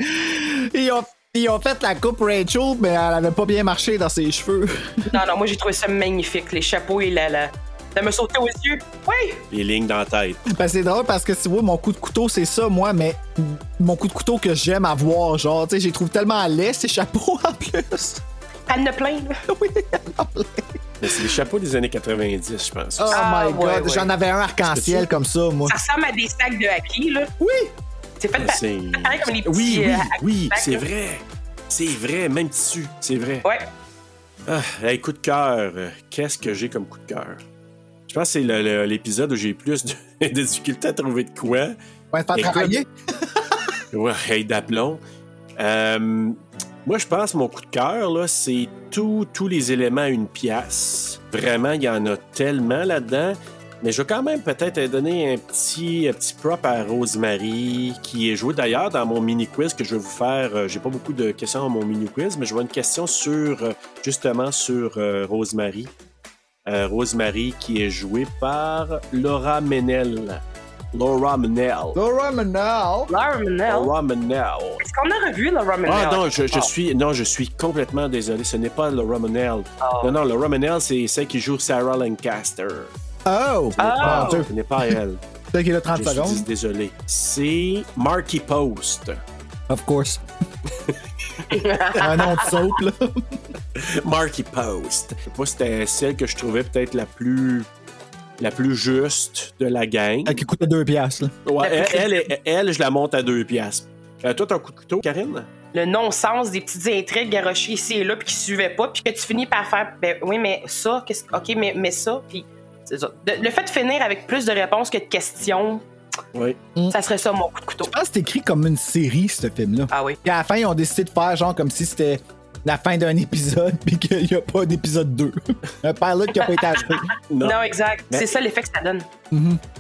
ils ont, ils ont fait la coupe Rachel, mais elle avait pas bien marché dans ses cheveux. (laughs) Non, non, moi, j'ai trouvé ça magnifique. Les chapeaux et la... la... Ça me sautait aux yeux. Oui! Les lignes dans la tête. Ben, c'est drôle parce que tu vois, mon coup de couteau, c'est ça, moi, mais mon coup de couteau que j'aime avoir, genre, tu sais, j'ai trouve tellement à l'aise ces chapeaux en plus. (laughs) Elle en a plein. là. Oh. Mais c'est les chapeaux des années 90, je pense. Oh Ah, ouais, my god, ouais. j'en avais un arc-en-ciel comme ça, moi. Ça ressemble à des sacs de hockey, là. Oui! C'est fait C'est- pa- pareil comme les petits. Oui, oui, euh, oui, hack- c'est là. vrai. C'est vrai, même tissu, c'est vrai. Ouais. Ah, hey, coup de cœur. euh, Qu'est-ce que j'ai comme coup de cœur? Je pense que c'est le- le- l'épisode où j'ai eu plus de, (laughs) de difficultés à trouver de quoi. Ouais, faire Écoute. travailler. Ouais, hey, d'aplomb. Euh, moi, je pense que mon coup de cœur, là, c'est tous tous les éléments à une pièce. Vraiment, il y en a tellement là-dedans. Mais je vais quand même peut-être donner un petit, un petit prop à Rosemary, qui est jouée d'ailleurs dans mon mini-quiz que je vais vous faire. Euh, J'ai pas beaucoup de questions dans mon mini-quiz, mais je vois une question sur, euh, justement, sur euh, Rosemary. Euh, Rosemary, qui est jouée par Laura Menel. Laura Menel. Laura Menal. Laura Menel. Laura Menel. Est-ce qu'on a revu Laura Menel? Ah non, je, je Oh. suis, non, je suis complètement désolé. Ce n'est pas Laura Menel. Non, non, Laura Menel, c'est celle qui joue Sarah Lancaster. Oh! Ah, Ce n'est pas elle. Peut-être qu'il a je 30 suis secondes. dis- désolé. C'est Marky Post. (laughs) Of course. (laughs) Un nom de saute, là. Marky Post. Je sais pas si c'était celle que je trouvais peut-être la plus, la plus juste de la gang. Elle qui coûtait 2 piastres, là. Ouais, elle, elle, est- elle, je la monte à deux piastres. Euh, toi, ton coup de couteau, Karine? Le non-sens des petites intrigues garochées ici et là, puis qui suivaient pas, puis que tu finis par faire, ben oui, mais ça, qu'est-ce que- ok, mais, mais ça, puis c'est ça. De- le fait de finir avec plus de réponses que de questions, Oui. ça serait ça mon coup de couteau. Je pense que c'est écrit comme une série, ce film-là. Ah oui. Puis à la fin, ils ont décidé de faire genre comme si c'était la fin d'un épisode, (laughs) puis qu'il n'y a pas d'épisode 2. Un pilot qui n'a pas (laughs) été acheté. Non, exact. Mais- C'est ça l'effet que ça donne.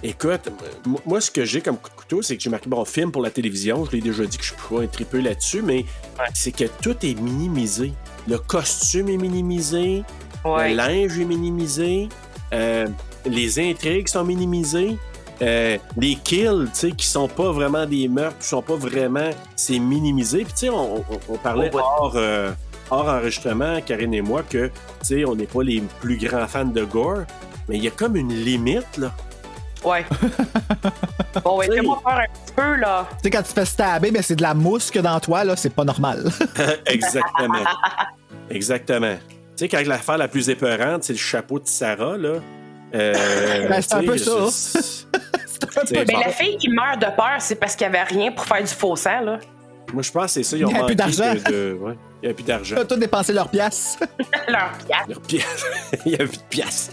Écoute, m- moi, ce que j'ai comme coup de couteau, c'est que j'ai marqué bon film pour la télévision. Je l'ai déjà dit que je suis pas un tripeux là-dessus, mais c'est que tout est minimisé. Le costume est minimisé, Ouais. le linge est minimisé, euh, les intrigues sont minimisées, euh, les kills, tu sais, qui sont pas vraiment des meurtres, qui sont pas vraiment. C'est minimisé. Puis, tu sais, on, on- on parlait Au bout. hors, euh, hors enregistrement, Karine et moi, que, tu sais, on n'est pas les plus grands fans de gore, mais il y a comme une limite, là. Ouais. bon, ouais, fais-moi peur un petit peu, là. Tu sais, quand tu te fais stabber, ben, c'est de la mousse que dans toi, là, c'est pas normal. (laughs) Exactement. Exactement. Tu sais, quand l'affaire la plus épeurante, c'est le chapeau de Sarah, là. Euh, (laughs) Ben, c'est un tu sais, peu ça. c'est- (laughs) C'est un c'est- peu Mais Ben, la fille qui meurt de peur, c'est parce qu'il n'y avait rien pour faire du faux sang, là. Moi, je pense que c'est ça. Ils Il ont y a plus manqué d'argent. de- de- ouais, Il n'y a plus d'argent. Ils ont tout dépensé leurs pièces. Leur pièce. Leur pièce. (laughs) Il n'y a plus de pièces.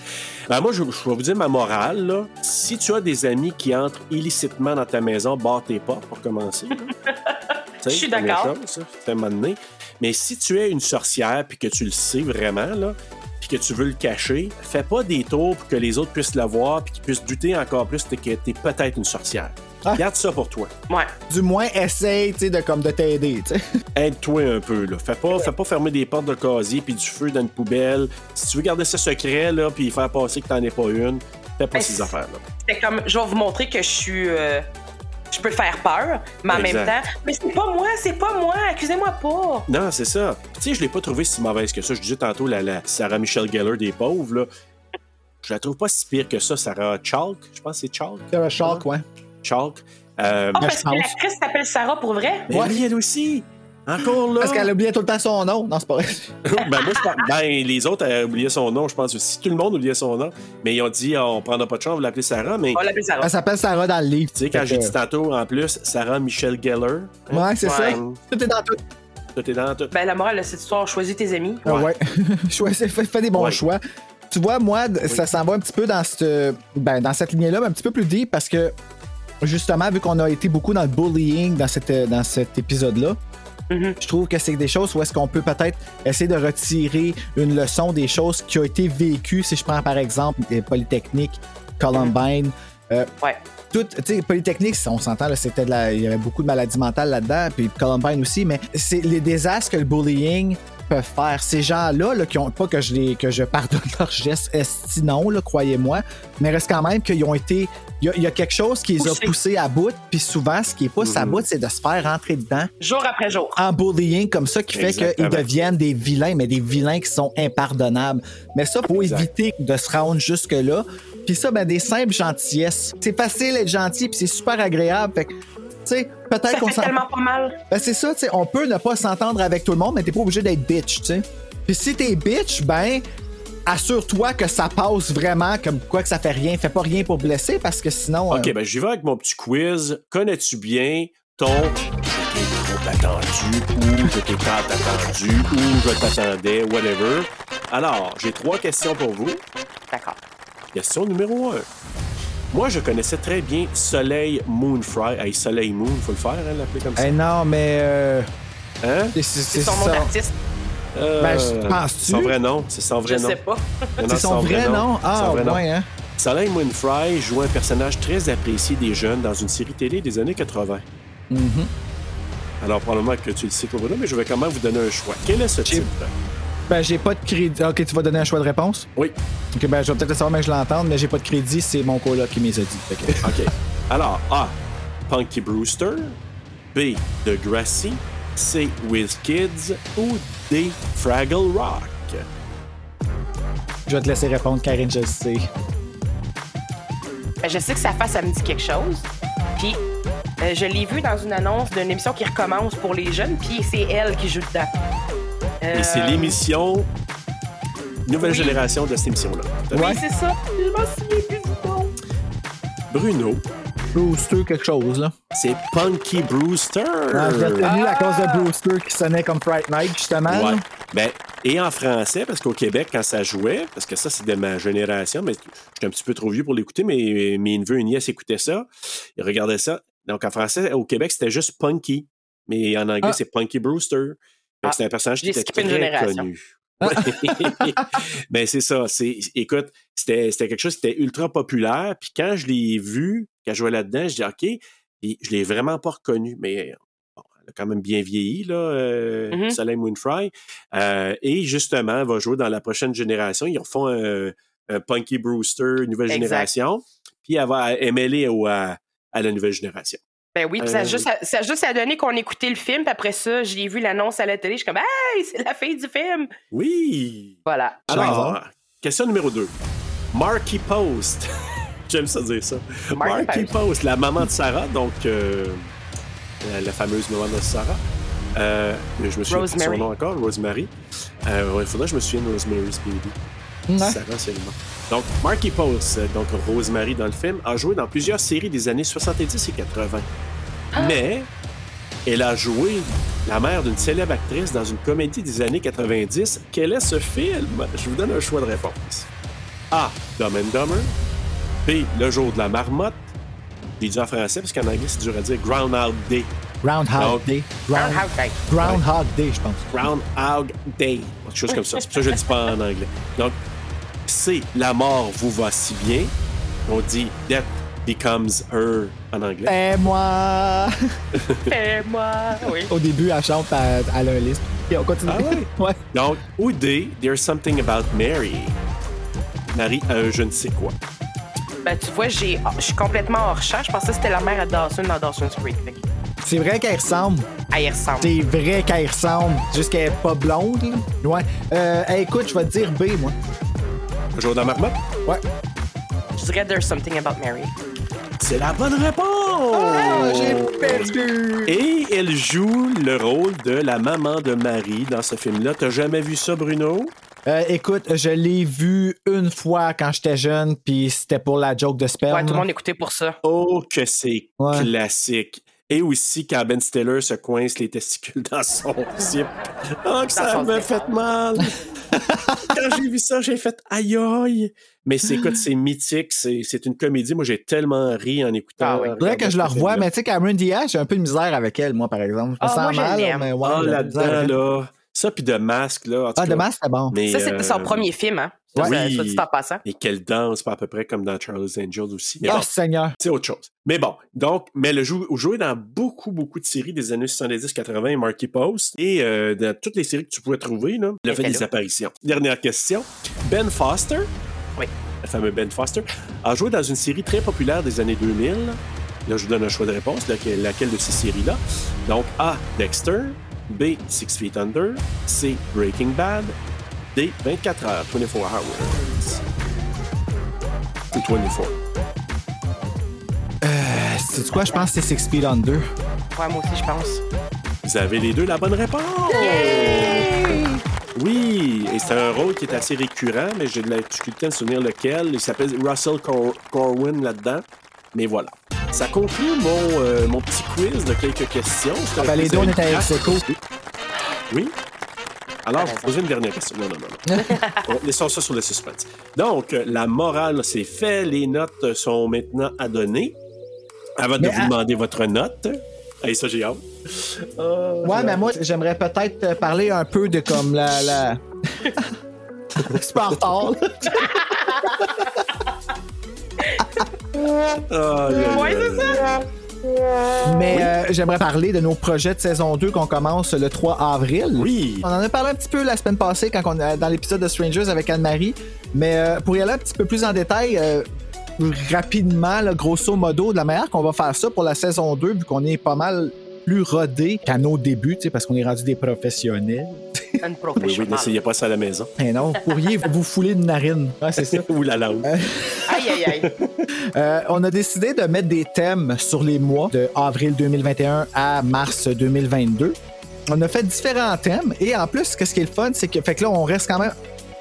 Ben, moi, je, je vais vous dire ma morale. Là. Si tu as des amis qui entrent illicitement dans ta maison, barre tes portes pour commencer. (laughs) Je suis d'accord. C'est un moment donné. Mais si tu es une sorcière puis que tu le sais vraiment, là, puis que tu veux le cacher, fais pas des tours pour que les autres puissent la voir puis qu'ils puissent douter encore plus de que tu es peut-être une sorcière. Ah. Garde ça pour toi. Ouais. (laughs) Du moins, essaye, tu sais, de, comme de t'aider, tu sais. (laughs) Aide-toi un peu. Là. Fais, pas, fais pas fermer des portes de casier puis du feu dans une poubelle. Si tu veux garder ça secret là, puis faire passer que t'en es pas une, fais pas Ben, ces c'est- affaires-là. C'était comme, je vais vous montrer que je suis. euh, je peux faire peur, mais en Exact. même temps, mais c'est pas moi, c'est pas moi, accusez-moi pas. Non, c'est ça. Puis, Tu sais, je l'ai pas trouvé si mauvaise que ça. Je disais tantôt la, la Sarah Michelle Geller des pauvres. Là. Je la trouve pas si pire que ça, Sarah Chalk. Je pense que c'est Chalk. Sarah Shark, ouais. Chalk. Euh, Ah, Ben, parce que je pense. l'actrice s'appelle Sarah pour vrai? mais oui, elle aussi. Encore là. Parce qu'elle oubliait tout le temps son nom. Non, c'est pas vrai. (laughs) Ah. ben, moi, je pense- ben, les autres ont oublié son nom, je pense aussi. Tout le monde oubliait son nom. Mais ils ont dit, Ah, on prendra pas de chance, on va l'appeler Sarah. Mais On l'appelle Sarah. Elle s'appelle Sarah dans le livre. Tu sais, quand Fait j'ai que- dit tantôt, en plus, Sarah Michelle Geller. Ouais, c'est ça. Ouais. Tout est dans tout. Tout est dans tout. Ben, la morale de cette histoire, choisis tes amis. Ah ouais. (laughs) Choisis- fais, fais des bons Ouais. choix. Tu vois, moi, d- ça s'en va un petit peu dans cette, ben, dans cette lignée-là, mais un petit peu plus deep parce que, justement, vu qu'on a été beaucoup dans le bullying dans, cette, dans cet épisode-là, Mhm. je trouve que c'est des choses où est-ce qu'on peut peut-être essayer de retirer une leçon des choses qui ont été vécues. Si je prends, par exemple, les Polytechniques, Columbine, euh, Ouais. tout, tu sais, Polytechnique, on s'entend, là, c'était de la- il y avait beaucoup de maladies mentales là-dedans, puis Columbine aussi, mais c'est les désastres que le bullying peut faire. Ces gens-là, là, qui ont pas que je les, que je pardonne (laughs) leurs gestes, esti non, là, croyez-moi, mais reste quand même qu'ils ont été, il y a- il y, a quelque chose qui les a Poussés. poussés à bout, puis souvent, ce qui les pousse à bout, c'est de se faire rentrer dedans Jour après jour. en bullying comme ça qui fait qu'ils Exactement. deviennent des vilains, mais des vilains qui sont impardonnables. Mais ça, pour Exact. éviter de se rendre jusque-là. Puis ça, ben, des simples gentillesses. C'est facile d'être gentil, puis c'est super agréable. Fait que, tu sais, peut-être Ça qu'on fait s'en. tellement pas mal. Ben, c'est ça, tu sais, on peut ne pas s'entendre avec tout le monde, mais t'es pas obligé d'être bitch, tu sais. Puis si t'es bitch, ben, assure-toi que ça passe vraiment, comme quoi que ça fait rien. Fais pas rien pour blesser, parce que sinon. euh, OK, ben j'y vais avec mon petit quiz. Connais-tu bien ton je t'ai trop attendu ou je t'ai tant attendu ou je t'attendais, whatever. Alors, j'ai trois questions pour vous. D'accord. Question numéro un. Moi, je connaissais très bien Soleil Moon Fry. Hey, Soleil Moon, faut le faire, hein, l'appeler comme ça. Eh non, mais. euh, Hein? c'est- C'est son nom son- d'artiste. Euh, Ben, je- penses-tu? C'est son vrai nom. C'est son vrai Je nom. sais pas. Non, non, C'est son vrai nom? C'est Ah, son vrai nom. ouais, hein? Soleil Moonfry joue un personnage très apprécié des jeunes dans une série télé des années 80. Mhm. Alors, probablement que tu le sais pas, Bruno, mais je vais quand même vous donner un choix. Quel est ce titre? Ben, j'ai pas de crédit. Ok, tu vas donner un choix de réponse? Oui. Ok, ben, je vais peut-être le savoir, mais je l'entends, mais j'ai pas de crédit, c'est mon coloc qui me les a dit. Fait que- OK. Alors, A. Punky Brewster. B. The Grassy. C. With Kids. Ou D. Fraggle Rock. je vais te laisser répondre, Karine, je le sais. Ben, je sais que sa face, ça me dit quelque chose. Puis, euh, je l'ai vu dans une annonce d'une émission qui recommence pour les jeunes, puis c'est elle qui joue dedans. Euh, Et c'est l'émission. Nouvelle oui. génération de cette émission-là. Oui, c'est ça. Je m'en souviens plus du nom. Bruno. Brewster, quelque chose, là. C'est Punky Brewster. Ah, je l'ai retenu à cause de Brewster qui sonnait comme Fright Night, justement. là. Ouais. Ben, et en français, parce qu'au Québec, quand ça jouait, parce que ça, c'est de ma génération, mais j'étais un petit peu trop vieux pour l'écouter, mais euh, mes neveux et nièces écoutaient ça. Ils regardaient ça. Donc, en français, au Québec, c'était juste Punky. Mais en anglais, Ah. c'est Punky Brewster. Donc, Ah, c'est un personnage qui j'ai était skippé très une génération. Ah. connu. Ouais. (laughs) Mais c'est ça. C'est, écoute, c'était, c'était quelque chose qui était ultra populaire. Puis quand je l'ai vu, quand je jouais là-dedans, je dis OK. Puis je l'ai vraiment pas reconnu. Mais bon, elle a quand même bien vieilli, là, euh, Mhm. Soleil Moonfry. Euh, et justement, elle va jouer dans la prochaine génération. Ils refont un, un Punky Brewster, nouvelle Exact. génération. Puis elle va mêler au, à, à la nouvelle génération. Ben oui, puis ça, a Euh, juste, à- ça a juste à donner qu'on écoutait le film, puis après ça, j'ai vu l'annonce à la télé, je suis comme Hey, c'est la fille du film! Oui! Voilà. Alors, question numéro 2. Marky Post. (laughs) J'aime ça dire ça. Marky Marky, Post. Post. la maman de Sarah, donc euh, la, la fameuse maman de Sarah. Euh, je me souviens plus de Rosemary. son nom encore, Rosemary. Euh, ouais, Il faudrait que je me souvienne de Rosemary's Baby. Ouais. Sarah seulement. Donc, Marky Post, euh, donc Rosemary dans le film, a joué dans plusieurs séries des années 70 et 80. Mais elle a joué la mère d'une célèbre actrice dans une comédie des années 90. Quel est ce film? Je vous donne un choix de réponse. A. Dumb and Dumber. B. Le jour de la marmotte. J'ai dit en français parce qu'en anglais, c'est dur à dire. Groundhog Day. Groundhog Donc- Day. Ground- Groundhog Day. Groundhog Day, je pense. Groundhog Day. Quelque chose comme ça. C'est pour ça que je ne dis pas en anglais. Donc, c'est La mort vous va si bien. On dit Death becomes her en anglais. Et moi! (laughs) Fais-moi! Oui. Au début, elle chante, elle, elle a un liste. Et on continue. Ah ouais? (laughs) ouais. Donc, ou D, There's Something About Mary. Marie a un je ne sais quoi. Ben tu vois, j'ai- oh, je suis complètement hors champ. Je pensais que c'était la mère à Dawson dans Dawson's Creek. Fait que, C'est vrai qu'elle ressemble. elle y ressemble. C'est vrai qu'elle ressemble. Juste qu'elle est pas blonde, là. Ouais. Euh, hey, écoute, je vais te dire B, moi. Toujours dans ma map? Ouais. Je dirais There's Something About Mary. C'est la bonne réponse! Oh. perdu! Et elle joue le rôle de la maman de Marie dans ce film-là. T'as jamais vu ça, Bruno? Euh, écoute, je l'ai vu une fois quand j'étais jeune, puis c'était pour la joke de Spell. Ouais, Euh, tout le monde écoutait pour ça. Oh, que c'est Ouais. classique! Et aussi quand Ben Stiller se coince les testicules (laughs) dans son zip. Oh, que Dans ça son m'a zip. fait (laughs) mal! quand j'ai vu ça, j'ai fait aïe aïe! Mais c'est écoute, c'est mythique, c'est c'est une comédie. Moi, j'ai tellement ri en écoutant. euh, Ah oui. en Faudrait que regardant je la ce revoie, film-là. mais tu sais, Cameron Diaz, j'ai un peu de misère avec elle, moi, par exemple. Je me Ah, moi, sens je mal, l'aime. mais ouais. Ah, j'ai de la misère là-dedans, avec elle. là. Ça, puis de masque, là. en tout Ah, cas. de masse, c'était bon. Mais, ça, c'était euh, son premier film, hein? Ça, oui. ça- soit dit en passant. Et qu'elle danse, pas à peu près comme dans Charles Angels aussi. Mais Ah, bon, Seigneur. c'est autre chose. Mais bon, donc, mais le joue, jouait dans beaucoup, beaucoup de séries des années 70-80, Marky Post, et euh, dans toutes les séries que tu pouvais trouver, là, il a Elle fait était des là. apparitions. Dernière question. Ben Foster, Oui. le fameux Ben Foster, a joué dans une série très populaire des années 2000. Là, je vous donne un choix de réponse, laquelle, laquelle de ces séries-là. Donc, A, Dexter, B, Six Feet Under, C, Breaking Bad, D, 24 heures, 24 hours. Ou 24. C'est Euh, quoi, je pense que c'est Six Feet Under. Ouais, moi aussi, je pense. Vous avez les deux la bonne réponse! Oui, et c'est un rôle qui est assez récurrent, mais j'ai de la difficulté à me souvenir lequel. Il s'appelle Russell Cor- Corwin là-dedans. Mais voilà. Ça conclut mon, euh, mon petit quiz de quelques questions. Je te Ah, ben, les deux, on rappelle, était à c'est Execo. Oui. Alors, je vous pose une dernière question. Non, non, non. non. On- Laissons ça sur le suspense. Donc, euh, la morale, c'est fait. Les notes euh, sont maintenant à donner. Avant de Mais vous à- demander votre note. Hey, ça, j'ai hâte. Ouais, mais moi, j'aimerais peut-être euh, parler un peu de comme la. la... C'est pas en retard, là. Ah, là, là, Ouais, là, c'est là. ça. Mais euh, j'aimerais parler de nos projets de saison 2 qu'on commence le 3 avril. Oui. On en a parlé un petit peu la semaine passée quand on, euh, dans l'épisode de Strangers avec Anne-Marie. Mais euh, pour y aller un petit peu plus en détail, euh, rapidement, là, grosso modo, de la manière qu'on va faire ça pour la saison 2, vu qu'on est pas mal plus rodé qu'à nos débuts, tu sais, parce qu'on est rendu des professionnels. Un Oui, oui, professionnel. n'essayez pas ça à la maison. (laughs) Et non, vous pourriez vous fouler une narine. Ouais, c'est ça. Ou la langue. Aïe, aïe, aïe. Euh, on a décidé de mettre des thèmes sur les mois de avril 2021 à mars 2022. On a fait différents thèmes et en plus, ce qui est le fun, c'est que, fait que là, on reste quand même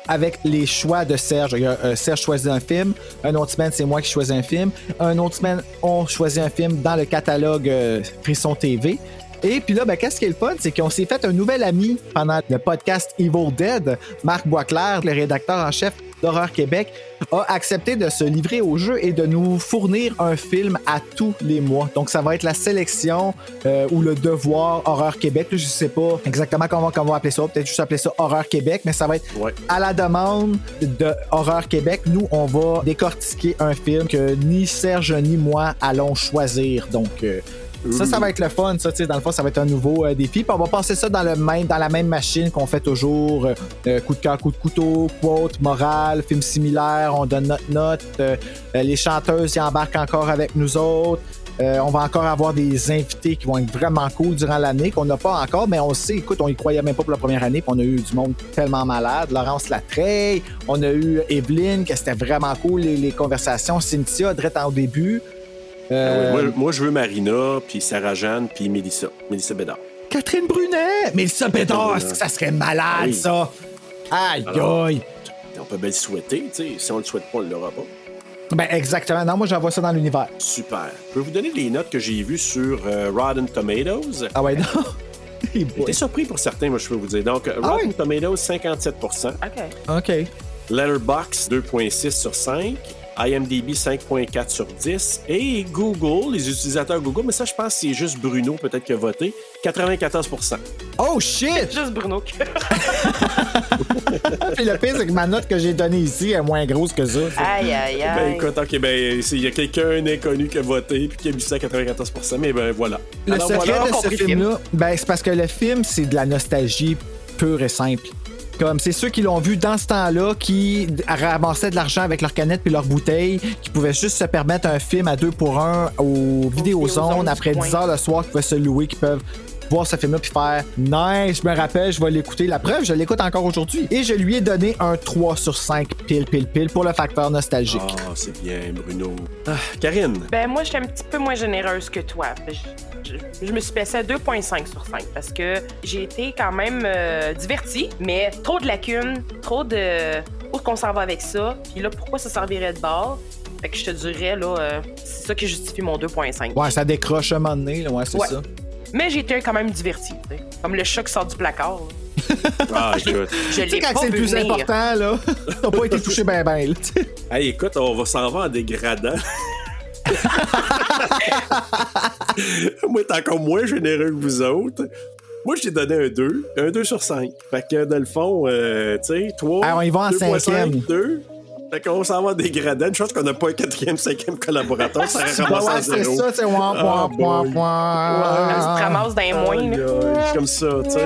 avec les choix de Serge. Il y a, euh, Serge choisit un film, un autre semaine, c'est moi qui choisis un film, un autre semaine, on choisit un film dans le catalogue euh, Frisson TV. Et puis là, ben, qu'est-ce qui est le fun, c'est qu'on s'est fait un nouvel ami pendant le podcast Evil Dead. Marc Boisclair, le rédacteur en chef d'Horreur Québec, a accepté de se livrer au jeu et de nous fournir un film à tous les mois. Donc, ça va être la sélection euh, ou le devoir Horreur Québec. Je sais pas exactement comment, comment on va appeler ça. Peut-être juste appeler ça Horreur Québec, mais ça va être Ouais. à la demande de Horreur Québec, nous, on va décortiquer un film que ni Serge ni moi allons choisir. Donc, euh, ça, ça va être le fun. Ça, tu sais, dans le fond, ça va être un nouveau euh, défi. Puis on va passer ça dans, le même, dans la même machine qu'on fait toujours. euh, euh, coup de cœur, coup de couteau, quote, morale, film similaire. On donne notre note. euh, euh, les chanteuses y embarquent encore avec nous autres. Euh, on va encore avoir des invités qui vont être vraiment cool durant l'année, qu'on n'a pas encore, mais on le sait, écoute, on y croyait même pas pour la première année, puis on a eu du monde tellement malade. Laurence Latreille, on a eu Evelyne, que c'était vraiment cool, les, les conversations. Cynthia, direct au début. Euh, Ah oui, moi, moi, je veux Marina, puis Sarah Jeanne, puis Mélissa. Mélissa Bédard. Catherine Brunet! Mais ça, pétard, Brunet. ça serait malade, Oui. ça! Aïe, Alors, aïe! On peut bien le souhaiter, tu sais. Si on le souhaite pas, on l'aura pas. Ben, exactement. Non, moi, j'envoie ça dans l'univers. Super. Je peux vous donner les notes que j'ai vues sur euh, Rotten Tomatoes. Ah ouais, non? (laughs) Il J'étais surpris pour certains, moi, je peux vous dire. Donc, Ah, Rotten Tomatoes, 57 OK. OK. Letterboxd, 2,6 sur 5. IMDb, 5,4 sur 10. Et Google, les utilisateurs Google, mais ça, je pense que c'est juste Bruno, peut-être, qui a voté, 94 Oh, shit! Ah, Juste Bruno. qui- Puis le pire, c'est que ma note que j'ai donnée ici est moins grosse que ça. Aïe, aïe, Ben aïe. écoute, ok, ben c'est- il y a quelqu'un d'inconnu qui a voté puis qui a mis ça à 94%, mais ben voilà. Le Alors secret voilà, de ce compris le film. film-là, ben, c'est parce que le film, c'est de la nostalgie pure et simple. Comme c'est ceux qui l'ont vu dans ce temps-là, qui d- ramassaient de l'argent avec leurs canettes puis leurs bouteilles, qui pouvaient juste se permettre un film à deux pour un aux Vidéozone vidéozones du après coin. 10 heures le soir, qui pouvaient se louer, qui peuvent voir ce film-là puis faire Nice, je me rappelle, je vais l'écouter. La preuve, je l'écoute encore aujourd'hui. Et je lui ai donné un 3 sur 5 pile, pile, pile pour le facteur nostalgique. Ah, c'est bien, Bruno. Ah, Karine, (laughs) Ben, moi, j'étais un petit peu moins généreuse que toi. Je, je- je me suis passée à 2,5 sur 5 parce que j'ai été quand même euh, divertie, mais trop de lacunes, trop de. Où est-ce qu'on s'en va avec ça? Puis là, pourquoi ça servirait de bord? Fait que je te dirais, là, euh, c'est ça qui justifie mon 2,5. Ouais, ça décroche un moment donné, là, ouais, c'est Ouais. ça. Mais j'ai été quand même divertie, tu sais. Comme le chat qui sort du placard. là. ah, écoute. Je Tu sais, l'ai quand pas c'est le vu plus venir. important, là, (laughs) t'as pas été touché ben ben, là, tu sais. Hey, écoute, on va s'en va en dégradant. (laughs) Moi, t'es encore moins généreux que vous autres. Moi, j'ai donné un 2, un 2 sur 5. Fait que dans le fond, euh, tu sais, 3, Ah, on y va en cinquième. 2. Fait qu'on s'en va en dégradant. Une chose qu'on n'a pas un quatrième, cinquième collaborateur, ça Ouais, ramasse à ouais, c'est zéro. ça, c'est ouin, Ah, ouin, ouin, boy. ouin. On se Ah. ramasse d'un moins, Aïe, là. aïe, comme ça, tu sais.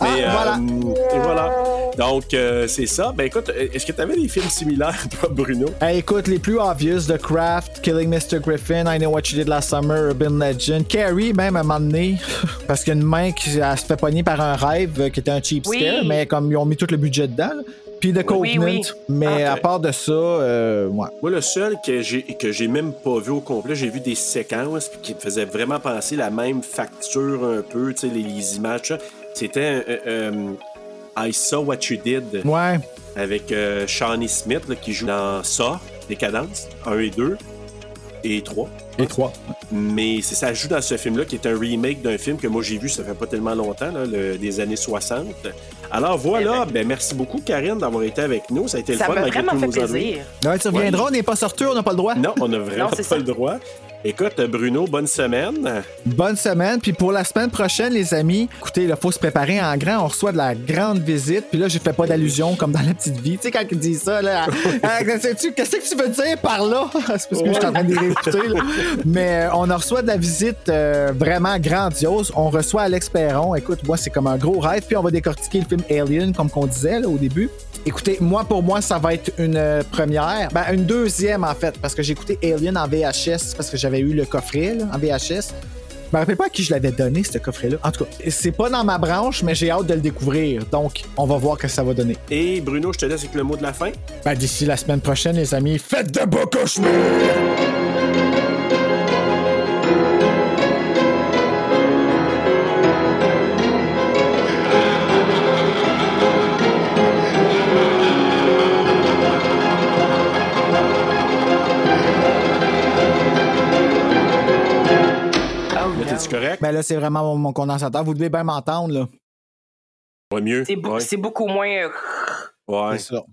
Mais, Ah, voilà. euh, et voilà. Donc, euh, c'est ça. Ben écoute, est-ce que t'avais des films similaires, toi, Bruno? (laughs) Hey, écoute, les plus obvious, The Craft, Killing Mr. Griffin, I Know What You Did Last Summer, Urban Legend, Carrie, même à un moment donné, (laughs) parce qu'il y a une main qui elle se fait pogner par un rêve euh, qui était un cheap Oui. scare, mais comme ils ont mis tout le budget dedans, là. puis The Covenant. Oui, oui. Mais Ah, à ok. part de ça, euh, ouais. Moi, le seul que j'ai que j'ai même pas vu au complet, j'ai vu des séquences puis qui me faisaient vraiment penser la même facture un peu, tu sais, les, les images. ça. C'était euh, euh, I Saw What You Did Ouais. avec euh, Shawnee Smith là, qui joue dans Ça, Décadence 1 et 2. et 3. Et 3. Mais c'est- ça joue dans ce film-là, qui est un remake d'un film que moi j'ai vu, ça fait pas tellement longtemps, là, le- des années 60. Alors voilà, ben, merci beaucoup, Karine, d'avoir été avec nous. Ça a été Eh Ça le fun m'a malgré vraiment tous fait nos plaisir. ennuis. Ouais, tu reviendras, on n'est pas sorti, on n'a pas le droit. Non, on n'a vraiment Non, pas c'est ça. le droit. Écoute, Bruno, bonne semaine. Bonne semaine. Puis pour la semaine prochaine, les amis, écoutez, il faut se préparer en grand. On reçoit de la grande visite. Puis là, je fais pas d'allusion comme dans la petite vie. Tu sais, quand ils disent ça, là, Ah, sais-tu- qu'est-ce que tu veux dire par là? (laughs) C'est parce que je suis en train de les réécouter. là. Mais euh, on en reçoit de la visite euh, vraiment grandiose. On reçoit Alex Perron. Écoute, moi, c'est comme un gros rêve. Puis on va décortiquer le film Alien, comme qu'on disait là, au début. Écoutez, moi, pour moi, ça va être une euh, première. Ben, une deuxième, en fait, parce que j'ai écouté Alien en VHS, parce que j'avais eu le coffret là, en VHS. Je me rappelle pas à qui je l'avais donné, ce coffret-là. En tout cas, c'est pas dans ma branche, mais j'ai hâte de le découvrir. Donc, on va voir ce que ça va donner. Et Bruno, je te laisse avec le mot de la fin. Ben, d'ici la semaine prochaine, les amis, faites de beaux cauchemars! Là, t'es-tu correct? Ben là, c'est vraiment mon, mon condensateur. Vous devez bien m'entendre, là. Ouais, mieux. C'est beau- Ouais. c'est beaucoup moins. euh, Ouais. C'est ça.